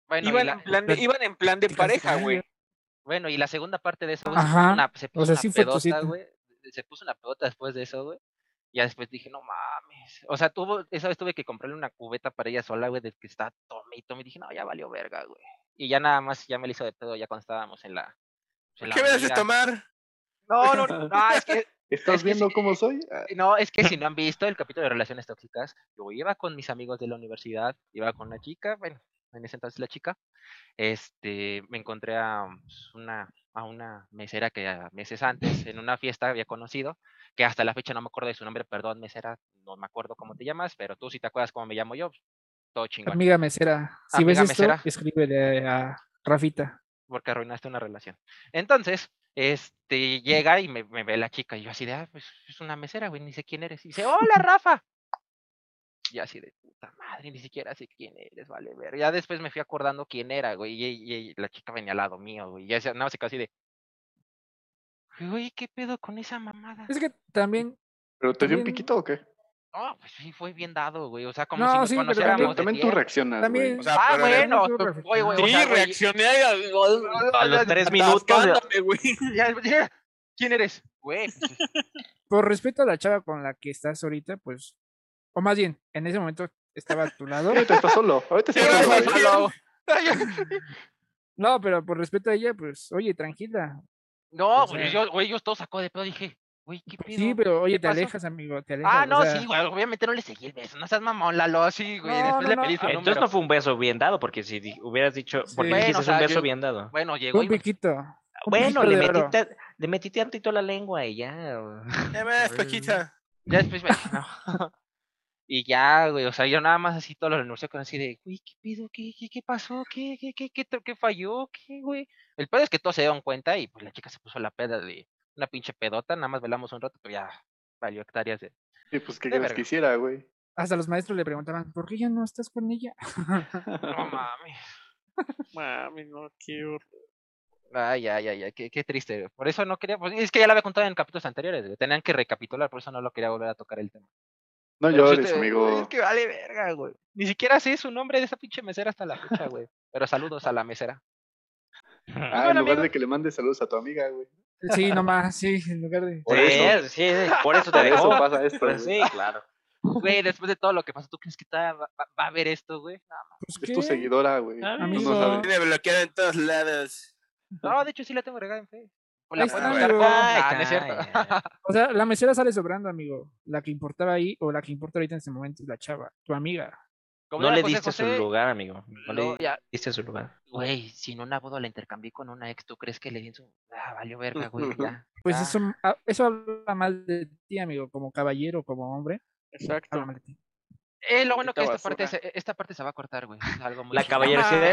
[SPEAKER 1] bueno, y
[SPEAKER 3] Iban,
[SPEAKER 1] la,
[SPEAKER 3] en plan de,
[SPEAKER 6] la-
[SPEAKER 3] iban en plan de
[SPEAKER 6] platicaste con
[SPEAKER 3] pareja,
[SPEAKER 6] ella.
[SPEAKER 3] güey.
[SPEAKER 1] bueno, y la segunda parte de eso, güey, se
[SPEAKER 6] Ajá,
[SPEAKER 1] puso una, se puso
[SPEAKER 6] sea,
[SPEAKER 1] una
[SPEAKER 6] sí fue tu
[SPEAKER 1] pedota,
[SPEAKER 6] cita.
[SPEAKER 1] güey. Se puso una pedota después de eso, güey. Ya después dije, no mames. O sea, tuvo, esa vez tuve que comprarle una cubeta para ella sola, güey, de que estaba tome y tome. Y dije, no, ya valió verga, güey. Y ya nada más, ya me la hizo de pedo ya cuando estábamos en la. pues, en la
[SPEAKER 2] ¿Qué me haces
[SPEAKER 1] movida.
[SPEAKER 2] tomar?
[SPEAKER 1] No, no, no, no, es que
[SPEAKER 4] ¿Estás
[SPEAKER 1] Es que
[SPEAKER 4] viendo
[SPEAKER 1] sí.
[SPEAKER 4] cómo soy? Ah,
[SPEAKER 1] No, es que si no han visto el capítulo de relaciones tóxicas, yo iba con mis amigos de la universidad, iba con una chica, bueno, en ese entonces la chica, este, me encontré a pues, una, a una mesera que a meses antes en una fiesta había conocido, que hasta la fecha no me acuerdo de su nombre, perdón, mesera, no me acuerdo cómo te llamas, pero tú si te acuerdas cómo me llamo yo, pues, todo chingón,
[SPEAKER 6] Amiga mesera, si
[SPEAKER 1] Amiga
[SPEAKER 6] ves esto,
[SPEAKER 1] mesera.
[SPEAKER 6] escríbele a Rafita.
[SPEAKER 1] porque arruinaste una relación. Entonces, este, llega y me, me ve la chica, y yo así de, ah, pues es una mesera, güey, ni sé quién eres. Y dice, hola, Rafa. Y así de puta madre, ni siquiera sé quién eres, vale, ver. Ya después me fui acordando quién era, güey, y, y- y la chica venía al lado mío, güey. Y ya se- nada más se quedó así de, güey, ¿qué pedo con esa mamada?
[SPEAKER 6] Es que también.
[SPEAKER 4] ¿Pero te dio un
[SPEAKER 6] También-
[SPEAKER 4] piquito o qué?
[SPEAKER 1] No, pues sí, fue bien dado, güey. O sea, como
[SPEAKER 6] No,
[SPEAKER 1] si nos
[SPEAKER 6] sí, pero
[SPEAKER 1] conociéramos.
[SPEAKER 4] Pero
[SPEAKER 1] de
[SPEAKER 4] también tú
[SPEAKER 1] tiempo.
[SPEAKER 4] reaccionas, güey.
[SPEAKER 6] También.
[SPEAKER 2] O sea,
[SPEAKER 1] Ah,
[SPEAKER 2] pero en el-
[SPEAKER 1] bueno,
[SPEAKER 6] tú
[SPEAKER 1] pues,
[SPEAKER 6] reflexionar.
[SPEAKER 1] güey, güey, o
[SPEAKER 3] Sí,
[SPEAKER 1] sea, güey,
[SPEAKER 3] reaccioné a,
[SPEAKER 5] A los tres minutos. de-
[SPEAKER 3] atascándome, güey.
[SPEAKER 1] ya- ya- ¿Quién eres? Güey, pues,
[SPEAKER 6] por respeto a la chava con la que estás ahorita, pues, o más bien, en ese momento estaba a tu lado.
[SPEAKER 4] Ahorita estás solo. Ahorita
[SPEAKER 2] Sí,
[SPEAKER 4] estás
[SPEAKER 2] güey,
[SPEAKER 4] solo. güey.
[SPEAKER 2] sí.
[SPEAKER 1] solo-
[SPEAKER 6] No, pero por respeto a ella, pues, oye, tranquila.
[SPEAKER 1] No,
[SPEAKER 6] O
[SPEAKER 1] güey,
[SPEAKER 6] sea-
[SPEAKER 1] yo, güey, yo todo sacó de pedo, dije, güey, ¿qué pedo?
[SPEAKER 6] Pues Sí, pero oye,
[SPEAKER 1] ¿Qué
[SPEAKER 6] te
[SPEAKER 1] pasó?
[SPEAKER 6] alejas, amigo, te alejas.
[SPEAKER 1] Ah,
[SPEAKER 6] o
[SPEAKER 1] no,
[SPEAKER 6] sea,
[SPEAKER 1] sí, güey, obviamente no le seguí el beso, no seas mamón, Lalo, sí, güey,
[SPEAKER 6] No,
[SPEAKER 1] después
[SPEAKER 6] no,
[SPEAKER 1] le
[SPEAKER 6] no,
[SPEAKER 1] pedí su
[SPEAKER 6] ah,
[SPEAKER 5] Entonces
[SPEAKER 1] número.
[SPEAKER 5] no fue un beso bien dado, porque si di- hubieras dicho, porque
[SPEAKER 6] Sí.
[SPEAKER 5] dijiste
[SPEAKER 1] Bueno, o
[SPEAKER 5] es
[SPEAKER 1] sea,
[SPEAKER 5] un beso
[SPEAKER 1] yo-
[SPEAKER 5] bien dado.
[SPEAKER 1] Bueno, llegó
[SPEAKER 6] fue
[SPEAKER 1] y
[SPEAKER 6] un
[SPEAKER 1] me-
[SPEAKER 6] piquito. un
[SPEAKER 5] Bueno,
[SPEAKER 6] piquito
[SPEAKER 5] le
[SPEAKER 6] de oro.
[SPEAKER 5] metiste, le metiste tantito la lengua y ya.
[SPEAKER 2] Ya me das, Paquita.
[SPEAKER 1] ya después me dije, no. Y ya, güey, o sea, yo nada más así todo lo anunció con así de, güey, ¿qué pedo? ¿Qué, qué, qué pasó? ¿Qué, qué, qué, qué, qué falló? ¿Qué, güey? El pedo es que todos se dieron cuenta y pues la chica se puso la peda de una pinche pedota, nada más velamos un rato, pero ya valió hectáreas de
[SPEAKER 4] Y pues, ¿qué
[SPEAKER 1] De
[SPEAKER 4] crees
[SPEAKER 1] verga.
[SPEAKER 4] que hiciera, güey?
[SPEAKER 6] Hasta los maestros le preguntaban, ¿por qué ya no estás con ella?
[SPEAKER 3] No mames. Mami, no, qué horror.
[SPEAKER 1] Ay, ay, ay, ay, qué, qué triste. güey. Por eso no quería. pues, es que ya lo había contado en capítulos anteriores. güey. Tenían que recapitular, por eso no lo quería volver a tocar el tema.
[SPEAKER 4] No
[SPEAKER 1] Pero sí
[SPEAKER 4] llores,
[SPEAKER 1] te-
[SPEAKER 4] amigo.
[SPEAKER 1] Es que vale verga, güey. Ni siquiera sé su nombre de esa pinche mesera hasta la fecha, güey. Pero saludos a la mesera.
[SPEAKER 4] Ah, en
[SPEAKER 1] bueno,
[SPEAKER 4] lugar
[SPEAKER 1] amigo.
[SPEAKER 4] de que le mandes saludos a tu amiga, güey.
[SPEAKER 6] Sí, nomás, sí, en lugar de...
[SPEAKER 4] Por
[SPEAKER 5] sí,
[SPEAKER 4] eso,
[SPEAKER 5] sí, sí, por eso te
[SPEAKER 4] por eso
[SPEAKER 5] dejó.
[SPEAKER 4] pasa esto.
[SPEAKER 5] Pues
[SPEAKER 4] güey.
[SPEAKER 5] sí, claro.
[SPEAKER 1] Güey, después de todo lo que pasó, ¿tú crees que ta- va, va- va a haber esto, güey?
[SPEAKER 6] Pues,
[SPEAKER 4] Es tu
[SPEAKER 6] ¿qué?
[SPEAKER 4] seguidora, güey.
[SPEAKER 5] Ah,
[SPEAKER 4] Tú
[SPEAKER 6] amigo.
[SPEAKER 4] no sabes.
[SPEAKER 2] Tiene bloqueada en todos lados.
[SPEAKER 1] No, de hecho sí la tengo regada en Facebook. O
[SPEAKER 6] Ahí
[SPEAKER 1] la
[SPEAKER 6] está,
[SPEAKER 1] puedo buscar
[SPEAKER 6] güey.
[SPEAKER 1] con- Ah, no es cierto.
[SPEAKER 6] O sea, la mesera sale sobrando, amigo. La que importaba ahí o la que importa ahorita en este momento es la chava, tu amiga.
[SPEAKER 1] Como
[SPEAKER 5] No
[SPEAKER 1] era
[SPEAKER 5] le
[SPEAKER 1] José
[SPEAKER 5] diste su
[SPEAKER 1] José,
[SPEAKER 5] lugar, amigo. No
[SPEAKER 1] no,
[SPEAKER 5] le
[SPEAKER 1] ya,
[SPEAKER 5] diste su lugar.
[SPEAKER 1] Güey, si en una boda la intercambié con una ex, ¿tú crees que le di en su... Ah, valió verga, güey, ya.
[SPEAKER 6] Pues
[SPEAKER 1] Ah,
[SPEAKER 6] eso, a- eso habla mal de ti, amigo, como caballero, como hombre.
[SPEAKER 3] Exacto.
[SPEAKER 6] Habla mal de ti.
[SPEAKER 1] Eh, lo bueno que
[SPEAKER 3] Maldita
[SPEAKER 1] esta parte,
[SPEAKER 3] basura.
[SPEAKER 1] se, esta parte se va a cortar, güey. es algo muy
[SPEAKER 5] La
[SPEAKER 1] chingón.
[SPEAKER 5] caballerosidad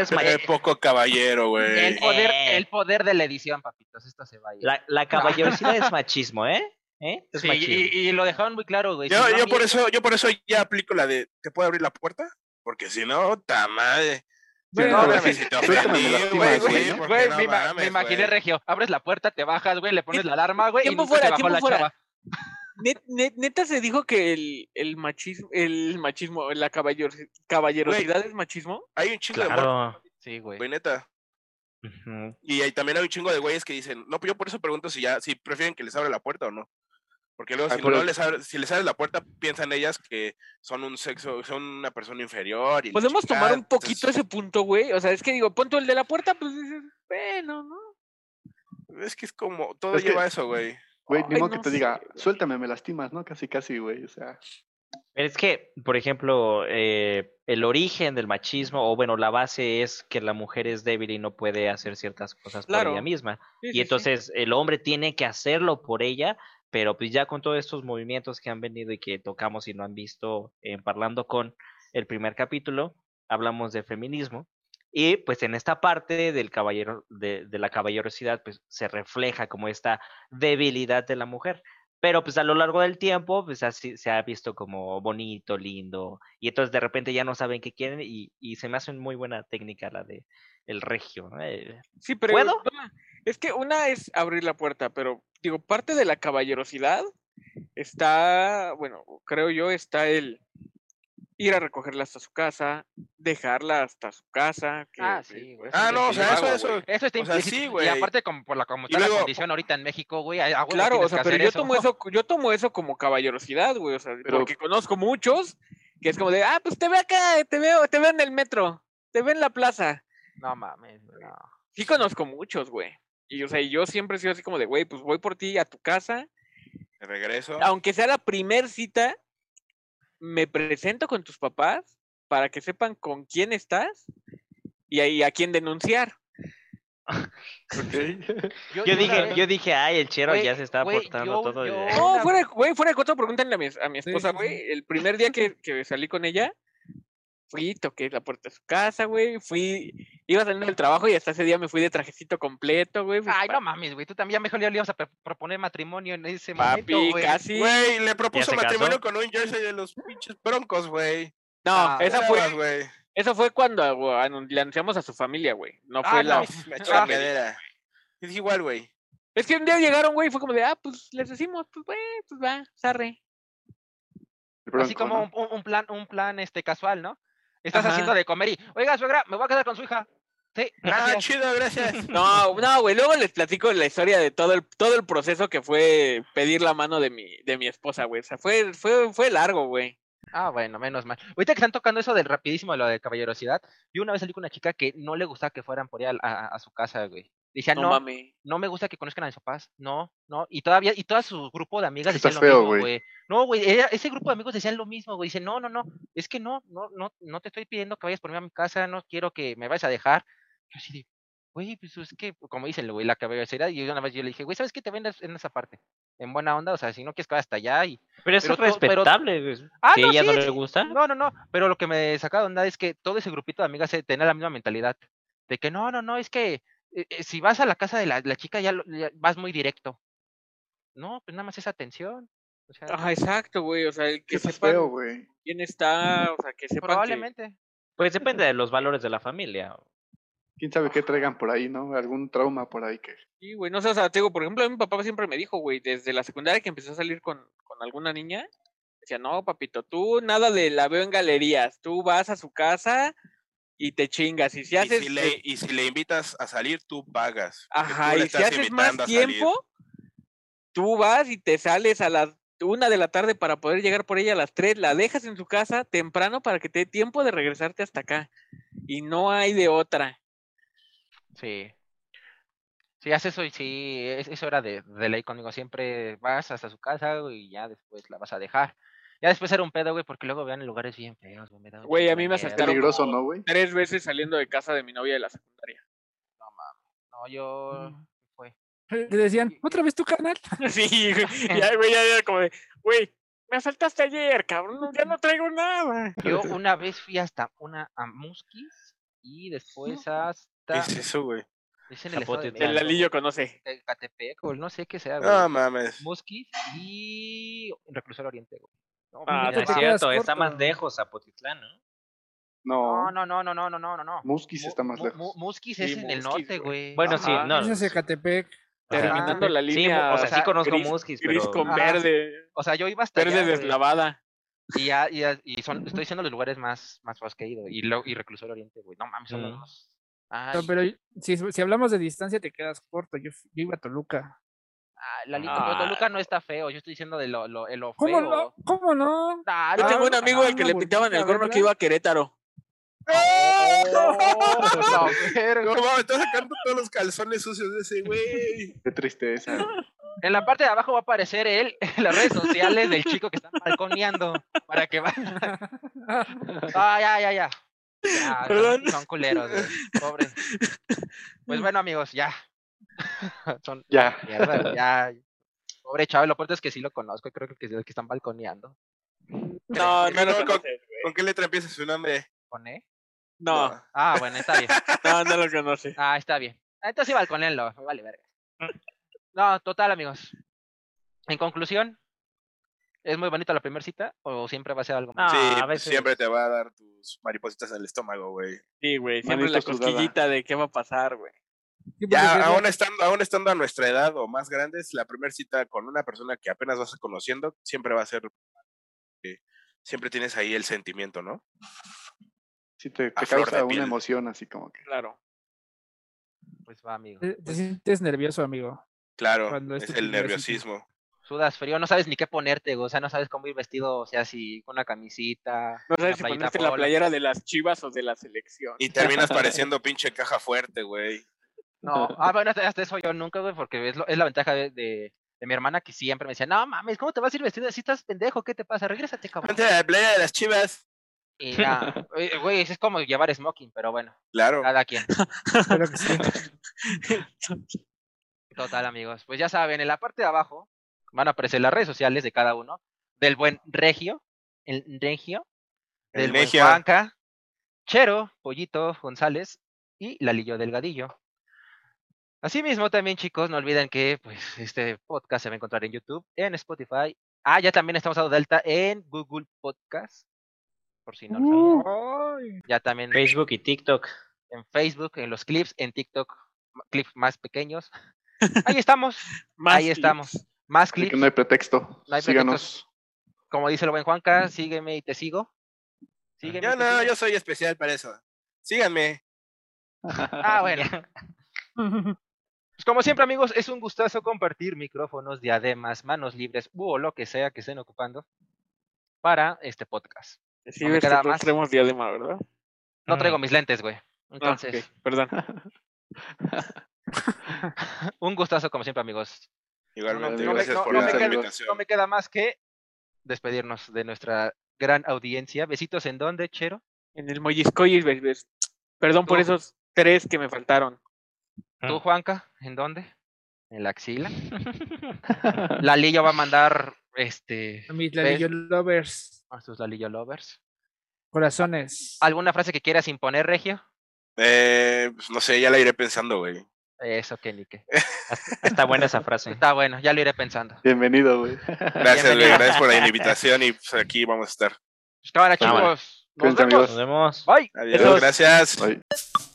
[SPEAKER 5] es
[SPEAKER 2] Qué
[SPEAKER 5] mayor.
[SPEAKER 2] poco caballero,
[SPEAKER 1] El
[SPEAKER 2] güey.
[SPEAKER 1] poder,
[SPEAKER 5] Eh.
[SPEAKER 1] el poder de la edición, papitos, esto se va a ir.
[SPEAKER 5] La, la caballerosidad es machismo, ¿eh? ¿Eh? Es
[SPEAKER 1] Sí,
[SPEAKER 5] machismo.
[SPEAKER 1] y, y- y lo dejaron muy claro, güey. si
[SPEAKER 2] Yo,
[SPEAKER 1] no
[SPEAKER 2] yo
[SPEAKER 1] había-
[SPEAKER 2] por eso, yo por eso ya aplico la de ¿te puedo abrir la puerta? Porque si no, ta madre. Si
[SPEAKER 6] Bueno,
[SPEAKER 2] no,
[SPEAKER 4] güey,
[SPEAKER 2] güey,
[SPEAKER 4] sí.
[SPEAKER 2] si te
[SPEAKER 4] Suéltame,
[SPEAKER 2] ofendí,
[SPEAKER 4] me
[SPEAKER 2] güey,
[SPEAKER 4] lastimas, güey,
[SPEAKER 2] sí,
[SPEAKER 4] ¿no?
[SPEAKER 2] porque
[SPEAKER 1] Güey,
[SPEAKER 2] no
[SPEAKER 1] me, ima- me
[SPEAKER 2] mames,
[SPEAKER 1] imaginé,
[SPEAKER 2] güey.
[SPEAKER 1] Regio. Abres la puerta, te bajas, güey, le pones la alarma, güey. y
[SPEAKER 3] Tiempo
[SPEAKER 1] nunca se
[SPEAKER 3] fuera,
[SPEAKER 1] bajó
[SPEAKER 3] tiempo
[SPEAKER 1] la
[SPEAKER 3] fuera.
[SPEAKER 1] chava.
[SPEAKER 3] Net- net- neta se dijo que el, el machismo, el machismo, la caballeros- caballerosidad es machismo.
[SPEAKER 2] Hay un chingo de morras,
[SPEAKER 5] Claro.
[SPEAKER 1] Sí, güey.
[SPEAKER 2] güey, neta.
[SPEAKER 5] Ujú.
[SPEAKER 2] Y ahí también hay un chingo de güeyes que dicen, no, pues yo por eso pregunto si ya, si prefieren que les abra la puerta o no. Porque luego
[SPEAKER 4] Ah,
[SPEAKER 2] si
[SPEAKER 4] por
[SPEAKER 2] no
[SPEAKER 4] el-
[SPEAKER 2] les abres, si les abres la puerta, piensan ellas que son un sexo, son una persona inferior. Y la
[SPEAKER 3] Podemos tomar
[SPEAKER 2] chingada,
[SPEAKER 3] un poquito
[SPEAKER 2] entonces,
[SPEAKER 3] ese punto, güey. O sea, es que digo, pon tú el de la puerta, pues dices, bueno, ¿no?
[SPEAKER 2] Es que es como, todo
[SPEAKER 4] Es que-
[SPEAKER 2] lleva a eso, güey.
[SPEAKER 4] Güey, ni
[SPEAKER 3] Ay,
[SPEAKER 4] modo que
[SPEAKER 3] no
[SPEAKER 4] te
[SPEAKER 3] sé,
[SPEAKER 4] diga,
[SPEAKER 3] güey.
[SPEAKER 4] suéltame, me lastimas, ¿no? Casi, casi, güey. O sea,
[SPEAKER 5] Pero Es que, por ejemplo, eh, el origen del machismo, o bueno, la base es que la mujer es débil y no puede hacer ciertas cosas por
[SPEAKER 3] Claro.
[SPEAKER 5] ella misma.
[SPEAKER 3] Sí, sí,
[SPEAKER 5] Y
[SPEAKER 3] sí.
[SPEAKER 5] entonces el hombre tiene que hacerlo por ella, pero pues ya con todos estos movimientos que han venido y que tocamos y no han visto en Parlando con el primer capítulo, hablamos de feminismo. Y pues en esta parte del caballero, de, de la caballerosidad, pues se refleja como esta debilidad de la mujer. Pero pues a lo largo del tiempo, pues así se ha visto como bonito, lindo. Y entonces de repente ya no saben qué quieren y, y se me hace muy buena técnica la de el regio. ¿no? Eh,
[SPEAKER 3] Sí, pero
[SPEAKER 5] ¿Puedo?
[SPEAKER 3] una- es que una es abrir la puerta, pero digo, parte de la caballerosidad está, bueno, creo yo, está el ir a recogerla hasta su casa, dejarla hasta su casa. que,
[SPEAKER 1] Ah,
[SPEAKER 3] eh,
[SPEAKER 1] sí, güey.
[SPEAKER 3] pues,
[SPEAKER 2] Ah,
[SPEAKER 3] es
[SPEAKER 2] no,
[SPEAKER 3] lo
[SPEAKER 2] o
[SPEAKER 3] que
[SPEAKER 2] sea,
[SPEAKER 3] yo
[SPEAKER 2] eso,
[SPEAKER 3] hago,
[SPEAKER 2] eso.
[SPEAKER 3] güey.
[SPEAKER 1] Eso está
[SPEAKER 2] O sea,
[SPEAKER 1] implícito.
[SPEAKER 2] sí,
[SPEAKER 1] y
[SPEAKER 2] güey.
[SPEAKER 1] aparte, como por la, como está
[SPEAKER 2] luego-
[SPEAKER 1] la condición ahorita en México, güey, a- a huevo
[SPEAKER 3] Claro, o
[SPEAKER 1] tienes
[SPEAKER 3] sea,
[SPEAKER 1] que
[SPEAKER 3] pero
[SPEAKER 1] hacer
[SPEAKER 3] yo tomo eso, yo tomo eso como caballerosidad, güey, o sea,
[SPEAKER 4] Pero-
[SPEAKER 3] porque conozco muchos que es como de, ah, pues te veo acá, te veo, te veo en el metro, te veo en la plaza.
[SPEAKER 1] No mames, güey, no.
[SPEAKER 3] Sí conozco muchos, güey. Y o sea, y yo siempre he sido así como de, güey, pues voy por ti a tu casa,
[SPEAKER 2] De regreso.
[SPEAKER 3] aunque sea la primer cita, me presento con tus papás para que sepan con quién estás y ahí a quién denunciar.
[SPEAKER 4] ok.
[SPEAKER 5] Yo
[SPEAKER 1] una
[SPEAKER 5] dije,
[SPEAKER 1] vez-
[SPEAKER 5] yo dije, ay, el chero
[SPEAKER 1] Güey,
[SPEAKER 5] ya se está
[SPEAKER 1] güey,
[SPEAKER 5] aportando
[SPEAKER 1] yo-
[SPEAKER 5] todo. de-
[SPEAKER 1] yo-
[SPEAKER 5] Ay,
[SPEAKER 3] No,
[SPEAKER 1] Una-
[SPEAKER 3] fuera, de- güey, fuera de cuatro, pregúntenle a mi, a mi
[SPEAKER 6] Sí,
[SPEAKER 3] esposa,
[SPEAKER 6] sí, sí.
[SPEAKER 3] güey. El primer día que, que salí con ella, fui, toqué la puerta de su casa, güey. Fui, iba saliendo del trabajo y hasta ese día me fui de trajecito completo, güey. pues,
[SPEAKER 1] Ay,
[SPEAKER 3] pa-
[SPEAKER 1] no mames, güey. Tú también ya mejor ya le ibas a pre- proponer matrimonio en ese
[SPEAKER 3] Papi,
[SPEAKER 1] momento, güey.
[SPEAKER 3] casi.
[SPEAKER 2] Güey, le propuso
[SPEAKER 5] se casó?
[SPEAKER 2] matrimonio con un jersey de los pinches broncos, güey.
[SPEAKER 3] no,
[SPEAKER 1] Ah,
[SPEAKER 3] esa
[SPEAKER 2] Nada
[SPEAKER 3] fue,
[SPEAKER 2] más, güey.
[SPEAKER 3] eso fue cuando güey, anun- le anunciamos a su familia, güey. No fue
[SPEAKER 1] Ah,
[SPEAKER 3] la.
[SPEAKER 1] no.
[SPEAKER 2] Me echó
[SPEAKER 1] Ah.
[SPEAKER 2] la cadera. Es igual, güey.
[SPEAKER 3] Es que un día llegaron, güey, y fue como de, ah, pues les decimos, pues, güey, pues va, sarre.
[SPEAKER 4] El
[SPEAKER 1] Así
[SPEAKER 4] bronco,
[SPEAKER 1] como
[SPEAKER 4] ¿no?
[SPEAKER 1] un, un- un plan, un plan este casual, ¿no? Estás
[SPEAKER 3] Ajá.
[SPEAKER 1] haciendo de comer y, oiga, suegra, me voy a quedar con su hija. Sí,
[SPEAKER 2] Ah,
[SPEAKER 1] gracias.
[SPEAKER 2] chido, gracias.
[SPEAKER 3] No, no, güey, luego les platico la historia de todo el, todo el proceso que fue pedir la mano de mi, de mi esposa, güey. O sea, fue, fue, fue largo, güey.
[SPEAKER 1] Ah, bueno, menos mal. Ahorita que están tocando eso del rapidísimo, lo de caballerosidad, yo una vez salí con una chica que no le gustaba que fueran por ella al- a, a su casa, güey. Decía,
[SPEAKER 3] No,
[SPEAKER 1] no, no,
[SPEAKER 3] mami.
[SPEAKER 1] me gusta que conozcan a mis papás, no, no. Y todavía, y todo su grupo de amigas
[SPEAKER 4] Está
[SPEAKER 1] decían lo
[SPEAKER 4] feo,
[SPEAKER 1] mismo,
[SPEAKER 4] güey.
[SPEAKER 1] güey. No, güey, era- ese grupo de amigos decían lo mismo, güey. Dice, no, no, no, es que no, no, no, no te estoy pidiendo que vayas por mí a mi casa, no quiero que me vayas a dejar. Yo así de, güey, pues es que, como dicen, güey, la caballerosidad. Y una vez yo le dije, güey, ¿sabes qué? Te vendes en esa parte, en buena onda, o sea, si no quieres que vaya hasta allá y
[SPEAKER 5] Pero eso
[SPEAKER 1] pero
[SPEAKER 5] es
[SPEAKER 1] to- pero-
[SPEAKER 5] respetable. pues,
[SPEAKER 1] Ah,
[SPEAKER 5] Si
[SPEAKER 1] no,
[SPEAKER 5] ella
[SPEAKER 1] sí,
[SPEAKER 5] no le
[SPEAKER 1] sí,
[SPEAKER 5] gusta.
[SPEAKER 1] no, no, no, pero lo que me saca de onda es que todo ese grupito de amigas eh, tenía la misma mentalidad. De que no, no, no, es que eh, eh, si vas a la casa de la, la chica ya, lo- ya vas muy directo. No, pues nada más es atención. O sea,
[SPEAKER 3] Ajá, exacto, güey. O sea, el que
[SPEAKER 4] Qué
[SPEAKER 3] sepa
[SPEAKER 4] feo, güey.
[SPEAKER 3] quién está, o sea, que sepa.
[SPEAKER 1] probablemente.
[SPEAKER 5] Pues depende de los valores de la familia.
[SPEAKER 4] Quién sabe qué traigan por ahí, ¿no? Algún trauma por ahí que.
[SPEAKER 3] Sí, güey, no sé, o sea, te digo, por ejemplo, a mí mi papá siempre me dijo, güey, desde la secundaria que empezó a salir con, con alguna niña, decía, no, papito, tú nada de la veo en galerías, tú vas a su casa y te chingas, y si
[SPEAKER 2] Y
[SPEAKER 3] haces,
[SPEAKER 2] si,
[SPEAKER 3] eh,
[SPEAKER 2] le, y si le invitas a salir, tú pagas. porque tú
[SPEAKER 3] ajá,
[SPEAKER 2] le
[SPEAKER 3] y si
[SPEAKER 2] estás
[SPEAKER 3] haces más
[SPEAKER 2] invitando a salir.
[SPEAKER 3] tiempo, tú vas y te sales a las una de la tarde para poder llegar por ella a las tres, la dejas en su casa temprano para que te dé tiempo de regresarte hasta acá, y no hay de otra.
[SPEAKER 1] Sí. Sí, haces eso y sí, es- eso era de, de ley conmigo. Siempre vas hasta su casa güey, y ya después la vas a dejar. Ya después era un pedo, güey, porque luego vean lugares bien feos. Güey, me daba un
[SPEAKER 3] Güey,
[SPEAKER 1] chingo de
[SPEAKER 3] a mí me
[SPEAKER 1] miedo.
[SPEAKER 3] asaltaron.
[SPEAKER 4] Peligroso, ¿no, güey?
[SPEAKER 3] Tres veces saliendo de casa de mi novia de la secundaria.
[SPEAKER 1] No, yo.
[SPEAKER 6] Mm.
[SPEAKER 1] fue?
[SPEAKER 6] Le decían, ¿otra vez tu canal?
[SPEAKER 3] Sí, güey, ya, güey, ya, ya, como de, güey, me asaltaste ayer, cabrón, no- ya no traigo nada.
[SPEAKER 1] Yo una vez fui hasta una a Muskis y después
[SPEAKER 2] ¿Qué
[SPEAKER 1] hasta.
[SPEAKER 2] es eso, güey?
[SPEAKER 1] Es en el estado de
[SPEAKER 5] Zapotitlán.
[SPEAKER 3] El
[SPEAKER 1] México,
[SPEAKER 3] alillo conoce.
[SPEAKER 1] de Catepec, o no sé qué sea, güey.
[SPEAKER 2] No mames.
[SPEAKER 1] Muskis y Reclusorio Oriente, güey. No,
[SPEAKER 3] Ah,
[SPEAKER 5] Ah,
[SPEAKER 1] mames,
[SPEAKER 6] te
[SPEAKER 5] no es
[SPEAKER 6] quedas
[SPEAKER 5] cierto, está
[SPEAKER 6] corto.
[SPEAKER 5] más lejos Zapotitlán, ¿no?
[SPEAKER 4] No.
[SPEAKER 1] no, no, no, no, no, no, no, no, no.
[SPEAKER 4] Muskis
[SPEAKER 1] Mu-
[SPEAKER 4] está más
[SPEAKER 1] mu- mu-
[SPEAKER 4] lejos.
[SPEAKER 1] Muskis
[SPEAKER 3] Sí,
[SPEAKER 1] es en el
[SPEAKER 3] Muskis,
[SPEAKER 1] norte,
[SPEAKER 3] güey.
[SPEAKER 1] güey.
[SPEAKER 5] Bueno, sí,
[SPEAKER 3] Ajá.
[SPEAKER 5] no.
[SPEAKER 6] Es hacia Catepec.
[SPEAKER 5] Ajá.
[SPEAKER 3] Terminando la
[SPEAKER 5] Sí, mu-
[SPEAKER 3] línea.
[SPEAKER 5] o sea, sí
[SPEAKER 1] sea,
[SPEAKER 5] conozco
[SPEAKER 3] gris-
[SPEAKER 5] Muskis,
[SPEAKER 3] gris
[SPEAKER 5] pero...
[SPEAKER 2] Ah,
[SPEAKER 3] con
[SPEAKER 1] Ajá.
[SPEAKER 3] verde,
[SPEAKER 1] O sea, yo iba hasta
[SPEAKER 3] verde
[SPEAKER 1] allá, güey,
[SPEAKER 3] deslavada.
[SPEAKER 1] y, ya, y, ya- y son, estoy diciendo los lugares más, más feos que he ido. Y, lo, y Reclusorio Oriente, güey. No mames, son
[SPEAKER 5] Mm.
[SPEAKER 1] unos. Ay,
[SPEAKER 6] No, pero si, si hablamos de distancia te quedas corto. Yo, f- yo iba a Toluca.
[SPEAKER 1] ah, Lalito, pero
[SPEAKER 3] Ah.
[SPEAKER 1] Toluca no está feo. Yo estoy diciendo de lo, lo, de lo feo.
[SPEAKER 6] ¿Cómo no? ¿Cómo no?
[SPEAKER 1] Ah,
[SPEAKER 3] Yo
[SPEAKER 1] no,
[SPEAKER 3] tengo un
[SPEAKER 1] Toluca
[SPEAKER 3] amigo
[SPEAKER 1] no.
[SPEAKER 3] al que le
[SPEAKER 6] una
[SPEAKER 3] pintaban el
[SPEAKER 6] bolsita
[SPEAKER 3] gorro que
[SPEAKER 6] verla.
[SPEAKER 3] iba a Querétaro.
[SPEAKER 1] Oh, la verga.
[SPEAKER 2] No mames, estás sacando todos los calzones sucios de ese güey.
[SPEAKER 4] Qué tristeza. güey.
[SPEAKER 1] En la parte de abajo va a aparecer él, en las redes sociales del chico que están balconeando para que va. Ah, ya, ya, ya. Ya, son-
[SPEAKER 3] Perdón.
[SPEAKER 1] Son culeros, güey. Pobres. Pues bueno, amigos, ya. Son
[SPEAKER 4] Ya.
[SPEAKER 1] mierda, güey, ya. Pobre Chavo, lo peor es que sí lo conozco, creo que es el que están balconeando.
[SPEAKER 3] No, no,
[SPEAKER 2] No,
[SPEAKER 3] lo
[SPEAKER 2] con-
[SPEAKER 3] conoces, güey.
[SPEAKER 2] ¿Con qué letra empieza su nombre?
[SPEAKER 1] ¿Con E?
[SPEAKER 3] No,
[SPEAKER 1] Ah, bueno, está bien.
[SPEAKER 3] no, no lo conoce.
[SPEAKER 1] Ah, está bien. Ah, Entonces sí balconenlo, me vale verga. No, total, amigos. En conclusión, ¿es muy bonita la primera cita o siempre va a ser algo más?
[SPEAKER 5] Ah,
[SPEAKER 2] sí,
[SPEAKER 5] a
[SPEAKER 2] pues
[SPEAKER 5] veces-
[SPEAKER 2] siempre te va a dar tus maripositas en el estómago, güey.
[SPEAKER 3] Sí, güey, siempre
[SPEAKER 4] Manito
[SPEAKER 3] la
[SPEAKER 4] sudada.
[SPEAKER 3] cosquillita de qué va a pasar, güey.
[SPEAKER 6] Siempre
[SPEAKER 2] Ya,
[SPEAKER 6] decía,
[SPEAKER 2] aún estando, aún estando a nuestra edad o más grandes, la primera cita con una persona que apenas vas conociendo siempre va a ser. eh, siempre tienes ahí el sentimiento, ¿no?
[SPEAKER 4] Sí, te, te
[SPEAKER 2] A flor de
[SPEAKER 4] causa una
[SPEAKER 2] piel.
[SPEAKER 4] emoción así como que.
[SPEAKER 3] Claro.
[SPEAKER 1] Pues va, amigo.
[SPEAKER 6] Te, te sientes nervioso, amigo.
[SPEAKER 2] Claro,
[SPEAKER 6] Cuando es
[SPEAKER 2] es
[SPEAKER 6] tu
[SPEAKER 2] el
[SPEAKER 6] primera cita.
[SPEAKER 2] nerviosismo.
[SPEAKER 1] Sudas frío, no sabes ni qué ponerte, güey, o sea, no sabes cómo ir vestido, o sea, si con una camisita,
[SPEAKER 3] No
[SPEAKER 1] una
[SPEAKER 3] sabes si
[SPEAKER 1] playita
[SPEAKER 3] ponerte la
[SPEAKER 1] polo.
[SPEAKER 3] playera de las chivas o de la selección.
[SPEAKER 2] Y terminas pareciendo pinche caja fuerte, güey.
[SPEAKER 1] No, ah, bueno, hasta hasta eso yo nunca, güey, porque es, lo- es la ventaja de, de- de mi hermana que siempre me decía, no mames, ¿cómo te vas a ir vestido así? Estás pendejo, ¿qué te pasa? Regrésate, cabrón.
[SPEAKER 2] Ponte la playa de las chivas.
[SPEAKER 1] Y ya, eh, güey, es como llevar smoking, pero bueno,
[SPEAKER 2] Claro.
[SPEAKER 1] cada quien.
[SPEAKER 6] Claro que sí.
[SPEAKER 1] Total, amigos. Pues ya saben, en la parte de abajo van a aparecer las redes sociales de cada uno, del buen Regio, el Regio,
[SPEAKER 2] El
[SPEAKER 1] del buen
[SPEAKER 2] Regio.
[SPEAKER 1] Juanca, Chero, Pollito, González y Lalillo Delgadillo. Asimismo, también, chicos, no olviden que pues, este podcast se va a encontrar en YouTube, en Spotify. Ah, ya también estamos dando de alta en Google Podcast. Por si no lo sabían.
[SPEAKER 6] Ay,
[SPEAKER 1] Ya también
[SPEAKER 5] Facebook y TikTok.
[SPEAKER 1] en Facebook, en los clips, en TikTok, ma- clips más pequeños. Ahí estamos,
[SPEAKER 3] Más
[SPEAKER 1] ahí estamos. más
[SPEAKER 4] Así
[SPEAKER 1] clips.
[SPEAKER 4] que no hay pretexto.
[SPEAKER 1] No hay
[SPEAKER 4] Síganos.
[SPEAKER 1] como dice el buen Juanca, sígueme y te sigo. Sígueme. y
[SPEAKER 2] Yo
[SPEAKER 1] te
[SPEAKER 2] no,
[SPEAKER 1] sigo.
[SPEAKER 2] yo soy especial para eso. Síganme.
[SPEAKER 1] Ah, bueno. Pues como siempre, amigos, es un gustazo compartir micrófonos, diademas, manos libres u o lo que sea que estén ocupando para este podcast.
[SPEAKER 3] Sí,
[SPEAKER 1] No me
[SPEAKER 3] ves que
[SPEAKER 1] queda
[SPEAKER 3] todos
[SPEAKER 1] más.
[SPEAKER 3] traemos diadema, ¿verdad?
[SPEAKER 1] No
[SPEAKER 5] Mm.
[SPEAKER 1] traigo mis lentes, güey.
[SPEAKER 3] Ah, ok,
[SPEAKER 1] Entonces,
[SPEAKER 3] perdón.
[SPEAKER 1] un gustazo como siempre, amigos.
[SPEAKER 2] Igualmente,
[SPEAKER 4] no me-
[SPEAKER 2] gracias
[SPEAKER 1] no-
[SPEAKER 2] por
[SPEAKER 1] no
[SPEAKER 2] la
[SPEAKER 1] me quedo-
[SPEAKER 2] invitación.
[SPEAKER 1] No me queda más que despedirnos de nuestra gran audiencia. Besitos en donde, Chero.
[SPEAKER 3] En el Molliscoyis, ves, ves. Perdón por
[SPEAKER 1] Tú.
[SPEAKER 3] esos tres que me faltaron.
[SPEAKER 1] Tú, Juanca, ¿en dónde? En la axila. Lalillo va a mandar este
[SPEAKER 6] a mis Ladillo lovers,
[SPEAKER 1] a sus Lalillo lovers.
[SPEAKER 6] corazones.
[SPEAKER 1] ¿Alguna frase que quieras imponer, Regio?
[SPEAKER 2] Eh, pues, no sé, ya la iré pensando, güey.
[SPEAKER 1] Eso, que ni qué.
[SPEAKER 5] Está buena esa frase.
[SPEAKER 1] Está bueno, ya lo iré pensando.
[SPEAKER 4] Bienvenido, güey.
[SPEAKER 2] Gracias, güey.
[SPEAKER 1] Bienvenido.
[SPEAKER 2] Gracias por la invitación y pues, aquí vamos a estar.
[SPEAKER 1] Pues, cámara,
[SPEAKER 5] Cámara.
[SPEAKER 1] chicos. Nos
[SPEAKER 4] Cuídense,
[SPEAKER 1] vemos.
[SPEAKER 5] Nos vemos.
[SPEAKER 1] Bye.
[SPEAKER 2] Adiós.
[SPEAKER 5] Besos.
[SPEAKER 2] Gracias.
[SPEAKER 4] Bye.